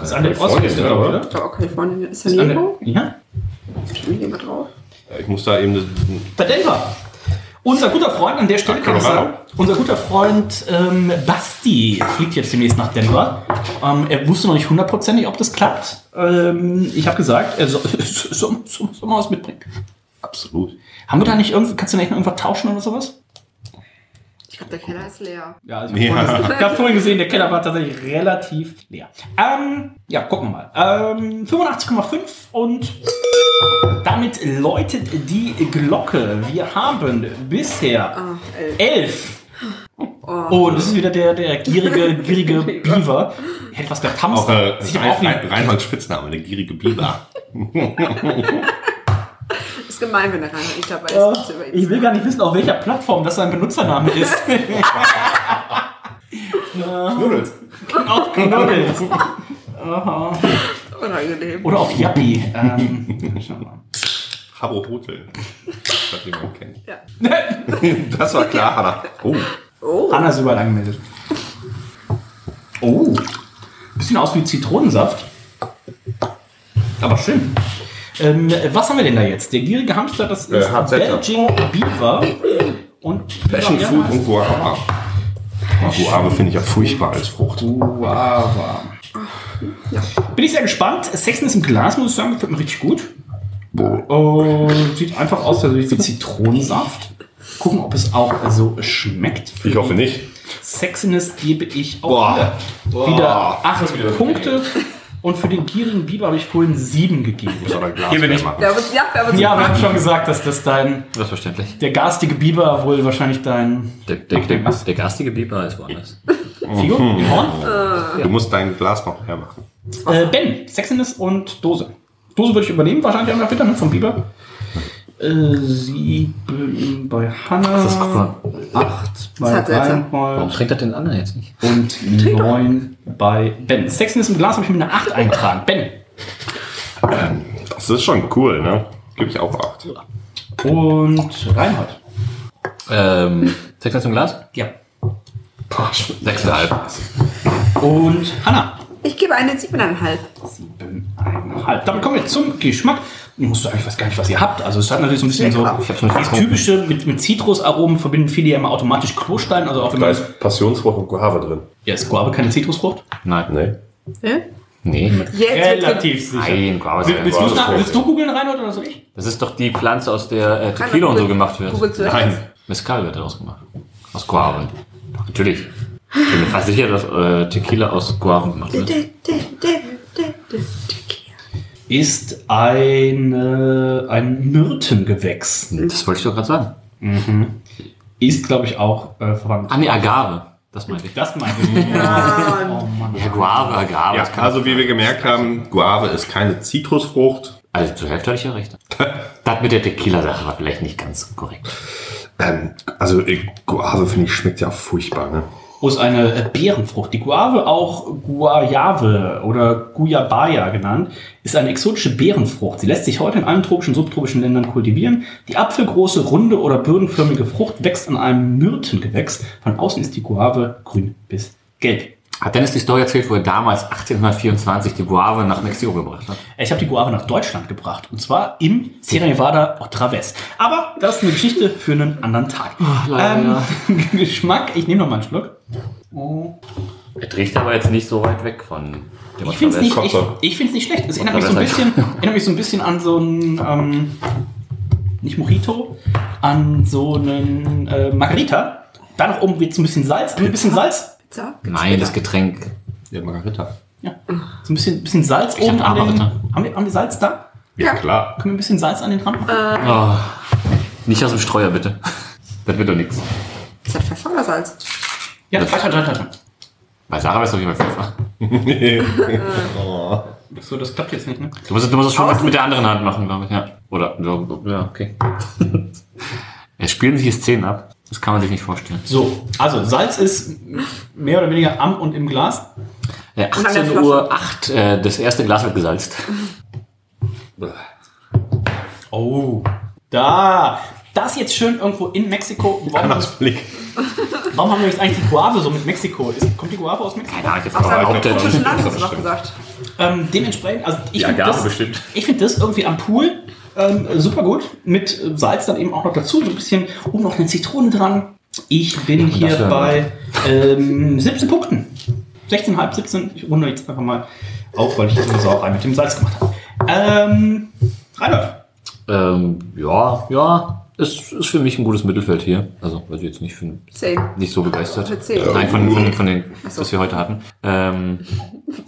S2: Ist an der
S3: Äh, Freundin,
S2: Ostküste,
S3: ja,
S2: glaube ich,
S3: oder?
S2: oder?
S5: Da war auch Kalifornien. Ist
S2: Ist
S5: ja
S2: an der-
S5: Nero?
S2: Ja.
S5: Ich bin immer drauf.
S3: Ich muss da eben äh, das,
S2: Bei Denver. Unser guter Freund an der Stelle kann ich sagen,
S3: Colorado.
S2: unser guter Freund ähm, Basti fliegt jetzt demnächst nach Denver. Ähm, er wusste noch nicht hundertprozentig, ob das klappt. Ähm, ich habe gesagt, er soll so, *laughs* so, so mal was mitbringen.
S3: absolut.
S2: Haben wir da nicht irgendwie, kannst du da nicht noch irgendwas tauschen oder sowas?
S5: Ich glaube, der Keller ist leer.
S2: Ja, also ich habe vorhin, ich hab vorhin gesehen, der Keller war tatsächlich relativ leer. Ähm, ja, gucken wir mal. Ähm, 85,5 und damit läutet die Glocke. Wir haben bisher
S5: Ach, Ah, ey.
S2: Elf. Oh, das ist wieder der, der gierige, gierige Beaver. Ich hätte was gesagt,
S3: Auch,
S2: Hamster.
S3: äh,
S2: Sieht aber auch wie
S3: Rein- Reinholds Spitzname, eine gierige Biber.
S5: Ist gemein, wenn der Rainer nicht dabei ist.
S2: ich will gar nicht wissen, auf welcher Plattform das sein Benutzername ist.
S5: Ah.
S3: Knuddels.
S2: auf Knuddels.
S5: Unangenehm.
S2: Oder auf Yappi. Ähm, schauen wir mal.
S3: Habro Brutel. Das hat jemand kennt.
S5: Ja.
S3: *laughs* Das war klar, Hanna. Oh,
S2: Anna ist überall angemeldet. Oh. Bisschen aus wie Zitronensaft. Aber schön. Ähm, was haben wir denn da jetzt? Der gierige Hamster, das
S3: Äh,
S2: ist
S3: Hartzetzer.
S2: Belgian Beaver. Und
S3: Passion
S2: Ja,
S3: Food und Guava. Oh, Guave finde ich ja furchtbar als Frucht.
S5: Uh.
S2: Guava. Bin ich sehr gespannt. Sechsen ist im Glas, muss ich sagen, gefällt mir richtig gut. Und sieht einfach aus tatsächlich wie Zitronensaft. Gucken, ob es auch so schmeckt. Für
S3: Ich hoffe nicht.
S2: Sexiness gebe ich auch
S3: Boah.
S2: wieder,
S3: Boah.
S2: wieder acht
S4: wieder was
S2: Punkte. Und für den gierigen Biber habe ich vorhin sieben gegeben.
S3: Muss aber Glas
S4: Hier bin
S3: leer
S4: ich.
S3: machen.
S5: Ja, aber ja, aber
S2: Ja, wir haben schon gesagt, dass das dein,
S4: Selbstverständlich.
S2: der garstige Biber wohl wahrscheinlich dein
S4: Der, der, der, der garstige Biber ist woanders.
S3: Oh.
S2: Figur
S3: Hm.
S2: im Horn.
S3: Du musst dein Glas noch leer machen.
S2: Äh, ben, Sexiness und Dose. Dose würde ich übernehmen, wahrscheinlich einfach wieder, ne, vom Biber. Äh, sieben bei Hanna.
S4: *laughs* Das ist Korn.
S2: Acht bei
S5: hat Selzer.
S4: Warum
S2: Reinhold
S4: trinkt das den anderen jetzt nicht?
S2: und neun bei Ben. Sexiness im Glas habe ich mir eine Acht eingetragen. Ben.
S3: Das ist schon cool, ne? Gebe ich auch acht.
S2: Und Reinhold.
S4: Ähm, Sechs zum Glas?
S2: Ja.
S4: Sechseinhalb.
S2: Und Hanna.
S5: Ich gebe eine 7,5.
S2: Eineinhalb. Damit kommen wir zum Geschmack. Ich muss sagen, ich weiß gar nicht, was ihr habt. Also es hat natürlich so ein bisschen so
S7: lecker.
S4: Ich hab's noch nicht
S2: das
S4: getrunken.
S2: typische mit, mit Zitrusaromen verbinden viele ja immer automatisch Klostein. Also auch wenn
S3: Da
S2: man
S3: ist Passionsfrucht und Guave drin.
S2: ja ist Guave keine Zitrusfrucht.
S4: Nein.
S3: Ne?
S5: Hä?
S4: Nee.
S5: Jetzt wird's
S4: Nein, Guava
S2: Will- Willst, du,
S4: ist
S3: Guave ist
S2: nach,
S3: Frucht.
S2: willst du googeln, Reinhold, oder soll ich?
S4: Das ist doch die Pflanze, aus der äh,
S5: Kann
S4: Tequila
S5: man
S4: und so
S5: googeln-
S4: gemacht wird.
S5: googeln zuerst?
S4: Nein. Mescal wird daraus gemacht. Aus Guave. Natürlich. Ich bin mir fast sicher, dass äh, Tequila aus Guave gemacht wird.
S5: De- de- de- de- de- Tequila.
S2: Ist eine, ein Myrtengewächs.
S4: Das wollte ich doch gerade sagen.
S2: Ist, glaube ich, auch äh, verwandt.
S4: Ah, nee, Agave. Das meinte ich.
S2: Das meinte ich.
S5: Mann.
S2: Oh Mann.
S4: Ja, Guave,
S3: Ja,
S4: Agave. das kann-
S3: also wie wir gemerkt haben, Guave ist keine Zitrusfrucht.
S4: also zur Hälfte hatte ich ja recht. das mit der Tequila-Sache war vielleicht nicht ganz korrekt.
S3: Ähm, also äh, Guave, finde ich, schmeckt ja furchtbar, ne?
S2: Wo ist eine äh, Beerenfrucht? Die Guave, auch Guayave oder Guyabaya genannt, ist eine exotische Beerenfrucht. Sie lässt sich heute in allen tropischen und subtropischen Ländern kultivieren. Die apfelgroße, runde oder birnenförmige Frucht wächst an einem Myrtengewächs. Von außen ist die Guave grün bis gelb.
S4: Hat Dennis die Story erzählt, wo er damals 1824 die Guave nach Mexiko gebracht hat?
S2: Ich habe die Guave nach Deutschland gebracht. Und zwar im Sierra Nevada Otraves. Aber das ist eine Geschichte für einen anderen Tag.
S4: Ah, leider.
S2: Ähm, *laughs* Geschmack, ich nehme noch mal einen Schluck. Oh.
S4: Er riecht aber jetzt nicht so weit weg von dem
S2: Ich finde es nicht,
S4: Ottawa.
S2: ich, ich find's nicht schlecht. Es erinnert mich, so ein
S4: Wasser
S2: bisschen, erinnert mich so ein bisschen an so ein, ähm, nicht Mojito, an so einen äh, Margarita. Da noch oben wird so ein bisschen Salz, ein bisschen Salz.
S5: Pizza?
S4: Nein, das Getränk.
S3: Ja, Margarita.
S2: Ja, so ein bisschen, bisschen Salz
S4: Ich
S2: oben an
S4: hatte
S2: den,
S4: Margarita.
S2: haben, wir, haben wir Salz da?
S3: Ja, klar.
S2: Können wir ein bisschen Salz an den Rand machen?
S4: Oh, nicht aus dem Streuer, bitte. Das wird doch nichts.
S5: Ist das Pfeffer oder Salz?
S2: ja, weiter, weiter, weiter.
S4: Bei Sarah weiß auf jeden Fall Pfeffer. halt
S2: So, das klappt jetzt nicht, ne?
S4: Du musst, es- du musst es schon mit der anderen Hand machen, glaube ich. Ja. Oder, so, ja,
S5: *laughs*
S4: okay. es spielen sich hier Szenen ab. Das kann man sich nicht vorstellen.
S2: So, also Salz ist mehr oder weniger am und im Glas.
S4: Äh,
S5: an der
S4: 18
S5: Flasche.
S4: Uhr 8, äh, das erste Glas
S5: *laughs*
S4: wird gesalzt.
S2: Oh, da. Das jetzt schön irgendwo in Mexiko. Warum,
S3: Anders Blick.
S2: warum haben wir jetzt eigentlich die Guave so mit Mexiko? Ist, kommt die Guave aus Mexiko?
S4: Ja, ich jetzt
S5: Aus
S4: aber
S5: einem
S4: auch der
S5: tropischen Land hast du
S3: das
S5: doch
S3: stimmt.
S5: gesagt.
S2: Ähm, dementsprechend, also ich
S4: Ja,
S2: finde
S4: Agave
S2: das,
S4: bestimmt.
S2: ich find das irgendwie am Pool ähm, super gut. Mit äh, Salz dann eben auch noch dazu, so ein bisschen oben noch eine Zitrone dran. Ich bin
S4: Ja, das
S2: hier
S4: ja.
S2: bei ähm, 17 Punkten. 16,5, 17. Ich runde jetzt einfach mal auf, weil ich das sowieso auch rein mit dem Salz gemacht habe. Ähm, Reinhold.
S4: Ähm, ja, ja. Es ist für mich ein gutes Mittelfeld hier. Also, weiß ich jetzt nicht, für,
S5: 10.
S4: nicht so begeistert.
S5: Für zehn.
S4: Nein, von, von, von den,
S5: so.
S4: was wir heute hatten. Ähm,
S5: *laughs*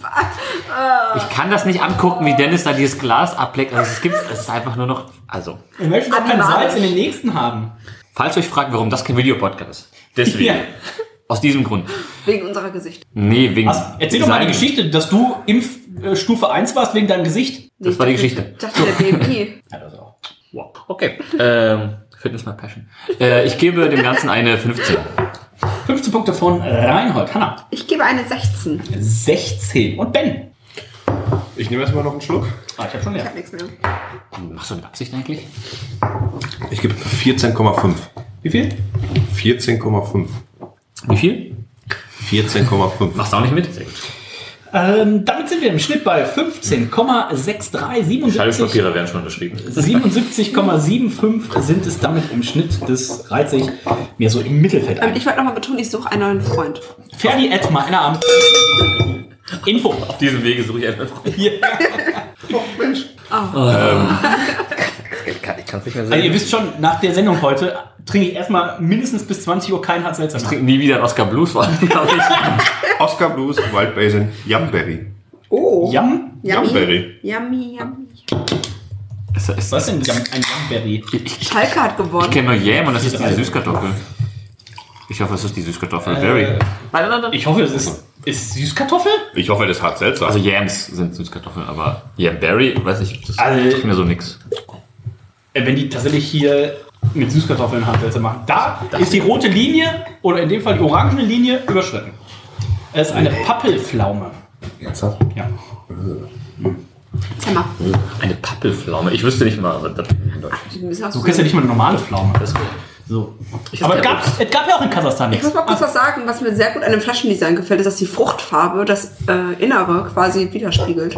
S5: Ah.
S4: ich kann das nicht angucken, wie Dennis da dieses Glas ableckt. Also es gibt, es ist einfach nur noch, also.
S2: Wir möchten doch kein
S5: Animalisch.
S2: Salz in den nächsten haben.
S4: Falls ihr euch fragt, warum das kein Videopodcast ist.
S2: Ja.
S4: Deswegen. Aus diesem Grund.
S5: Wegen unserer Gesichter.
S4: Nee, wegen.
S2: Also, erzähl doch mal die
S4: Design.
S2: Geschichte, dass du Impfstufe 1 warst wegen deinem Gesicht.
S4: Das
S5: Nee,
S4: war die
S5: ich dachte-
S4: Geschichte.
S5: Ich
S4: *laughs*
S5: dachte, der BMI.
S2: Ja, das auch.
S4: Wow. Okay. Ähm, Fitness my Passion. Äh, ich gebe dem Ganzen eine 15.
S2: 15 Punkte von äh, Reinhold, Hanna.
S5: Ich gebe eine 16. Ich
S2: 16. Und Ben.
S3: Ich nehme erstmal noch einen Schluck.
S2: Ah, ich hab schon leer.
S5: hab nichts mehr.
S4: Machst du mit Absicht eigentlich?
S3: Ich gebe 14,5.
S2: Wie viel?
S3: 14,5.
S4: Wie viel?
S3: 14,5.
S4: Machst du auch nicht mit? Sehr gut.
S2: Ähm, damit sind wir im Schnitt bei 15,6377.
S4: werden schon unterschrieben.
S2: 77,75 sind es damit im Schnitt. Das reiht sich mir so im Mittelfeld
S5: Ähm,
S2: ein.
S5: ich wollte nochmal betonen, ich suche einen neuen Freund.
S2: Ferdi Ed, mal einer am Info.
S4: Auf diesem Wege suche ich einfach. Ich kann es nicht mehr
S2: Also ihr
S4: sehen.
S2: wisst schon, nach der Sendung heute trinke ich erstmal mindestens bis 20 Uhr kein Hartselzer mehr.
S4: Nie wieder ein Oscar Blues war, glaube ich.
S3: Oscar Blues, Wild Basin, Yumberry.
S5: Oh.
S2: Yum?
S3: Yumberry.
S5: Yummy, yummy.
S4: Es ist-
S2: Was ist denn Yum? ein Yumberry?
S5: Schalke hat
S4: Ich
S5: gewonnen.
S4: kenne nur Yam und das ist diese Süßkartoffel. Ich hoffe, es ist die Süßkartoffel. Berry. Nein, nein, nein.
S2: Äh, Ich hoffe, es ist, ist Süßkartoffel?
S3: Ich hoffe, das hat seltsam.
S4: Also Yams sind Süßkartoffeln, aber Yam Berry, weiß ich, das
S2: Also-
S4: ist mir so nix.
S2: äh, wenn die tatsächlich hier mit Süßkartoffeln Handwälzer machen. Da ist die rote Linie oder in dem Fall die orangene Linie überschritten. Es ist eine Pappelflaume.
S3: Ernsthaft?
S2: Ja.
S5: Sag mal,
S4: Eine Pappelflaume. Ich wüsste nicht mal, was das in Deutsch ist.
S5: du
S2: Du kennst ja nicht mal eine normale Pflaume.
S4: Das- So. Ich
S2: Aber
S4: hab
S2: es
S4: ja
S2: gab, es gab ja auch in Kasachstan
S5: Ich
S2: nichts.
S5: muss mal kurz was sagen, was mir sehr gut an dem Flaschendesign gefällt, ist, dass die Fruchtfarbe das äh, Innere quasi widerspiegelt.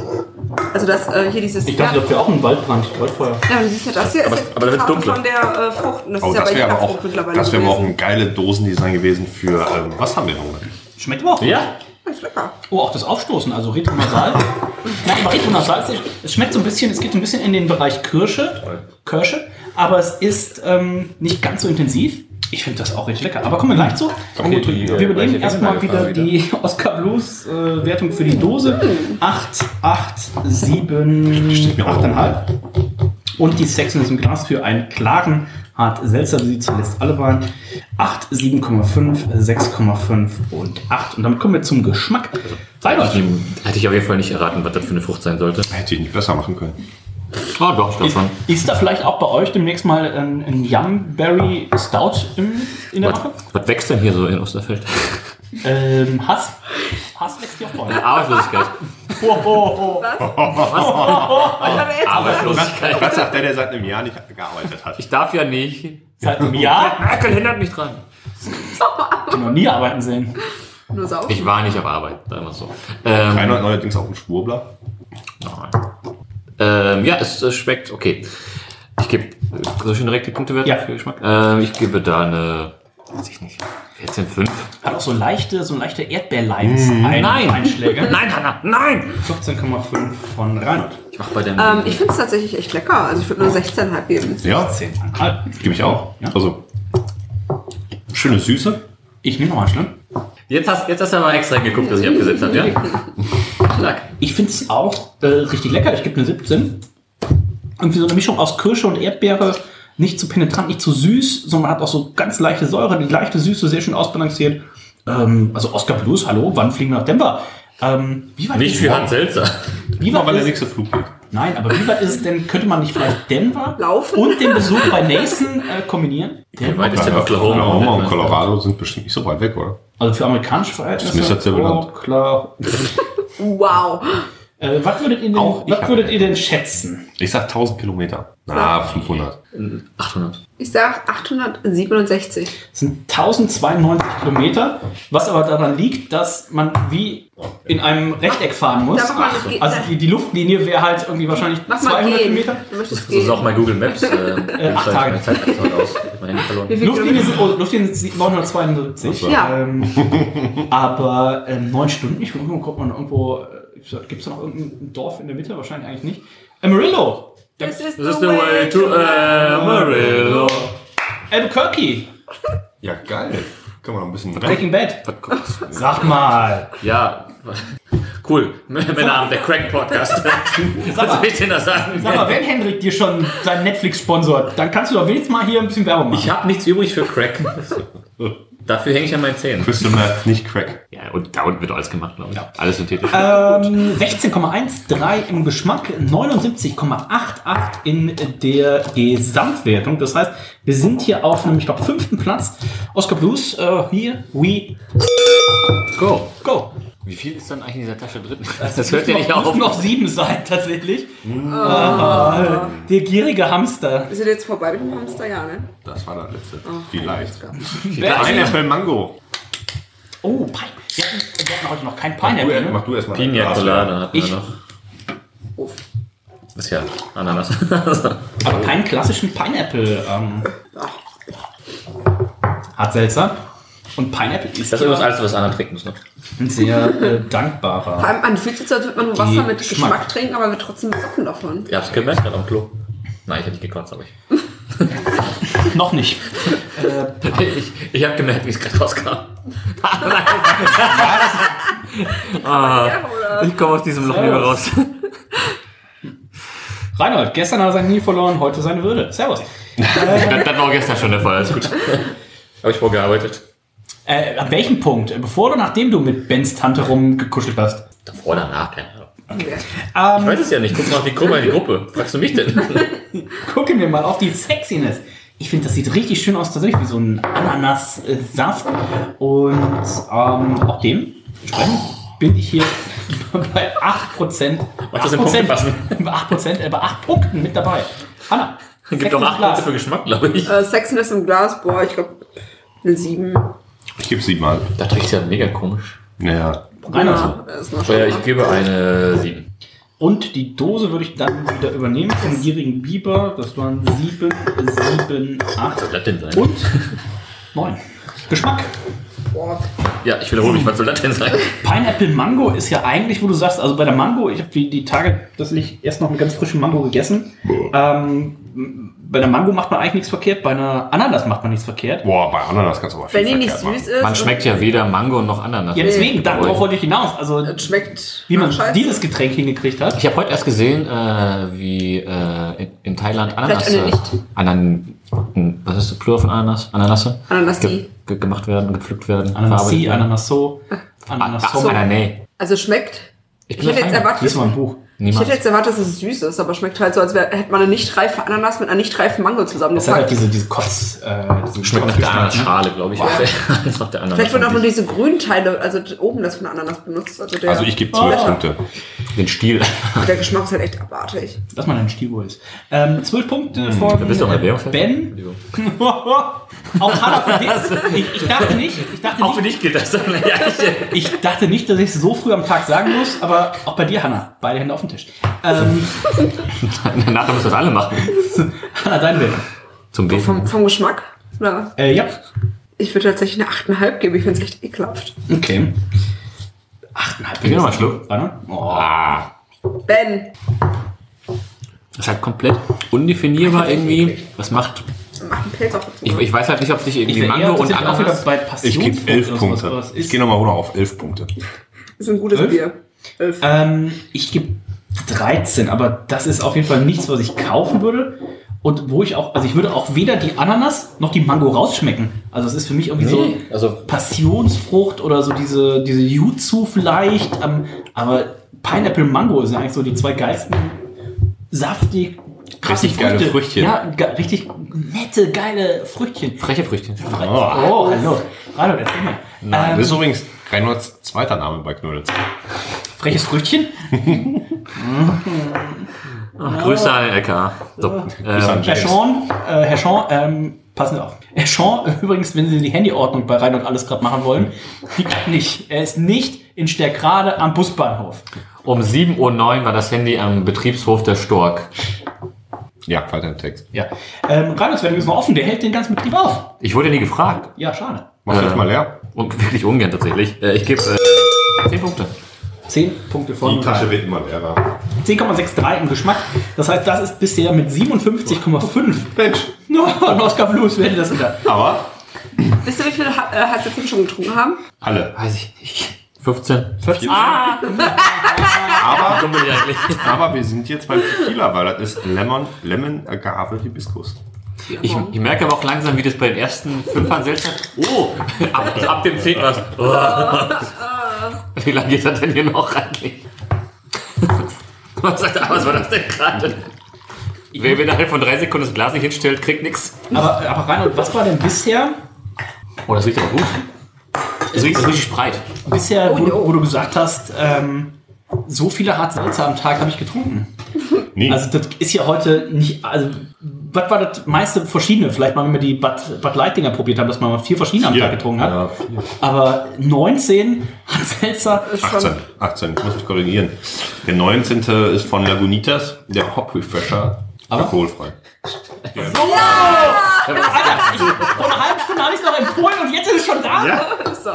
S5: Also dass äh, hier dieses...
S2: Ich dachte,
S5: ja,
S2: das wäre auch ein Waldbrand, Waldfeuer.
S5: ja, aber du siehst ja, das hier
S4: Aber-
S5: ist ja
S4: aber da
S5: die
S4: wird's
S5: Farbe
S4: dunkler.
S5: von der äh, Frucht. Und das
S3: Oh,
S5: ist ja
S3: das
S5: bei
S3: wäre
S5: jeder
S3: aber
S5: Frucht
S3: auch,
S5: mittlerweile
S3: das wäre aber auch
S5: gewesen.
S3: ein geiles Dosendesign gewesen für ähm, Wassermelone.
S2: Schmeckt aber auch.
S4: Ja?
S5: Das ist lecker.
S2: Oh, auch das Aufstoßen, also
S4: *laughs*
S2: Retronasal. Nein, aber Retronasal, ist- es schmeckt so ein bisschen, es geht so ein bisschen in den Bereich Kirsche, Kirsche aber es ist ähm, nicht ganz so intensiv. Ich finde das auch richtig lecker. Aber kommen wir gleich zu.
S4: Okay,
S2: Gut,
S4: die, äh,
S2: wir
S4: welche
S2: übernehmen
S4: Wesen
S2: erstmal
S4: haben
S2: wieder,
S4: wir wieder?
S2: die Oscar Blues äh, Wertung für die Dose. 8, 8, 7,
S3: mir auch.
S2: 8,5. Und die Sechsen ist im Glas für einen klaren Hart Seltzer, wie sie zuletzt alle waren. 8, 7,5, 6,5 und 8. Und damit kommen wir zum Geschmack. Seid euch.
S4: Hätte ich auf jeden Fall nicht erraten, was das für eine Frucht sein sollte.
S3: Hätte ich nicht besser machen können.
S4: Ah, doch, Stefan.
S2: Ist da vielleicht auch bei euch demnächst mal ein, ein Yumberry Stout im, in der
S4: Was,
S2: Mache?
S4: was wächst denn hier so in *laughs* Osterfeld?
S2: Ähm, Hass. Hass wächst ja auch bei euch.
S4: Arbeitslosigkeit.
S2: Oh, oh, oh.
S5: Ich habe jetzt
S4: *laughs* Arbeitslosigkeit.
S3: Was sagt der, der seit einem Jahr nicht gearbeitet hat?
S4: Ich darf ja nicht.
S2: Seit einem Jahr
S4: Merkel hindert mich dran.
S2: hab ich noch nie arbeiten sehen.
S5: nur Sau.
S4: Ich war nicht auf Arbeit, sagen wir es so. Ähm,
S3: Einer hat neuerdings auch einen Schwurbler.
S4: ähm, ja, es, es schmeckt okay. Ich gebe, soll ich schon direkt die Punkte werten
S2: Ja.
S4: für Geschmack? Ähm, ich gebe da eine, weiß ich nicht, 14,5.
S2: Hat auch so leichte, so leichte Erdbeerlimes ein,
S4: nein.
S2: Einschläge.
S4: *laughs* Nein, Hanna, nein!
S2: 15,5 von Reinhard.
S4: Ich mach bei dem.
S5: Ähm, ich finde es tatsächlich echt lecker. Also ich würde nur 16,5 geben.
S3: Ja,
S2: 10,5.
S3: gebe ich auch.
S2: Ja.
S3: Also, schöne Süße.
S2: Ich nehme noch einen Schluck.
S4: jetzt, hast, jetzt hast du mal extra geguckt, dass ich abgesetzt *laughs* habe, ja? Klack.
S2: Ich finde es auch äh, richtig lecker. Ich gebe eine 17. Irgendwie so eine Mischung aus Kirsche und Erdbeere. Nicht zu penetrant, nicht zu süß, sondern man hat auch so ganz leichte Säure, die leichte Süße sehr schön ausbalanciert. Ähm, also Oscar Blues, hallo, wann fliegen wir nach Denver? Ähm, wie weit
S4: Nicht
S2: ist-
S4: für Hans Selzer.
S2: Wie weit
S3: Weil der
S2: ist,
S3: nächste Flug geht.
S2: nein, aber wie weit ist es denn? Könnte man nicht vielleicht Denver
S5: Laufen?
S2: und den Besuch bei Nathan äh, kombinieren?
S4: Wie weit ist denn
S3: Ja,
S4: Oklahoma?
S3: Oklahoma und Colorado sind bestimmt nicht so weit weg, oder?
S2: Also für amerikanische Verhältnisse.
S3: Ist mir jetzt sehr bekannt.
S2: Oh, klar.
S5: Wow.
S2: Äh, was würdet ihr denn,
S3: Auch ich
S2: was
S3: hab-
S2: würdet ihr denn schätzen?
S3: Ich sag 1000 Kilometer. Na, 500.
S4: 800.
S5: Ich sag 867.
S2: Das sind 1092 Kilometer, was aber daran liegt, dass man wie in einem Rechteck fahren muss.
S5: Da mach mal eine Ge-
S2: Also die, die Luftlinie wäre halt irgendwie wahrscheinlich
S5: Mach mal
S2: 200
S5: gehen.
S2: Kilometer.
S5: Du möchtest
S4: So
S5: gehen.
S4: ist also auch mein Google Maps. Äh,
S2: acht Tage.
S4: Meine Zeit aus. Ich hab mein Handy verloren.
S5: Wie viel
S2: Luftlinie
S5: Kilometer?
S2: sind, oh, Luftlinie sind 972.
S5: Ja,
S2: Ähm, aber ähm, neun Stunden, ich gucke mal, guckt man irgendwo, äh, gibt es noch irgendein Dorf in der Mitte? Wahrscheinlich eigentlich nicht. Äh, Amarillo,
S5: this is
S4: This is the way to äh, Amarillo.
S2: Albuquerque,
S3: Ja, geil. Können wir noch ein bisschen
S2: Breaking Bad. Sag mal.
S4: Ja, *laughs* cool. *laughs* Männerabend, der *laughs* Crack-Podcast. Was soll ich denn da sagen?
S2: Sag mal, wenn Hendrik dir schon seinen Netflix sponsort, dann kannst du doch wenigstens mal hier ein bisschen Werbung machen.
S4: Ich habe nichts übrig für Crack. Dafür hänge ich an meinen Zähnen.
S3: Crystal Meth, nicht Crack.
S4: Ja, und da unten wird alles gemacht, glaube ich. Alles synthetisch.
S2: Ähm, 16,13 im Geschmack, 79,88 in der Gesamtwertung. Das heißt, wir sind hier auf einem, ich glaube, fünften Platz. Oscar Blues, äh, here we
S4: Go.
S2: go.
S4: Wie viel ist dann eigentlich in dieser Tasche drin? Das,
S2: Müssen noch, müssen noch sieben sein, tatsächlich. Ah, der gierige Hamster.
S5: Wir sind jetzt vorbei mit dem Hamster, ja, ne?
S3: Das war das letzte.
S5: Oh,
S3: Vielleicht.
S4: Nein,
S3: Ein Apple Mango.
S2: Oh, Pine. Wir hatten, wir hatten heute noch kein
S3: Du,
S2: Pineapple.
S3: äh,
S2: Ne?
S3: mach du erstmal.
S4: Pina
S3: Glas
S4: Colada hatten wir
S2: Ich-
S4: noch.
S5: Uff.
S4: Das ist ja Ananas. *laughs*
S2: Aber keinen klassischen Pineapple. Ähm, hat Seltzer. Und Pineapple ist
S4: Das ist übrigens alles, was Anna trinken muss ne? noch.
S2: ein sehr äh,
S5: Vor
S2: dankbarer.
S5: allem, man fühlt sich so, als würde man nur Wasser mit
S2: Geschmack.
S5: Geschmack, trinken, aber wird trotzdem besoffen davon.
S4: Ihr habt's gemerkt, gerade am Klo. Nein, ich hab nicht gekotzt, aber ich.
S2: noch nicht.
S4: *laughs* Ich, ich habe gemerkt, wie es gerade *laughs* rauskam.
S5: Ja, oder?
S4: Ich komme aus diesem Loch
S2: nicht mehr
S4: raus.
S2: Reinhold, gestern hat er sein Knie verloren, heute seine Würde. Servus.
S4: Das, das war gestern schon der Fall, alles gut. Habe ich vorgearbeitet.
S2: Äh, an welchem Punkt? Bevor oder nachdem du mit Bens Tante rumgekuschelt hast?
S4: Davor, danach, keine Ahnung.
S2: Ähm,
S4: Ich weiß es ja nicht. Guck mal auf die Gruppe, die Gruppe. Fragst du
S2: *laughs*
S4: mich denn?
S2: Gucken wir mal auf die Sexiness. Ich finde, das sieht richtig schön aus, tatsächlich wie so ein Ananassaft. Und ähm, auch dem entsprechend bin ich hier *laughs* bei 8%.
S4: Mach das in Punkte fassen.
S2: Bei 8%, äh, bei 8 Punkten mit dabei. Hanna.
S4: Gibt doch
S2: Sexiness
S4: acht Punkte für Geschmack, glaube ich.
S5: Äh, Sexiness im Glas, boah, ich glaube eine 7.
S3: Ich gebe sie mal.
S4: Das riecht ja mega komisch.
S3: Naja.
S2: Einer so.
S5: Ja, das ist noch
S4: So, ja,
S5: schon
S4: ich gebe eine 7.
S2: Und die Dose würde ich dann wieder übernehmen vom gierigen Biber. Das waren 7, 7, 8
S4: Was soll das denn sein?
S2: und 9. Geschmack.
S5: boah.
S4: Ja, ich wiederhole mich, was soll das denn sein?
S2: Pineapple Mango ist ja eigentlich, wo du sagst, also bei der Mango, ich habe die, die Tage tatsächlich erst noch einen ganz frischen Mango gegessen. Ähm, bei der Mango macht man eigentlich nichts verkehrt, bei einer Ananas macht man nichts verkehrt.
S3: Boah, bei Ananas kannst du aber viel
S5: Wenn die nicht
S3: verkehrt machen.
S5: süß ist,
S4: Man schmeckt ja weder Mango noch Ananas.
S2: Ja, deswegen, darauf wollte ich hinaus. Also,
S5: und- äh, es schmeckt
S2: wie man
S5: nach Scheiße.
S2: dieses Getränk hingekriegt hat.
S4: Ich habe heute erst gesehen, äh, wie äh, in, in Thailand Ananas.
S5: eine nicht.
S4: Anan, was ist der Plural von Ananas? Ananasse?
S5: Ananas
S4: Ge
S5: die.
S4: ge gemacht werden, gepflückt werden.
S2: Ananassi,
S4: verarbeitet werden.
S2: Ananasso,
S4: Ah, Ach
S2: Ananasso.
S4: so, Ananä.
S5: Also schmeckt.
S4: Ich
S5: Ich hätte jetzt erwartet,
S2: Lies mal ein Buch.
S5: ich hätte
S4: Niemals.
S5: jetzt erwartet, dass es süß ist, aber schmeckt halt so, als wär, hätte man eine nicht reife Ananas mit einer nicht reifen Mango
S2: Das hat halt
S5: zusammengepackt.
S2: diese, diese Kotz. Äh, diesen
S4: Schmeckt nach ne? der
S2: Kotz-
S4: Ananasschale, glaube ich. *laughs* Als nach der
S5: Vielleicht wurden auch nur
S4: Ananas.
S5: diese grünen Teile, also oben das von der Ananas benutzt. Also der,
S3: Also ich gebe 12
S2: Oh.
S3: Punkte.
S4: Den Stiel.
S5: der Geschmack ist halt echt abartig.
S2: Dass man ein Stibo ist. Ähm, 12 Punkte von
S4: Da bist du auch in der Währung.
S2: Ben.
S4: *laughs*
S2: auch Hanna für dich. Ich, ich dachte nicht, ich dachte
S4: Auch für
S2: nicht,
S4: dich gilt das. Ja, ich-
S2: ich dachte nicht, dass ich es so früh am Tag sagen muss, aber auch bei dir, Hanna. Beide Hände auf den Tisch. Ähm,
S4: *laughs* Nachher müssen wir das alle machen.
S2: Hanna, dein Bild.
S4: Zum Beten.
S5: Vom, vom Geschmack? Na,
S2: Äh, ja.
S5: ich würde tatsächlich eine 8,5 geben, ich finde es echt ekelhaft.
S2: Okay. 8,5.
S4: Ich nehme mal einen Schluck.
S2: Warte. Oh.
S5: Ben,
S4: Das ist halt komplett undefinierbar irgendwie. Was macht.
S5: mach einen Pilz auf die
S4: Ich,
S5: Zunge.
S4: ich weiß halt nicht, ob sich
S2: Ich
S4: irgendwie
S2: wäre
S4: Mango und
S2: tatsächlich auch wieder
S4: Ananas.
S2: bei
S3: Ich
S2: Passionsfrucht.
S3: gebe 11
S2: oder sowas,
S3: Punkte.
S2: was
S3: Ich
S2: ist.
S3: gehe nochmal runter auf 11 Punkte.
S5: ist ein gutes
S2: Elf?
S5: Bier. Elf.
S2: Ähm, ich gebe 13, aber das ist auf jeden Fall nichts, was ich kaufen würde. Und wo ich auch, also ich würde auch weder die Ananas noch die Mango rausschmecken. Also es ist für mich irgendwie so
S4: also
S2: Passionsfrucht oder so diese, diese Jutsu vielleicht. Ähm, aber Pineapple Mango sind eigentlich so die zwei geilsten, saftig, krasse
S3: Richtig geile
S2: Früchte.
S3: Früchtchen.
S2: Ja, ge- richtig nette, geile Früchtchen.
S4: freche Früchte.
S2: Oh, hallo. Hallo, erzähl mal.
S3: Das
S2: Ähm,
S3: ist übrigens Reinholds zweiter Name bei Knödels.
S2: freches Früchtchen?
S4: Ah, Grüße an den LKA. So,
S3: Grüße
S4: ähm,
S2: Herr
S3: an James.
S2: Sean, äh, Herr Sean, ähm, passen Sie auf. Herr Sean, *laughs* äh, übrigens, wenn Sie die Handyordnung bei Rein und alles gerade machen wollen, liegt nicht. Er ist nicht in Stärkrade am Busbahnhof.
S4: um 7.09 Uhr war das Handy am Betriebshof der Stork.
S3: Ja, weiter im Text.
S2: Ja. Ähm, Reinholdswertung ist noch offen, der hält den ganzen Betrieb auf.
S4: Ich wurde nie gefragt.
S2: Ja, schade.
S3: Machst du
S4: Äh.
S3: das mal leer?
S4: Und *laughs* wirklich ungern tatsächlich. Äh, ich gebe äh, 10 Punkte.
S2: Zehn Punkte von
S3: wird immer leerer.
S2: 10,63 im Geschmack. Das heißt, das ist bisher mit 57,5.
S3: Mensch,
S2: *laughs* No, und Oscar Blues werde das unter.
S3: aber
S5: Wisst ihr, wie viele ha- äh, Heißhäpfchen schon getrunken haben?
S3: alle.
S4: Weiß ich nicht. 15.
S2: 14.
S3: Ah! Aber,
S4: Dumm bin ich eigentlich.
S3: aber wir sind jetzt beim Tequila, weil das ist Lemon, Lemon Agave Hibiskus.
S4: *laughs* Ich, ich merke aber auch langsam, wie das bei den ersten Fünfern seltsam. Oh, *laughs* ab, ab dem 10 *laughs* was. *laughs* Wie lange geht das denn hier noch eigentlich? *laughs* Was sagt er, was war das denn gerade? Wer mir innerhalb von drei Sekunden das Glas nicht hinstellt, kriegt nichts.
S2: Aber, aber Reinhold, was war denn bisher?
S4: Oh, das riecht aber gut. Das riecht, das riecht spreit.
S2: Bisher, wo, wo du gesagt hast, ähm, so viele Hartsalze am Tag habe ich getrunken.
S3: Nee.
S2: Also das ist ja heute nicht, also was war das meiste verschiedene? Vielleicht mal, wenn wir die Bud, Bud Light Dinger probiert haben, dass man mal vier verschiedene am
S3: Vier.
S2: Tag getrunken ne? hat.
S3: Äh,
S2: Aber 19 Hanselzer,
S5: Ist schon-
S3: 18, 18, ich muss mich korrigieren. Der 19. ist von Lagunitas, der Hop Refresher, alkoholfrei.
S2: vor einer halben Stunde habe ich es noch empfohlen und jetzt ist es schon da.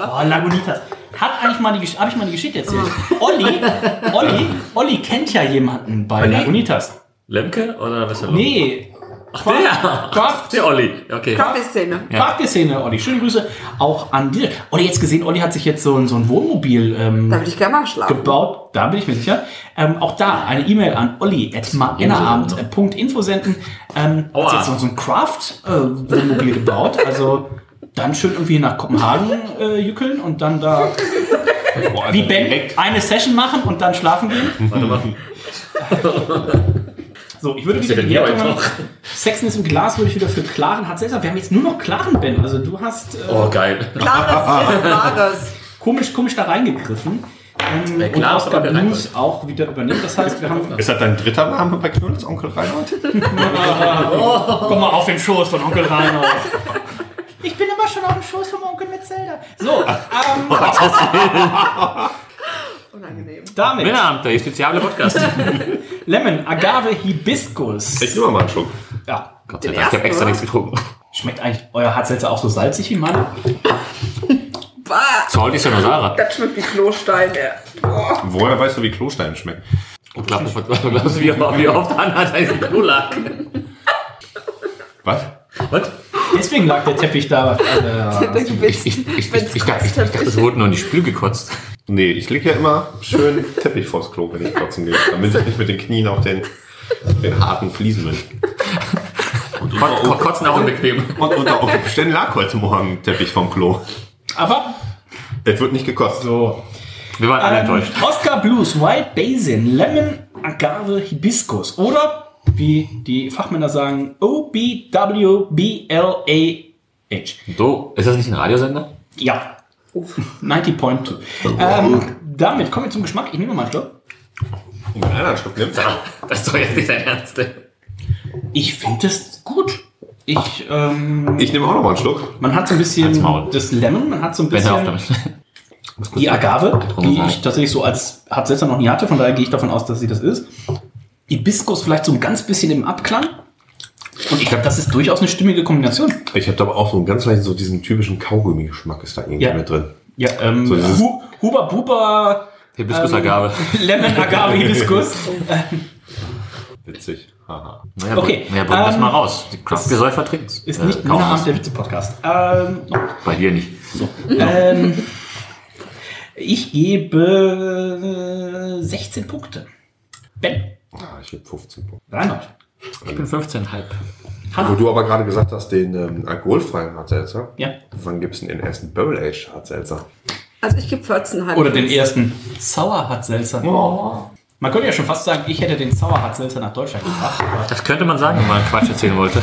S2: Oh, Lagunitas. Hat eigentlich mal die, Gesch- habe ich mal die Geschichte erzählt. Olli, Olli, Olli kennt ja jemanden bei Lagunitas.
S4: Lemke oder was ist
S2: Nee,
S4: der?
S2: Kraft
S4: Der Olli. Okay.
S5: Kaffeeszene.
S2: Ja. Parkeszene, Olli. Schöne Grüße auch an dir. Olli, jetzt gesehen, Olli hat sich jetzt so ein, so ein Wohnmobil
S5: Da
S2: ähm,
S5: würde ich gerne mal schlafen.
S2: gebaut. Da bin ich mir sicher. Ähm, auch da eine E-Mail an olli.innerabend.info senden. Ähm, hat
S4: Aua.
S2: sich jetzt so, so ein Craft-Wohnmobil äh, gebaut. Also dann schön irgendwie nach Kopenhagen äh, jückeln und dann da
S3: Boah,
S2: Wie Ben,
S3: direkt.
S2: eine Session machen und dann schlafen gehen.
S4: *laughs* Warte mal.
S2: So, ich würde
S4: Was
S2: wieder die
S4: ist denn hier
S2: Wertung
S4: heute
S2: machen.
S4: noch?
S2: Sexen ist im Glas, würde ich wieder für klaren Hart seltsam. Wir haben jetzt nur noch klaren Ben. Also du hast äh,
S4: Oh, geil.
S8: Klares ist Klares.
S2: komisch, komisch da reingegriffen. Ähm,
S4: Ja,
S2: und
S4: klar,
S2: Oscar
S4: aber wir
S2: Blues auch wieder übernimmt. Das heißt, wir haben.
S3: Ist das dein dritter Name bei Knödels, Onkel Reinhold?
S2: Komm mal auf den Schoß von Onkel Reinhold. Ich bin immer schon auf dem Schoß vom Onkel mit Zelda. So, ähm,
S5: Unangenehm.
S2: damit.
S4: Männerabend, der justiziable *laughs* Podcast.
S2: Lemon, Agave, Hibiskus.
S3: Ich nehme mal einen Schluck.
S2: Ja.
S4: Gott sei Dank, ich habe extra nichts getrunken.
S2: Schmeckt eigentlich euer Hartselzer auch so salzig wie meine?
S5: Bah,
S4: Salt ist ja nur Sarah.
S5: das schmeckt wie Klosteine.
S3: Woher weißt du, wie Klostein schmecken?
S4: Und glaub, glaub, glaub, glaub, wie, wie oft Anna da diesen Kulak.
S3: Was?
S4: Was?
S2: Deswegen lag der Teppich da. Äh,
S4: Ich, ich, ich, ich, ich, dachte, ich, ich dachte, es wurde nur in die Spül gekotzt.
S3: Nee, ich lege ja immer schön Teppich vors Klo, wenn ich kotzen gehe, damit ich nicht mit den Knien auf den, den harten Fliesen bin.
S4: Kot, kot, kotzen auch unbequem.
S3: Und unter Umständen lag heute Morgen Teppich vom Klo.
S2: aber
S3: Es wird nicht gekostet.
S2: so.
S4: Wir waren alle
S2: Ähm,
S4: enttäuscht.
S2: Oscar Blues, White Basin, Lemon, Agave, Hibiskus. Oder, wie die Fachmänner sagen, O-B-W-B-L-A-H.
S4: So, ist das nicht ein Radiosender?
S2: Ja. 90.2.
S4: Oh,
S2: Ähm, damit kommen wir zum Geschmack. Ich nehme mal einen Schluck.
S3: Und wenn einer einen Schluck nimmt, dann
S4: Das ist doch jetzt nicht dein Ernst. ey.
S2: Ich finde es gut. Ich, ähm,
S3: ich nehme auch noch mal einen Schluck.
S2: man hat so ein
S4: Halt's
S2: bisschen
S4: Maul.
S2: das Lemon, man hat so ein
S4: Ben, hör auf
S2: bisschen
S4: damit.
S2: die Agave,
S4: Getrunken
S2: die
S4: sein.
S2: ich tatsächlich so als Hartsetzer noch nie hatte, von daher gehe ich davon aus, dass sie das ist. Hibiskus vielleicht so ein ganz bisschen im Abklang. Und ich glaube, das ist durchaus eine stimmige Kombination.
S3: Ich habe da aber auch so einen ganz leicht so diesen typischen Kaugummi-Geschmack ist da irgendwie
S2: Ja.
S3: mit drin.
S2: Ja, ähm,
S3: So dieses-
S2: Hu Huba Buba *laughs*
S4: Hibiskusagave.
S2: Lemon Agave
S4: *laughs*
S2: Hibiskus.
S3: Witzig. Haha.
S4: Naja,
S2: Okay,
S4: bring- Naja, bring das
S2: ähm,
S4: mal raus. Die Kraftgesäufer trinkt's.
S2: Ist nicht
S4: kaum
S2: Männerabend
S4: was.
S2: der Witze-Podcast. Ähm, noch
S4: Bei dir nicht.
S2: Ähm, ich gebe 16 Punkte. Ben,
S3: Ah, ich habe 15 Punkte.
S2: Reinhard,
S4: Ich bin 15,5.
S3: Wo
S2: Hanna.
S3: du aber gerade gesagt hast, den ähm, alkoholfreien Hartselzer.
S2: Ja.
S3: Wann gibt's denn den ersten Barrel Age Hartselzer?
S5: Also ich gebe 14,5.
S2: Oder den ersten Sauerhartselzer. Man könnte ja schon fast sagen, ich hätte den Sauerhartselzer nach Deutschland gebracht. aber-
S4: Das könnte man sagen, wenn man Quatsch erzählen wollte.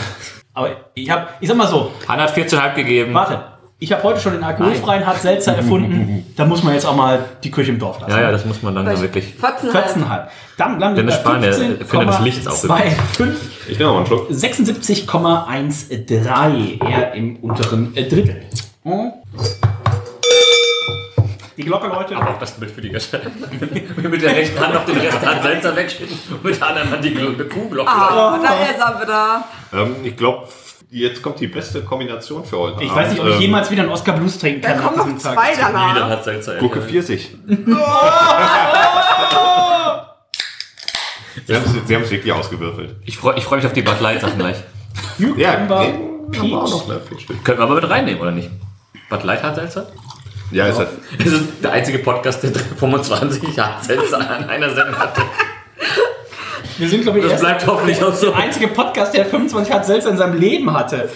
S2: Aber ich habe, ich sag mal so,
S4: Anna hat 14,5 gegeben.
S2: warte. Ich habe heute schon den alkoholfreien Hartselzer erfunden. Da muss man jetzt auch mal die Küche im Dorf lassen.
S4: Ja, ja, das muss man dann da also wirklich.
S5: 14,5.
S2: 14,5. Dann bleiben wir
S4: Dennis Spahn, der Erfinder des Lichts auch
S2: 15,25.
S3: Ich nehme mal einen Schluck.
S2: 76,13, eher im unteren äh, Drittel. Hm. Die Glocke, Leute.
S4: Auch das Bild für die Götter. *laughs* mit der rechten Hand auf den rechten Hand Salzer wegschicken und mit der anderen Hand die Glo- Kuhglocke.
S5: Ah, da ist er wieder.
S3: Ähm, ich glaube, jetzt kommt die beste Kombination für heute.
S2: Ich weiß nicht, ob ich
S3: ähm,
S2: jemals wieder einen Oscar Blues trinken
S5: Da
S2: kann
S5: kommen noch zwei
S4: Nie wieder
S5: danach.
S4: hat Salzer.
S3: Gurke *laughs* 40. Sie haben es wirklich ausgewürfelt.
S4: Ich freue ich freu mich auf die Bud Light Sachen gleich.
S3: Ja,
S2: Cucumber,
S3: nee, haben wir auch noch
S2: Peach.
S3: ne, vier Stück.
S4: Können wir aber mit reinnehmen, oder nicht? Bud Light hat Salzer?
S3: Ja, ist halt.
S4: Das ist der einzige Podcast, der 25 Jahre Salzer an einer Sendung hatte.
S2: Wir sind, glaube ich,
S4: Das
S2: erst
S4: bleibt hoffentlich auch so.
S2: der einzige Podcast, der 25 hat selbst in seinem Leben hatte.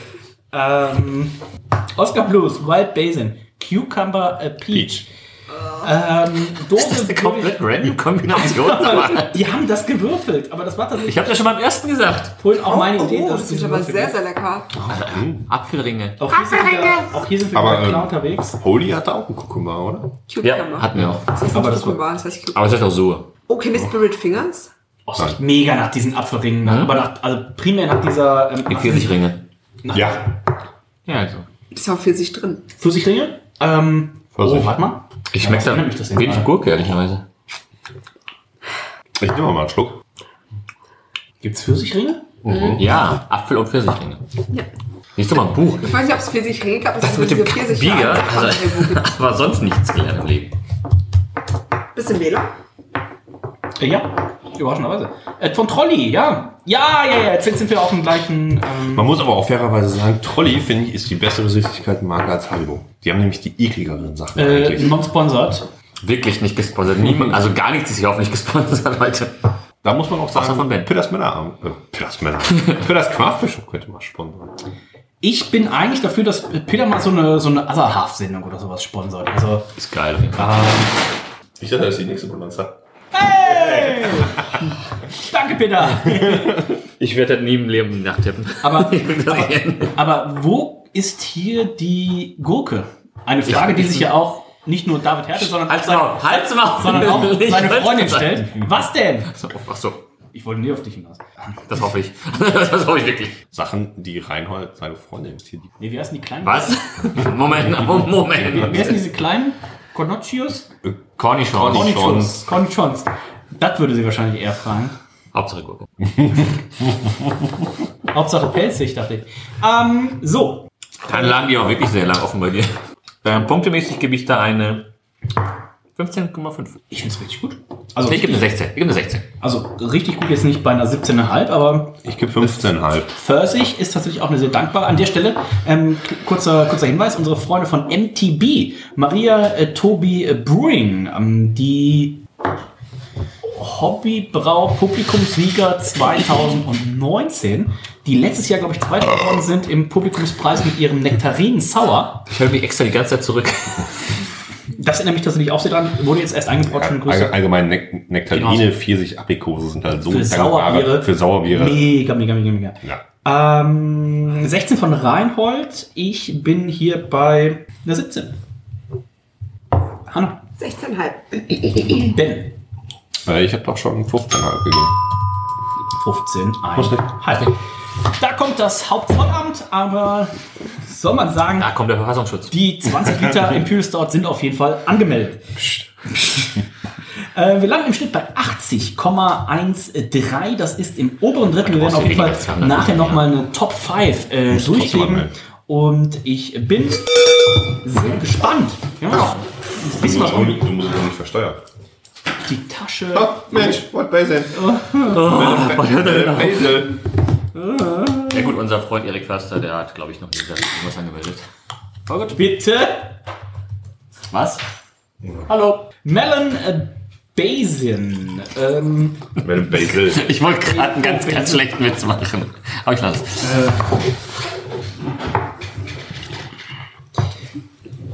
S2: Ähm, Oscar Blues, Wild Basin, Cucumber äh, Peach. Ähm, Dose
S4: Das ist eine
S2: würde
S4: komplett random Kombination.
S2: ich- *laughs* die haben das gewürfelt, aber das war
S4: Ich
S2: tatsächlich
S4: habe das schon beim ersten gesagt.
S2: vorhin auch meine Idee.
S5: Oh,
S2: dass
S5: das
S2: die
S5: ist aber
S2: gewürfelt
S5: sehr,
S2: ist.
S5: sehr lecker.
S4: Apfelringe.
S2: Auch hier, sind wir, wieder- auch hier sind wir
S3: Aber,
S2: wieder klar
S3: ähm,
S2: unterwegs.
S3: Holy hat da auch einen Kukumar, oder?
S4: Ja, hatten wir auch.
S5: Das ist
S2: aber
S5: aber
S2: das
S5: das Kuchenbar. Das heißt Kuchen.
S4: Aber es ist auch so.
S5: Oh, Candy Spirit Fingers?
S2: Mega nach diesen Apfelringen. nach-
S4: Mhm.
S2: Aber nach, also primär nach dieser ähm,
S4: Die Pfirsichringe.
S3: Ja.
S4: Ja, also.
S5: Ist ja auch Pfirsich drin.
S2: Pfirsichringe. Ähm,
S3: Pfirsich.
S2: oh, warte mal.
S4: Ich schmecke da
S2: erinnert mich das
S4: wenig
S2: immer.
S4: Gurke, ehrlicherweise.
S3: Ich nehme mal einen Schluck.
S2: Gibt's Pfirsichringe?
S4: Ja, Apfel- und Pfirsichringe.
S5: Ja. Also
S4: Lies doch mal ein Buch.
S5: Ich weiß nicht, ob es Pfirsich ringt, aber es
S4: Das
S5: ist
S4: mit
S5: diese
S4: dem
S5: Pfirsich-
S4: Bier, *laughs*
S5: Ja.
S4: also, aber sonst nichts gelernt im Leben.
S5: Bisschen Wähler.
S2: Äh, ja, überraschenderweise. Äh, von Trolli, ja. Ja, ja, ja, jetzt sind wir auf dem gleichen. Ähm,
S3: Man muss aber auch fairerweise sagen, Trolli, finde ich, ist die bessere Süßigkeitenmarke als Haribo. Die haben nämlich die ekligeren Sachen
S2: äh,
S3: eigentlich.
S2: non-sponsored.
S4: Wirklich nicht gesponsert. Niemand, also gar nichts ist hier auch nicht gesponsert, *laughs* Leute.
S3: Da muss man auch
S4: Außer
S3: sagen,
S4: von
S3: *laughs*
S4: Ben.
S3: Pitters Männerabend. Äh, Pitters Männerabend. Pitters Kraftbischof könnte man sponsern.
S2: Ich bin eigentlich dafür, dass Peter mal so eine, so eine Other Half-Sendung oder sowas sponsert. Also,
S4: Ist geil.
S3: Ich dachte, das ist die nächste Bonanza.
S2: danke, Peter!
S4: Ich werde das nie im Leben nachtippen. *laughs*
S2: Aber, aber wo ist hier die Gurke? Eine Frage, die sich ja auch nicht nur David Härte, sondern auch,
S4: Halt's
S2: seine,
S4: Maul, halt's Maul.
S2: sondern auch
S4: *laughs* Ich
S2: seine
S4: wollte
S2: Freundin
S4: es sagen.
S2: stellt. Was denn?
S4: Ach so,
S2: Ich wollte nie auf dich hinaus.
S4: das hoffe ich. *laughs* Das hoffe ich wirklich.
S3: Sachen, die Reinhold seine Freundin ist hier. Die
S2: Nee, wie heißen die kleinen?
S4: Was? Moment, *laughs*
S2: Wie heißen
S4: Moment.
S2: diese kleinen? Cornocchios?
S4: Cornichons.
S2: Cornichons. Cornichons. Das würde sie wahrscheinlich eher fragen.
S4: Hauptsache Gurke.
S2: Hauptsache pelzig, dachte ich. Ähm, so.
S4: Dann lagen die auch wirklich sehr lang offen bei dir. Ähm, punktemäßig gebe ich da eine 15,5.
S2: Ich finde es richtig gut. Also,
S4: Ich gebe eine 16. Ich gebe eine 16.
S2: also richtig gut jetzt nicht bei einer 17,5, aber
S3: Ich gebe 15,5.
S2: Pfirsich ist tatsächlich auch eine sehr dankbare. An der Stelle ähm, k- kurzer, kurzer Hinweis, unsere Freunde von MTB, Maria äh, Tobi äh, Brewing, ähm, die Hobbybrau Publikumssieger 2019, die letztes Jahr, glaube ich, zweite geworden sind im Publikumspreis mit ihrem Nektarinen Sour.
S4: Ich höre mich extra die ganze Zeit zurück.
S2: Das erinnert mich tatsächlich auch sehr dran, wurde jetzt erst eingebaut, schon
S3: Allge-
S2: Grüße.
S3: Allgemein Nek Nektarine, Pfirsich, Aprikose sind halt so
S2: Genau. Für
S3: dankbare-
S2: Sauerbiere.
S3: Für Sauerbiere.
S2: Mega, mega, mega, mega.
S3: Ja.
S2: Ähm, 16 von Reinhold. Ich bin hier bei einer 17. Hanna,
S5: 16,5.
S2: Ben.
S3: Äh, ich habe doch schon 15,5 gegeben.
S2: 15, ein, halb. Da kommt das Hauptvollamt, aber soll man sagen,
S4: Da kommt der Verfassungsschutz.
S2: die
S3: *laughs*
S2: 20 Liter Imperial Stout sind auf jeden Fall angemeldet. Äh, wir landen im Schnitt bei 80,13. Das ist im oberen Drittel. Wir werden auf jeden Fall nachher nochmal eine Top 5 äh, durchgeben.
S3: anmelden.
S2: Und ich bin sehr gespannt. Ja, ein bisschen was um
S3: du musst es auch nicht versteuern.
S2: die Tasche.
S3: Mensch, what Basil? Basil.
S4: Ja gut, unser Freund Erik Förster, der hat, glaube ich, noch nie gesagt, irgendwas angemeldet.
S2: Oh Gott, bitte.
S4: Was?
S2: Hallo. Melon äh, Basin. Ähm,
S3: Madame Basil.
S4: Ich wollte gerade einen ganz, ganz schlechten Witz machen. Aber ich lasse es.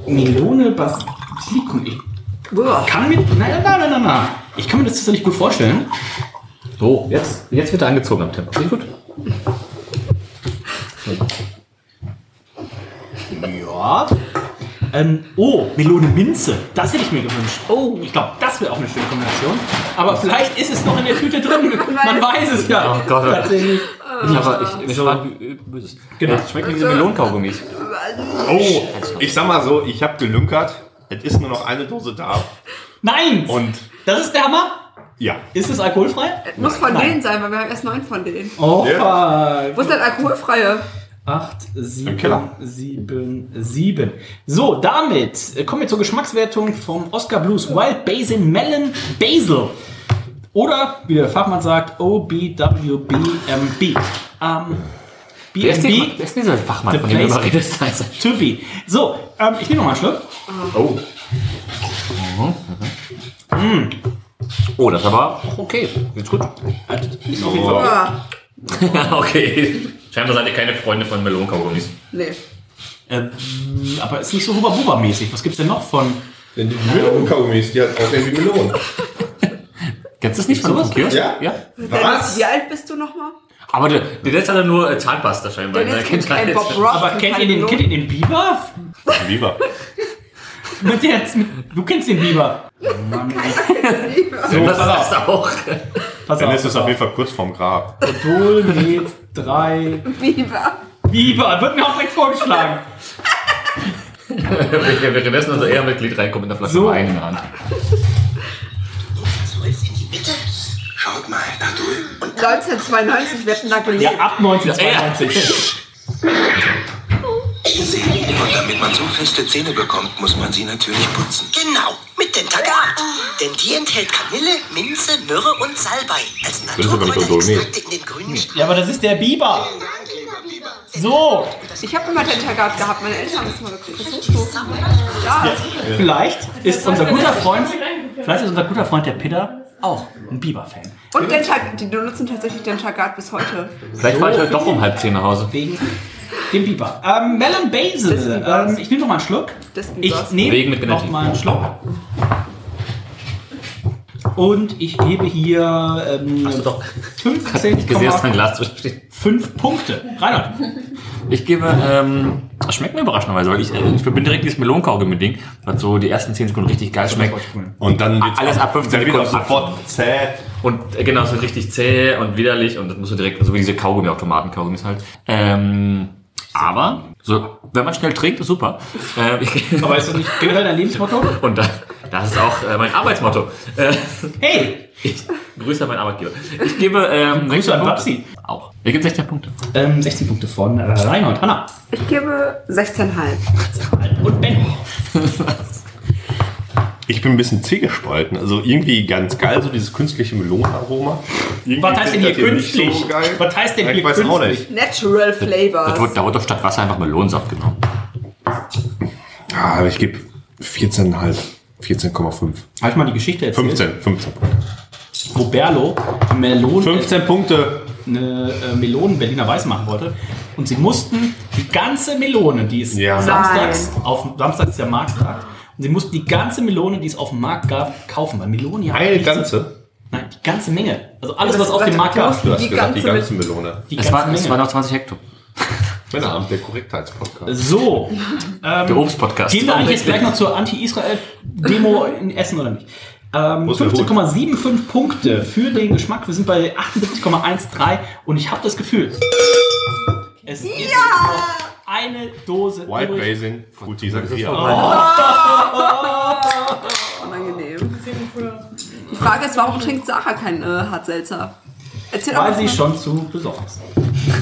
S2: Melone Basilikum. Ich kann mir. Nein, nein, nein, nein, nein. Ich kann mir das tatsächlich gut vorstellen.
S4: So, jetzt, jetzt wird er angezogen am Tempo. Klingt gut.
S2: Ja. Ähm, oh, Melone Minze. Das hätte ich mir gewünscht. Oh. Ich glaube, das wäre auch eine schöne Kombination. Aber vielleicht ist es noch in der Tüte drin. *laughs* Man weiß es ja.
S4: Oh Gott.
S2: Tatsächlich.
S4: Aber ich, ich war böses.
S2: Genau.
S4: Es schmeckt wie diese Melonkaugummis.
S3: Oh, ich sag mal so, ich habe gelünkert. Es ist nur noch eine Dose da.
S2: Nein!
S3: Und
S2: Das ist der Hammer.
S3: ja.
S2: Ist es alkoholfrei?
S5: Muss von denen sein, weil wir haben erst neun von denen.
S2: Oh, fuck.
S5: Wo ist das alkoholfreie?
S2: 8, 7,
S3: Keller.
S2: 7, 7. So, damit äh, kommen wir zur Geschmackswertung vom Oscar Blues Wild Basin Melon Basil. Oder, wie der Fachmann sagt, OBWBMB. Ähm,
S4: Wer ist, die,
S2: BMB
S4: wer ist dieser Fachmann,
S2: The
S4: von dem du
S2: place-
S4: immer redest?
S2: to be. So, ähm, ich nehme nochmal einen Schluck.
S4: Oh. Mhm. Oh, das ist aber okay. Geht's gut.
S2: Also, Ist auf jeden Fall.
S5: Ah,
S4: *laughs* okay. Scheinbar seid ihr keine Freunde von Melonkaugummis.
S5: nee.
S2: Ähm, aber ist nicht so Huba-Buba-mäßig. Was gibt's denn noch von.
S3: Denn die Melonenkaugummis, die hat aussehen wie Melonen.
S4: Kennst du das nicht von uns? Kiosk?
S3: Ja.
S4: ja.
S3: Was?
S5: Wie alt bist du nochmal?
S4: Aber der, der letzte hat ja nur äh, Zahnpasta scheinbar. in
S5: Dennis
S4: seiner
S5: kennt keinen
S4: Kindheit.
S5: Bob Ross.
S2: Aber
S5: und
S2: kennt ihr
S5: keinen
S2: den,
S5: Lohn.
S2: kennt ihr den Biber?
S3: Lieber.
S2: Mit der, mit, du kennst den Biber.
S4: Das
S2: pass
S4: ist auch. *laughs*
S2: Pass
S3: Dann ist es auf jeden Fall kurz vorm Grab.
S2: Dol mit drei
S5: Biber.
S2: Biber. Wird mir auch direkt vorgeschlagen.
S4: Währenddessen unser Ehrenmitglied reinkommt mit einer Flasche
S2: So.
S4: Wein in der Hand.
S6: Schaut mal, da drüben.
S5: 1992, wir hätten da gelebt.
S2: Ja, ab 1992.
S6: Und damit man so feste Zähne bekommt, muss man sie natürlich putzen.
S9: Genau, mit Dentagat. Denn die enthält Kamille, Minze, Myrrhe und Salbei. Als Naturkräuterextrakte in den grünen Sp
S2: Ja, aber das ist der Biber. So,
S5: Ich habe immer Dentagat gehabt, meine Eltern haben es mal gekriegt. Was suchst du? Ja.
S2: vielleicht ist unser guter Freund, vielleicht ist unser guter Freund der Pitter auch ein Biber-Fan.
S5: Und Dentagat, die benutzen tatsächlich Dentagat bis heute.
S4: Vielleicht fahre ich heute doch um halb zehn nach Hause.
S2: Wegen Dem Biber. Ähm, Melon Basil. Ähm, ich nehme noch mal einen Schluck. Ich
S4: Wegen mit
S2: nehme noch
S4: Benedikt.
S2: mal einen Schluck. Und ich gebe hier ähm, 15,
S4: Ich gesehen, dass mein Glas drin steht.
S2: Fünf Punkte. Reinhard.
S4: Ich gebe, ähm, das schmeckt mir überraschenderweise, weil ich, äh, ich verbinde direkt dieses Melonkaugummi-Ding, was so die ersten 10 Sekunden richtig geil schmeckt.
S3: Und dann wird's
S4: alles
S3: auch-
S4: ab 15
S3: dann wird
S4: Sekunden
S3: auch sofort zäh.
S4: Und äh, genau, es wird richtig zäh und widerlich und das muss man direkt, so wie diese Kaugummi-Automaten, Kaugummis halt. Ähm, aber, so, wenn man schnell trinkt, ist super. Ähm, ich,
S2: aber ist das nicht generell *laughs* dein Lebensmotto?
S4: *laughs* Und da, das ist auch äh, mein Arbeitsmotto. Äh,
S2: hey!
S4: Ich grüße an meinen Arbeitgeber. Ich gebe, ähm,
S2: Grüße
S4: 16
S2: an
S4: Punkte.
S2: Babsi.
S4: Auch. Er gibt 16 Punkte.
S2: Ähm, 16 Punkte von Reinhold. Hanna.
S5: Ich gebe 16,5.
S3: Ich bin ein bisschen zähgespalten. Also irgendwie ganz geil, so dieses künstliche Melonenaroma. Irgendwie
S2: Was heißt denn hier
S3: findet ihr nicht
S2: künstlich?
S3: So geil.
S2: Was heißt denn
S3: Ja, ich
S2: hier
S3: weiß auch
S2: künstlich?
S5: Natural
S4: Da
S5: Flavors.
S4: wurde, da wurde doch statt Wasser einfach Melonensaft genommen.
S3: Ah, aber ich gebe 14,5. 14,5.
S2: Habe ich mal die Geschichte erzählt?
S3: 15, 15.
S2: Wo Berlo die Melonen,
S3: 15 Punkte.
S2: eine äh, Melonen Berliner Weiß machen wollte. Und sie mussten die ganze Melone, die es
S3: Ja.
S2: samstags, auf, samstags ist ja Markttag, und sie mussten die ganze Melone, die es auf dem Markt gab, kaufen, weil Melone ja
S3: Eine
S2: nicht so-
S3: ganze?
S2: Nein, die ganze Menge. Also alles, was auf dem Markt gab.
S3: Du hast gesagt, die ganze Melone.
S2: Die ganze Menge.
S4: noch 20 Hektar.
S3: Männerabend, der Korrektheitspodcast.
S2: So. Ähm,
S3: Der Obstpodcast.
S2: Gehen wir eigentlich jetzt gleich noch zur Anti-Israel-Demo in Essen oder nicht? Ähm,
S3: Wo ist der Hut?
S2: 15,75 Punkte für den Geschmack. Wir sind bei 78,13 und ich habe das Gefühl, es ist eine Dose.
S3: White
S2: übrig.
S3: Basing, Fruity Sangria.
S5: Unangenehm. Die Frage ist, warum trinkt Sarah keinen äh, Hartselzer? Erzähl doch
S2: Weil
S5: mal
S2: sie
S5: von-
S2: schon zu besoffen ist.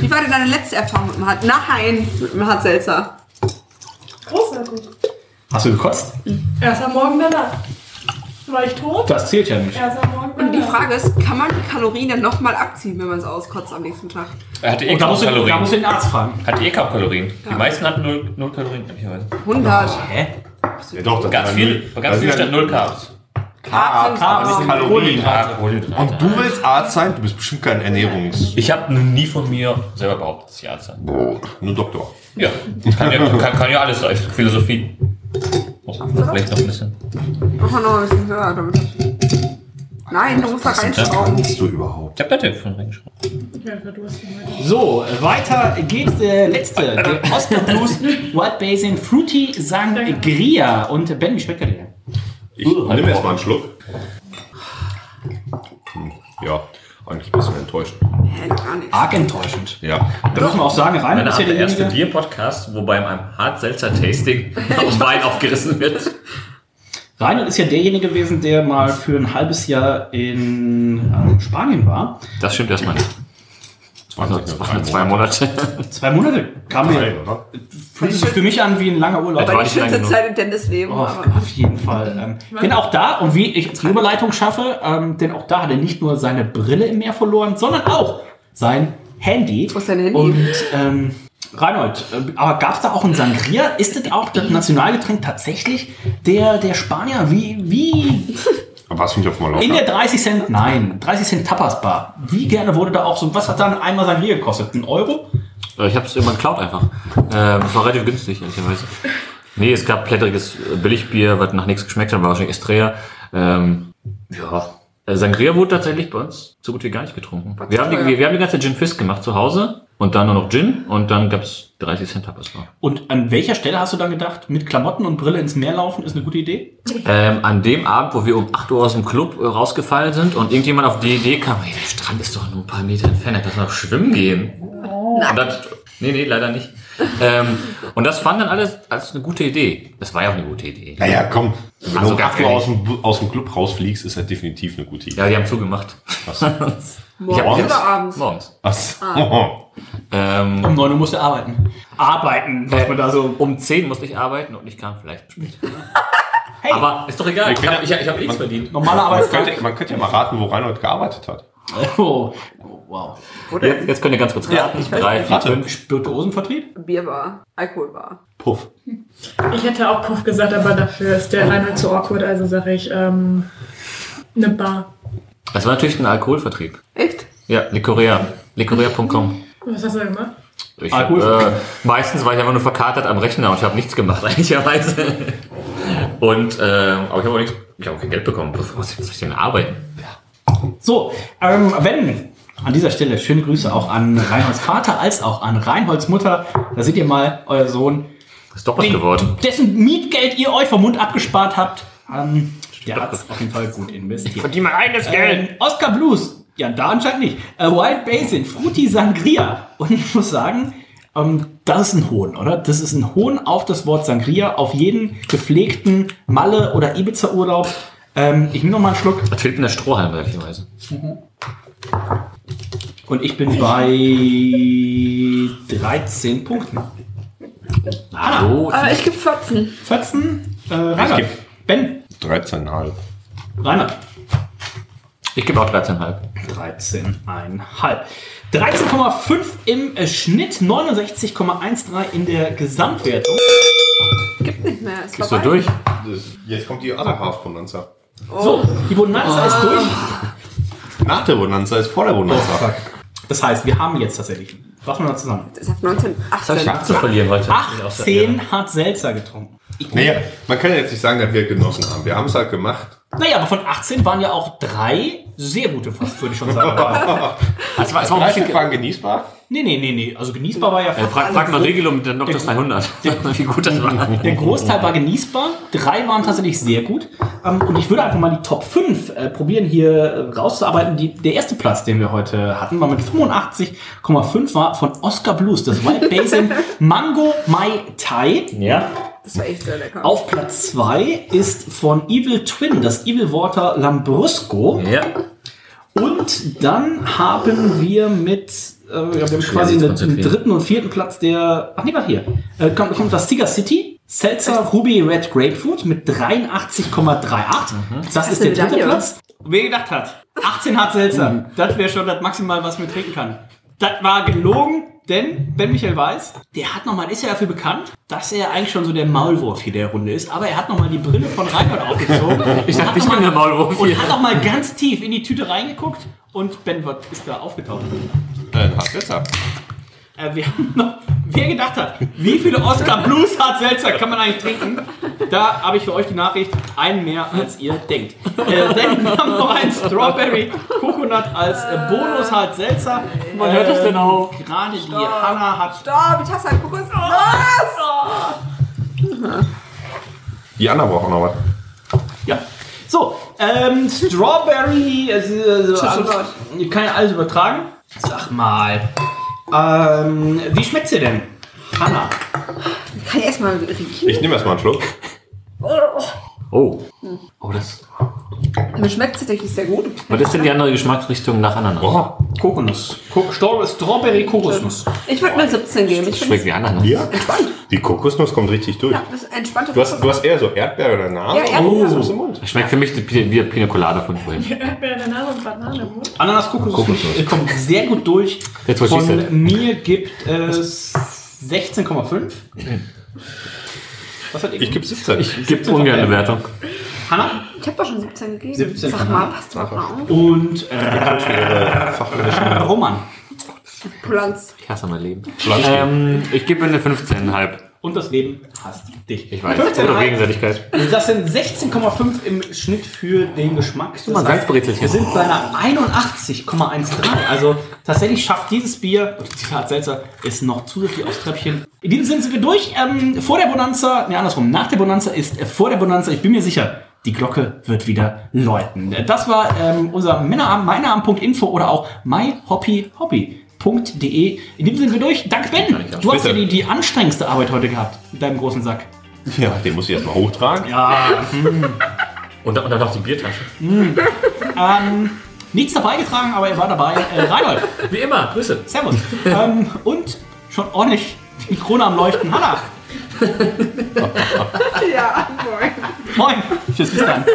S5: Wie war denn deine letzte Erfahrung mit dem Hart? Nein, mit dem Hartselzer.
S10: Großartig.
S2: Hast du gekotzt?
S10: Erst am Morgen danach. War ich tot?
S2: Das zählt ja nicht.
S10: Erst am Morgen
S5: Und die
S10: danach.
S5: Frage ist, kann man die Kalorien dann nochmal abziehen, wenn man es auskotzt am nächsten Tag?
S4: Er hatte eh
S2: Und da
S4: kaum
S2: musst du-
S4: Kalorien.
S2: da musst du den Arzt fragen.
S4: Hatte eh kaum Kalorien.
S5: Ja.
S4: Die meisten hatten null, null Kalorien, ehrlicherweise.
S5: 100.
S2: Hä?
S3: Ja, doch, das
S4: Ganz
S3: war
S4: viel,
S3: null.
S4: ganz
S3: Das
S4: viel
S3: ist ja-
S4: stand null Carbs.
S3: Carbs,
S4: Carbs,
S3: Carbs,
S4: Kohlenhydrate.
S3: Kalorien. Und du willst Arzt sein? Du bist bestimmt kein Ernährungs...
S4: Ich habe nun nie von mir selber behauptet, dass ich Arzt sein
S3: Boah, nur Doktor.
S4: Ja, *laughs* kann ja, kann, kann ja alles sein. Philosophie. Oh, vielleicht noch ein bisschen.
S5: Mach mal noch ein bisschen höher. Damit das- Nein, du musst da reinschrauben.
S3: du überhaupt?
S4: Ich habe da Telefon reingeschaut.
S2: So, weiter geht's. Der letzte, der Oscar Blues White Basin Fruity Sangria. Und Ben, wie schmeckt der dir?
S3: Ich nehme erst mal einen Schluck. Hm, ja, eigentlich ein bisschen enttäuschend.
S5: Hä, gar nicht.
S2: Arg enttäuschend.
S3: Ja.
S2: Da muss man auch sagen, Reinhard
S4: Meine
S2: ist
S4: Art
S2: ja
S4: der erste
S2: derjenige.
S4: Bier-Podcast, wo bei einem Hart-Seltzer-Tasting auf Wein aufgerissen wird.
S2: Reinhard ist ja derjenige gewesen, der mal für ein halbes Jahr in ähm, Spanien war.
S4: Das stimmt erstmal nicht. Das waren das waren zwei Monate.
S2: Zwei Monate kam mir.
S3: oder?
S2: Fühlt sich für mich an wie ein langer Urlaub.
S4: Das war
S5: Weil die
S4: nicht lang
S5: schönste
S4: genug.
S5: Zeit in Dennis Leben.
S2: Auf,
S5: aber-
S2: auf jeden Fall. Ähm, ich bin auch da und wie ich jetzt die Überleitung schaffe, ähm, denn auch da hat er nicht nur seine Brille im Meer verloren, sondern auch sein Handy.
S5: Wo ist dein Handy?
S2: Und ähm, Reinhold, äh, aber gab es da auch ein Sangria? Ist das auch das Nationalgetränk tatsächlich der, der Spanier? Wie, wie
S3: Aber hast du nicht auf Mallorca?
S2: in der 30 Cent, nein, 30 Cent Tapas Bar. Wie gerne wurde da auch so, was hat dann einmal Sangria gekostet? Ein Euro?
S4: Äh, Ich habe es immer geklaut einfach. Ähm, es war relativ günstig, ehrlicherweise. Nee, es gab plätteriges äh, Billigbier, was nach nichts geschmeckt hat, war wahrscheinlich Estrella. Ähm, ja. Äh, Sangria wurde tatsächlich bei uns so gut wie gar nicht getrunken. Wir haben, die, wir, wir haben die ganze Gin Fizz gemacht zu Hause und dann nur noch Gin und dann gab es 30 Cent Tapas noch.
S2: Und an welcher Stelle hast du dann gedacht, mit Klamotten und Brille ins Meer laufen ist eine gute Idee?
S4: Ähm, an dem Abend, wo wir um 8 Uhr aus dem Club äh, rausgefallen sind und irgendjemand auf die Idee kam, hey, der Strand ist doch nur ein paar Meter entfernt, da kann man doch schwimmen gehen. Und das, nee, nee, leider nicht. ähm, und das fanden dann alles als eine gute Idee. Das war ja auch eine gute Idee.
S3: Naja, komm. Wenn
S4: Also,
S3: du
S4: ganz
S3: Afro
S4: ehrlich.
S3: aus dem, Bu- aus dem Club rausfliegst, ist das definitiv eine gute Idee.
S4: Ja, die haben zugemacht. *laughs*
S3: Was?
S5: Morgens oder abends?
S4: Morgens.
S3: Was?
S5: Ah.
S4: Ähm,
S2: Um 9 Uhr musst du arbeiten. Äh, Arbeiten, was man da so
S4: um 10 musste ich arbeiten und ich kam vielleicht spät.
S2: Hey.
S4: Aber ist doch egal. Ich,
S3: Wir können-
S4: hab- ich, ich habe nichts
S2: *laughs*
S4: verdient.
S2: Normaler
S3: Man
S2: Arbeitstag.
S3: könnte, man könnte ja mal raten, wo Reinhold gearbeitet hat.
S2: Oh, wow.
S4: Jetzt, jetzt könnt ihr ganz kurz raten. Drei, vier,
S3: Warte.
S4: fünf.
S2: Spirituosenvertrieb?
S5: Bierbar, Alkoholbar.
S3: Puff.
S10: Ich hätte auch Puff gesagt, aber dafür ist der Reinhold zu awkward, also sage ich, ähm, eine Bar.
S4: Das war natürlich ein Alkoholvertrieb.
S5: Echt?
S4: Ja, Licorea. Licorea.com.
S10: Was hast du da gemacht?
S4: Ich hab,
S2: Alkohol?
S4: äh, meistens war ich einfach nur verkatert am Rechner und ich habe nichts gemacht, *laughs* eigentlicherweise. Und, äh, aber ich habe auch, nichts- ich hab auch kein Geld bekommen. Was was soll ich denn arbeiten?
S2: So, ähm, wenn an dieser Stelle schöne Grüße auch an Reinholds Vater als auch an Reinholds Mutter. Da seht ihr mal, euer Sohn.
S4: Ist doch was geworden.
S2: Dessen Mietgeld ihr euch vom Mund abgespart habt. Ähm, der hat es auf jeden Fall gut investiert. Verdient mal eigenes Geld. Ähm, Oscar Blues. Ja, da anscheinend nicht. Äh, Wild Basin, Fruity Sangria. Und ich muss sagen, ähm, das ist ein Hohn, oder? Das ist ein Hohn auf das Wort Sangria, auf jeden gepflegten Malle- oder Ibiza-Urlaub. Ähm, ich nehme noch mal einen Schluck.
S4: Was fehlt denn der Strohhalm, ehrlicherweise?
S2: Und ich bin bei 13 Punkten.
S5: Hallo. Aber ich gebe 14.
S2: 14? Äh, Rainer. Ben.
S3: 13,5.
S2: Rainer.
S4: Ich gebe auch 13,5.
S2: 13,5. 13,5 im äh, Schnitt, 69,13 in der Gesamtwertung.
S5: *laughs* Nicht mehr. Ist
S2: du
S5: vorbei.
S2: durch?
S3: Jetzt kommt die other half Bonanza.
S2: So, die Bonanza
S5: Oh.
S2: ist durch.
S3: Nach der Bonanza ist vor der
S2: Ah. Oh,
S3: Bonanza.
S2: fuck. Das heißt, wir haben jetzt tatsächlich. Fassen wir mal zusammen.
S5: Das ist auf 19, 18.
S4: heute.
S2: 18 hat Seltzer getrunken.
S3: Naja, man kann ja jetzt nicht sagen, dass wir genossen haben. Wir haben es halt gemacht.
S2: Naja, aber von 18 waren ja auch drei sehr gute, fast würde ich schon *laughs* sagen.
S4: Es war,
S3: es war ein bisschen- waren genießbar?
S2: Nee, nee, nee, nee. Also genießbar war ja
S4: Äh, frag,
S2: alle
S4: frag mal
S2: gut.
S4: Regelung der Noctis 300. Sag mal, Wie gut das war.
S2: Der Großteil war genießbar, drei waren tatsächlich sehr gut. Ähm, und ich würde einfach mal die Top 5 äh, probieren, hier äh, rauszuarbeiten. Die, der erste Platz, den wir heute hatten, war mit 85,5 war von Oscar Blues, das Wild *laughs* Basin Mango Mai Tai.
S4: Ja.
S5: Das war echt sehr lecker.
S2: Auf Platz 2 ist von Evil Twin das Evil Water Lambrusco.
S4: Ja.
S2: Und dann haben wir mit äh, ja, wir haben
S4: Schwer,
S2: quasi einen, einen
S4: sich zu konzentrieren.
S2: dritten und vierten Platz der. Ach nee, war hier. Äh, kommt, kommt das Tiger City. Seltzer Ruby Red Grapefruit mit 83,38. Das
S5: Hast
S2: ist
S5: du
S2: der
S5: eine
S2: dritte
S5: Medaille?
S2: Platz. Wer gedacht hat, 18 hat Seltzer. Das wäre schon das Maximal, was man trinken kann. Das war gelogen, denn Ben Michael Weiß, der hat nochmal, ist ja dafür bekannt, dass er eigentlich schon so der Maulwurf hier der Runde ist, aber er hat nochmal die Brille von Reinhold aufgezogen.
S4: Ich
S2: Und
S4: dachte,
S2: hat
S4: ich
S2: noch
S4: bin
S2: mal-
S4: der Maulwurf
S2: Und
S4: hier.
S2: hat nochmal ganz tief in die Tüte reingeguckt und Ben wird- ist da aufgetaucht.
S3: Äh, hast besser.
S2: Äh, wir haben noch, wer gedacht hat, wie viele Oscar Blues hat Seltzer kann man eigentlich trinken? Da habe ich für euch die Nachricht, einen mehr als ihr denkt. Äh, denn wir haben noch einen Strawberry Coconut als äh, Bonus hat Seltzer.
S4: Wann hört das denn
S2: auf? Gerade die Hanna hat.
S5: Stopp, ich hasse einen Kokos. Was?
S3: Die anderen brauchen noch was.
S2: Ja. So, ähm, Strawberry. Äh, äh, äh, kann ja alles übertragen. Sag mal. Ähm, wie schmeckt sie denn? Hanna.
S5: Kann ich erstmal riechen?
S3: Ich nehme erstmal einen Schluck.
S5: Oh.
S4: Oh. Oh, das.
S5: Mir schmeckt es tatsächlich sehr gut.
S4: Was ist denn die andere Geschmacksrichtung nach Ananas?
S3: Oh,
S2: Kokosnuss. Ko- Stra- Strawberry Kokosnuss.
S5: Ich würde mir 17 geben. Ich finde
S4: Schmeckt wie Ananas.
S3: Ja. Die Kokosnuss kommt richtig durch.
S5: das ist entspannter
S3: Du, hast, du hast eher so Erdbeere oder Nase.
S5: Ja, Erdbeere.
S3: Oh, so im Mund.
S4: Das schmeckt für mich wie wie Pina Colada von vorhin.
S10: Erdbeere, Banane und Banane im Mund.
S2: Ananas Kokosnuss, äh,
S4: Kokosnuss.
S2: kommt sehr gut durch.
S4: That's what she said.
S2: Von mir gibt es 16,5. Was hat ihr?
S3: Ich gebe 17.
S4: Ich gebe ungern eine Wertung.
S2: Hanna?
S5: Ich habe doch schon 17 gegeben.
S2: 17
S5: Sag mal, passt doch mal auf.
S2: Und äh, Roman.
S5: Pulanz.
S4: Ich hasse mein Leben.
S3: Schlanzki.
S4: Ähm, ich gebe eine 15,5.
S2: Und das Leben hasst dich.
S4: Ich weiß. Oder Gegenseitigkeit.
S2: Das sind 16,5 im Schnitt für den Geschmack. Das
S4: mal ein
S2: heißt,
S4: Salzbrezelchen.
S2: Wir sind bei einer 81,13. Also tatsächlich schafft dieses Bier, und diese Art Seltzer, ist noch zusätzlich aufs Treppchen. In diesem Sinne sind wir durch. Ähm, vor der Bonanza, ne andersrum, nach der Bonanza ist äh, vor der Bonanza, ich bin mir sicher, die Glocke wird wieder läuten. Äh, Das war ähm, unser Männerabend, meinerabend.info oder auch myhobbyhobby.de. In dem Sinne sind wir durch. Dank Ben. Du hast ja die, die anstrengendste Arbeit heute gehabt mit deinem großen Sack.
S3: Ja, den muss ich erstmal hochtragen.
S2: Ja.
S4: Und, da- und dann noch die Biertasche.
S2: Ähm, nichts dabei getragen, aber er war dabei. Äh, Reinhold,
S4: Wie immer, Grüße.
S2: Servus. ähm, und schon ordentlich die Krone am Leuchten. Hanna,
S5: Ja, moin.
S2: moin. Tschüss, bis dann.